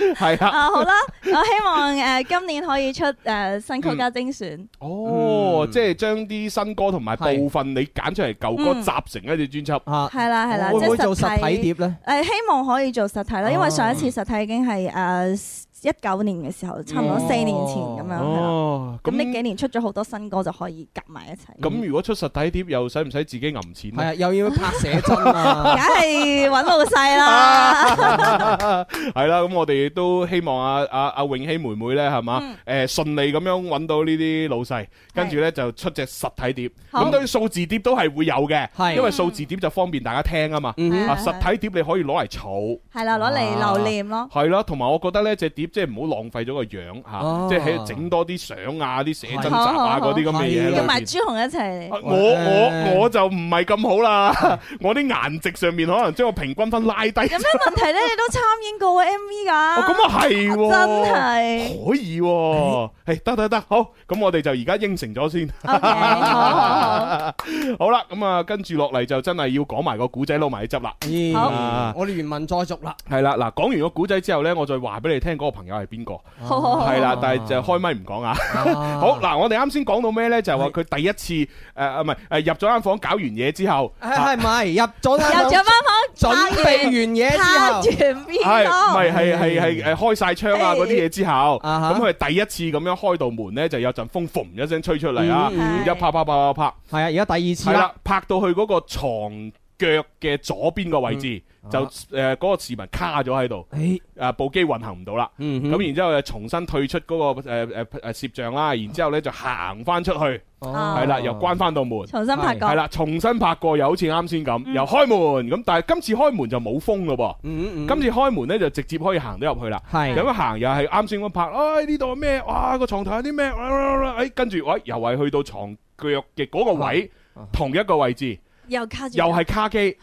S3: 係啊，
S6: 啊好啦，我希望诶今年可以出诶新
S3: 嗯
S6: 曲加精選，
S3: 哦，
S4: 嗯
S3: 即係將啲新歌同埋
S4: 係
S3: 部分你揀出嚟舊歌
S6: 嗯
S3: 集成一隻專輯，
S4: 啊，
S6: 係啦係啦，
S4: 會
S6: 即
S4: 唔會做
S6: 係
S4: 實
S6: 實
S4: 體
S6: 體
S4: 碟咧？
S6: 誒希望可以做實體
S3: 啊
S6: 啦，因為
S4: 哦
S6: 上一次實體已經係誒一九年嘅時候，差唔多四年前咁樣係啦。
S3: 哦，
S6: 咁呢幾
S3: 咁
S6: 年出咗好多新歌，就可以夾埋一齊。
S3: 咁如果出實體碟又使唔使自己揞錢
S4: 係
S3: 咧？
S4: 啊，又要拍寫真啊
S6: 梗。係揾老細
S3: 啊
S6: 啦，
S3: 系啦，咁我哋都希望阿阿阿永熙妹妹咧，係嘛
S6: 嗯，
S3: 诶順利咁樣揾到呢啲老細，跟住咧就出隻實體碟。
S6: 好
S3: 咁當然數字碟都係會有嘅，
S4: 係
S3: 因為數字碟就方便大家聽啊嘛。
S4: 嗯哼
S3: 啊，
S6: 係係
S3: 實體啊碟你可以攞嚟儲，
S6: 係啦，攞嚟留念咯。
S3: 係啦，同埋我覺得咧，隻碟即係唔好浪費咗個樣吓，
S4: 哦
S3: 即係喺度整多啲相啊、啲寫真集
S6: 好好
S3: 啊
S6: 好
S3: 嗰啲咁嘅嘢喺裏邊
S6: 叫埋朱紅一齊
S3: 啊
S6: 嚟，
S3: 我我我就唔係咁好啦， 我啲顏值上面可能將個平均分拉低。
S6: 有咩問題咧？你都參演過 M V 㗎，
S3: 哦，咁啊係喎，
S6: 真係。
S3: 可以喎，係得得得，好，咁我哋就而家應承咗先。
S6: O K，好哦好好，
S3: 好啦，咁啊，跟住落嚟就真係要講埋個古仔撈埋啲汁啦。
S4: 咦
S3: 好
S4: 我哋原文再續啦。
S3: 係啦，嗱，講完個古仔之後呢，我再話俾你聽嗰個朋友係邊個。
S6: 好好好
S3: 係啦，但係就開咪唔講啊。好，
S4: 好，
S3: 嗱，我哋啱先講到咩呢？就係話佢第一次诶，呃唔係诶，入咗間房搞完嘢之後，啊
S4: 係係咪入咗啦？
S6: 又做翻
S4: 準
S6: 房
S4: 備完嘢
S6: 拍
S4: 之後
S6: 完，
S3: 係
S6: 片
S3: 唔
S6: 咯，
S3: 係係係係诶開晒窗啊嗰啲嘢之後，
S4: 啊哈
S3: 咁佢第一次咁樣開道門呢，就有陣風嘭一聲吹出嚟啊，
S4: 嗯
S6: 嗯
S3: 然之後啪啪啪啪啪。
S4: 係啊，而家第二次
S3: 係
S4: 啦。
S3: 啦，拍到去嗰個床腳嘅左邊個位置，
S4: 嗯
S3: 就
S4: 啊
S3: 誒嗰個市民卡咗喺度，
S4: 誒，
S3: 誒部機運行唔到啦。
S4: 嗯哼
S3: 咁然之後就重新退出嗰個誒誒誒攝像啦，然之後咧就行翻出去，
S4: 哦
S3: 係啦，又關翻道門，
S6: 重新拍
S3: 係
S6: 過，
S3: 啦，重新拍過，又好似啱先
S4: 嗯
S3: 咁，又開門咁，但係今次開門就冇封咯噃。
S4: 嗯嗯嗯
S3: 今次開門咧就直接可以行到入去啦。
S4: 係
S3: 咁一行又係啱先咁拍，哎呢度有咩？哇個床頭有啲咩？哇哇哇哎跟住喂又係去到床腳嘅嗰個位
S4: 啊啊，
S3: 同一個位置。
S6: 又卡住，
S3: 又係卡機，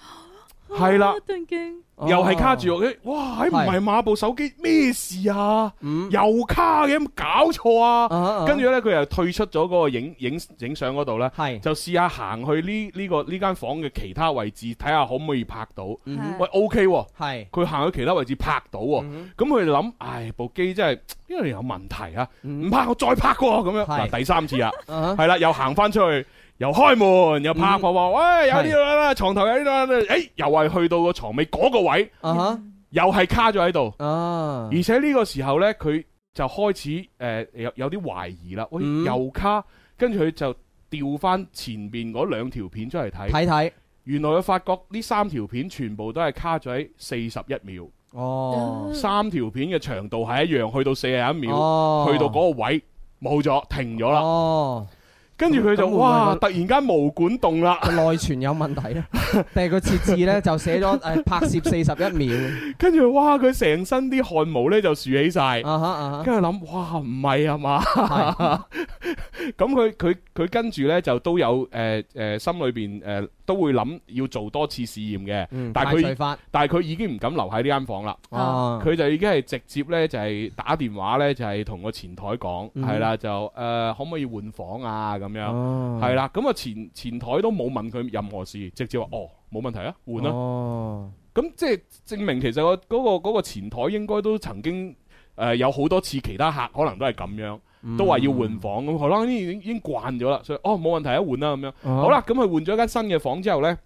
S3: 係啦，
S6: 突然間
S4: 啊哦
S3: 又係卡住，誒哇，喺唔係
S4: 係
S3: 馬部手機咩事啊？
S4: 嗯
S3: 又卡嘅，有冇搞錯啊！
S4: 啊
S3: 跟住呢，佢又退出咗嗰個影影影相嗰度啦，
S4: 係
S3: 就試下行去呢呢個呢間房嘅其他位置，睇下可唔可以拍到。
S4: 嗯哼
S3: 喂，OK 喎，
S4: 係
S3: 佢行去其他位置拍到喎，
S4: 嗯
S3: 咁佢諗，唉，部機真係因為有問題啊，
S4: 嗯
S3: 唔拍我再拍過咁樣。
S4: 係
S3: 嗱，第三次啊。
S4: 啊哈
S3: 系啦，又行翻出去，又開門，又拍
S4: 嗯
S3: 婆婆，哎喂，有呢度啦，床頭有呢度啦，诶，又係去到個床尾嗰個位，
S4: 啊哈
S3: 又係卡咗喺度，
S4: 啊
S3: 而且呢個時候呢，佢就開始诶有有啲懷疑啦，喂，
S4: 嗯
S3: 又卡，跟住佢就調翻前邊嗰兩條片出嚟睇，
S4: 睇睇
S3: 原來佢發覺呢三條片全部都係卡咗喺四十一秒，
S4: Ờ. 哦
S3: 三條片嘅長
S4: Ờ.
S3: 度係一樣，去到四十一秒，
S4: 哦
S3: 去到嗰個位冇咗，停咗啦。
S4: 哦
S3: 跟住佢就
S4: 咁會唔會
S3: 哇，
S4: 佢
S3: 突然間毛管動啦，
S4: 個內存有問題咧，定係個設置咧就寫咗誒拍攝四十一秒
S3: 跟住哇，佢成身啲汗毛咧就豎起晒。
S4: 啊哈啊
S3: 跟住諗，哇，唔係啊嘛，
S4: 哈，
S3: 咁佢佢佢跟住呢，就都有誒誒、呃心裏邊誒都會諗要做多次試驗嘅，
S4: 係
S3: 但
S4: 大
S3: 係佢
S4: 罪法
S3: 但係佢已經唔敢留喺呢間房啦，
S4: 哦，
S3: 佢就已經係直接呢，就係、打電話呢，就係、同個前台講，
S4: 嗯
S3: 係啦、就誒、呃可唔可以換房啊咁樣，
S4: 哦
S3: 係啦、咁啊前前台都冇問佢任何事，直接話哦冇問題啊換啦。
S4: 哦，
S3: 咁即係證明其實個嗰、個嗰個前台應該都曾經誒、呃有好多次其他客可能都係咁樣，
S4: Ờ. 嗯
S3: 都話要換房咁，可能已經已經慣咗啦，所以哦冇問題啊換啦咁樣。
S4: 嗯，
S3: 好啦，咁佢換咗間新嘅房之後呢，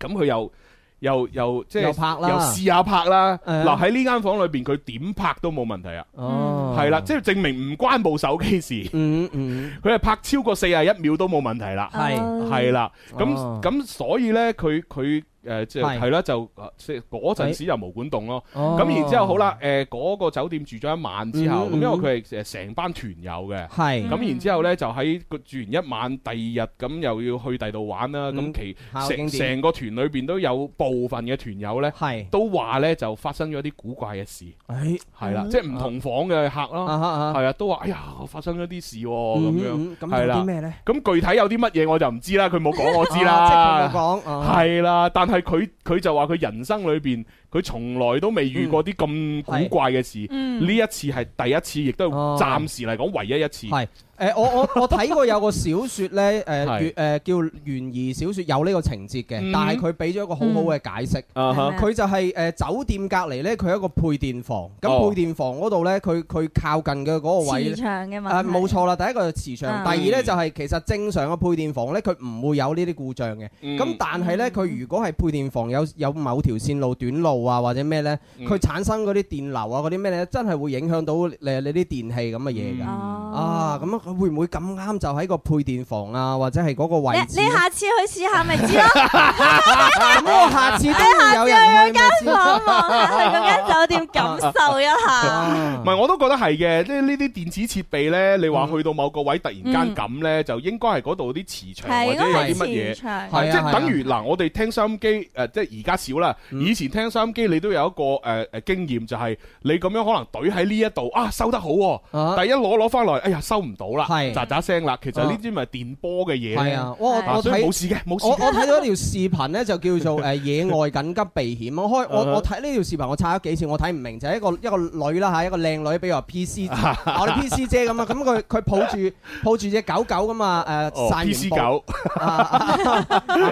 S3: 咁佢又又又即
S4: 又
S3: 係
S4: 拍啦
S3: 又試下拍啦。
S4: 係啊
S3: 嗱喺呢間房裏邊，佢點拍都冇問題啊。
S4: 哦，
S3: 係啦，即係證明唔關部手機事，
S4: 嗯嗯，
S3: 佢係拍超過四十一秒都冇問題啦。
S4: 係
S3: 係啦，咁
S4: 嗯哦
S3: 咁所以呢，佢佢誒即係
S4: 係
S3: 係啦，就呃即係嗰陣時就毛管動咯。
S4: 咁
S3: 咁然之後好，啦，誒嗰個酒店住咗一晚之後，咁
S4: 哦嗯
S3: 因
S4: 嗯
S3: 為佢係誒成班團友嘅。
S4: 係
S3: 咁然之後呢，就喺個住完一晚，第二日咁又要去第二度玩啦。咁
S4: 嗯
S3: 其
S4: 下個
S3: 成
S4: 景點
S3: 成個團裏邊都有部分嘅團友呢，
S4: 係，
S3: 都話呢就發生咗啲古怪嘅事，
S4: 誒
S3: 係啦，即係唔同房嘅客咯，
S4: 嗯啊哈啊哈，
S3: 係啊，都話哎呀發生咗啲事喎
S4: 嗯
S3: 咁樣。
S4: 嗯嗯咁
S3: 係
S4: 有
S3: 啦
S4: 啲咩咧？
S3: 咁具體有啲乜嘢我就唔知啦，佢冇講我知
S4: 啊
S3: 啦
S4: 即係佢。冇講，啊
S3: 係啦，但係佢佢就話佢人生裏邊，佢從來都未遇過啲咁古怪嘅事。呢一次係第一次，亦都
S4: 嗯哦
S3: 係暫時嚟講唯一一次。
S4: 係誒，我我我睇過有個小説咧，
S3: 係
S4: 誒叫誒叫懸疑小説，有呢個情節嘅
S3: 嗯，
S4: 但係佢俾咗一個好好嘅解釋。
S3: 啊哈
S4: 佢就係誒酒店隔離咧，佢有一個配電
S3: 哦
S4: 房。咁配電房嗰度咧，佢佢靠近嘅嗰個位
S6: 磁
S4: 咧，
S6: 場
S3: 啊
S6: 嘅問
S4: 誒
S6: 題，
S4: 冇錯啦。第一個就磁場，
S3: 嗯
S6: 啊
S4: 第二咧就係其實正常嘅配電房咧，佢唔會有呢啲故障嘅。
S3: 嗯
S4: 咁但係咧，佢如果係配電房有有某條線路短路啊，或者咩咧，
S3: 嗯
S4: 佢產生嗰啲電流啊，嗰啲咩咧，真係會影響到你你啲電器咁嘅嘢㗎。
S3: 嗯
S6: 哦
S4: 啊，咁啊，佢會唔會咁啱就喺個配電房啊，或者係嗰個位
S6: 你
S4: 置？
S6: 你下次去試下咪知 咯，
S4: 咁我哦下次都會有人去咪知
S6: 望望下去嗰間酒店感 受一下。
S4: 啊
S3: 唔係，我都覺得係嘅。即係呢啲電子設備呢，你話
S4: 嗯
S3: 去到某個位突然間咁呢，就應該係嗰度啲磁場
S6: 係
S3: 或
S6: 應
S3: 者有
S6: 該
S3: 啲乜嘢
S6: 係。磁場，
S4: 係啊
S3: 係即
S4: 係
S3: 係
S4: 啊
S3: 等於嗱，我哋聽收音機誒，呃即係而家少啦。
S4: 嗯
S3: 以前聽收音機，你都有一個誒誒經驗，就係你咁樣可能懟喺呢一度啊，收得好喎。
S4: 啊
S3: 但係一攞攞翻落嚟，哎呀收唔到啦，
S4: 係
S3: 喳
S4: 啊
S3: 喳聲啦。其實呢啲咪電波嘅嘢
S4: 係
S3: 咧
S4: 啊，我
S3: 啊
S4: 我
S3: 所以冇
S4: 睇。
S3: 事嘅，冇事
S4: 我我
S3: 嘅。
S4: 睇到一條視頻咧，就叫 做誒呃野外緊急避險。我開
S3: 嗯哼
S4: 我我睇呢條視頻，我刷咗幾次，我睇唔明，就係一個一個女啦嚇，一個靚女，比如話 P C，我哋 P C 姐咁啊，咁佢佢抱住抱住只狗狗咁啊誒
S3: 哦
S4: 散
S3: ，P
S4: 完
S3: C
S4: 步
S3: 九，
S4: 啊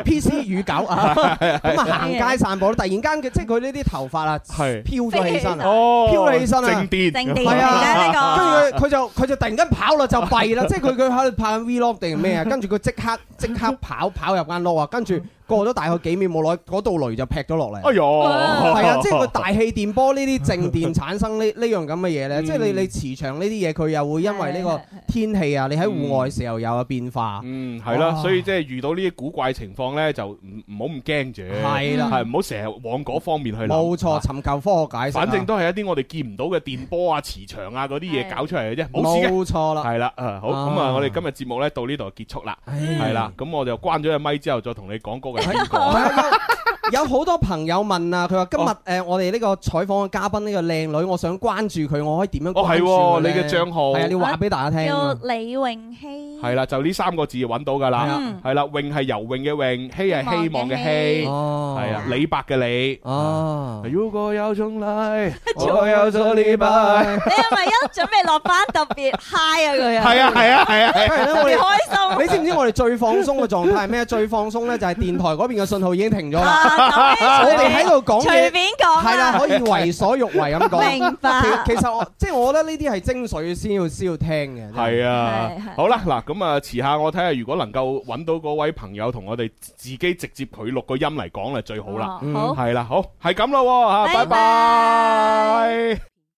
S4: P C 與狗啊，咁啊行街散步，突然間佢即係佢呢啲頭髮啊
S3: 係
S4: 飄咗起身啊！
S3: 哦，
S4: 飄起身啊
S3: 靜電，
S6: 靜電
S4: 係啊
S6: 而家呢個。
S4: 跟住佢佢就佢就突然間跑啦，就 弊啦，即係佢佢喺度拍緊 vlog 定係咩啊？跟住佢即刻即刻跑跑入間屋啊！跟住過咗大概幾秒冇耐，嗰道雷就劈咗落嚟。
S3: 哎哦呦，
S4: 係
S3: 係
S4: 啊，即係佢大氣電波呢啲靜電產生呢呢樣咁嘅嘢咧，
S3: 嗯
S4: 即係你你磁場呢啲嘢，佢又會因為呢個天氣啊，你喺戶外時候有嘅變化，
S3: 嗯，係啦，
S4: 啊哇
S3: 所以即係遇到呢啲古怪情況咧，就唔唔好咁驚住，
S4: 係啦，
S3: 係唔好成日往嗰方面去諗。
S4: 冇錯，
S3: 嗯啊，
S4: 尋求科學解釋啊，
S3: 反正都係一啲我哋見唔到嘅電波啊、磁場啊嗰啲嘢
S6: 係
S3: 搞出嚟嘅啫，冇事嘅。
S4: 冇錯啦，
S3: 係啦，啊好，咁啊，
S4: 啊嗯
S3: 我哋今日節目咧到呢度就結束啦，
S4: 係
S3: 係啦，，咁我就關咗個咪之後再同你講嗰個係邊個。 啊
S4: 有好多朋友問啊，佢話今日誒我哋呢個採訪嘅嘉賓呢個靚女，我想關注佢，我可以點樣
S3: 哦
S4: 關
S3: 係
S4: 注
S3: 喎
S4: 佢
S3: 你
S4: 呢
S3: 嘅帳號
S4: 係啊，你要話俾大家聽
S6: 叫
S4: 啊。
S6: 李永熙，
S3: 系啦，就呢三個字就揾到噶
S4: 係
S3: 啦
S4: 啊，
S6: 嗯，
S3: 係啦，泳係游泳嘅泳，希係希望嘅希，
S6: 希
S4: 哦，
S3: 係啊，李白嘅李。
S4: 哦，
S3: 如果有種 愛，
S4: 我
S3: 我有咗李 白。
S6: 你係咪一準備落班特別 high 啊佢啊？
S3: 係啊，係啊，係啊， 係啊。
S4: 梗係啦
S6: 特
S4: 我
S6: 別
S4: 哋
S6: 開心。
S4: 你知唔知我哋最放鬆嘅狀態係咩？最放鬆咧就係電台嗰邊嘅信號已經停咗 啦，
S6: 啊
S4: 我哋喺度講
S6: 隨
S4: 嘢。
S6: 便講
S4: 係啦，
S6: 啦，
S4: 可以為所欲為咁講。
S6: 明白
S4: 其其實我即係我覺得呢啲係精髓先要先要聽嘅。
S3: 係啊
S6: 係，係
S3: 好啦，嗱咁啊，遲下我睇下，如果能夠揾到嗰位朋友同我哋自己直接佢錄個音嚟講，就最好啦。
S6: 哦好。
S3: 係啦，好，係咁咯喎，吓，拜
S6: 拜拜
S3: 拜。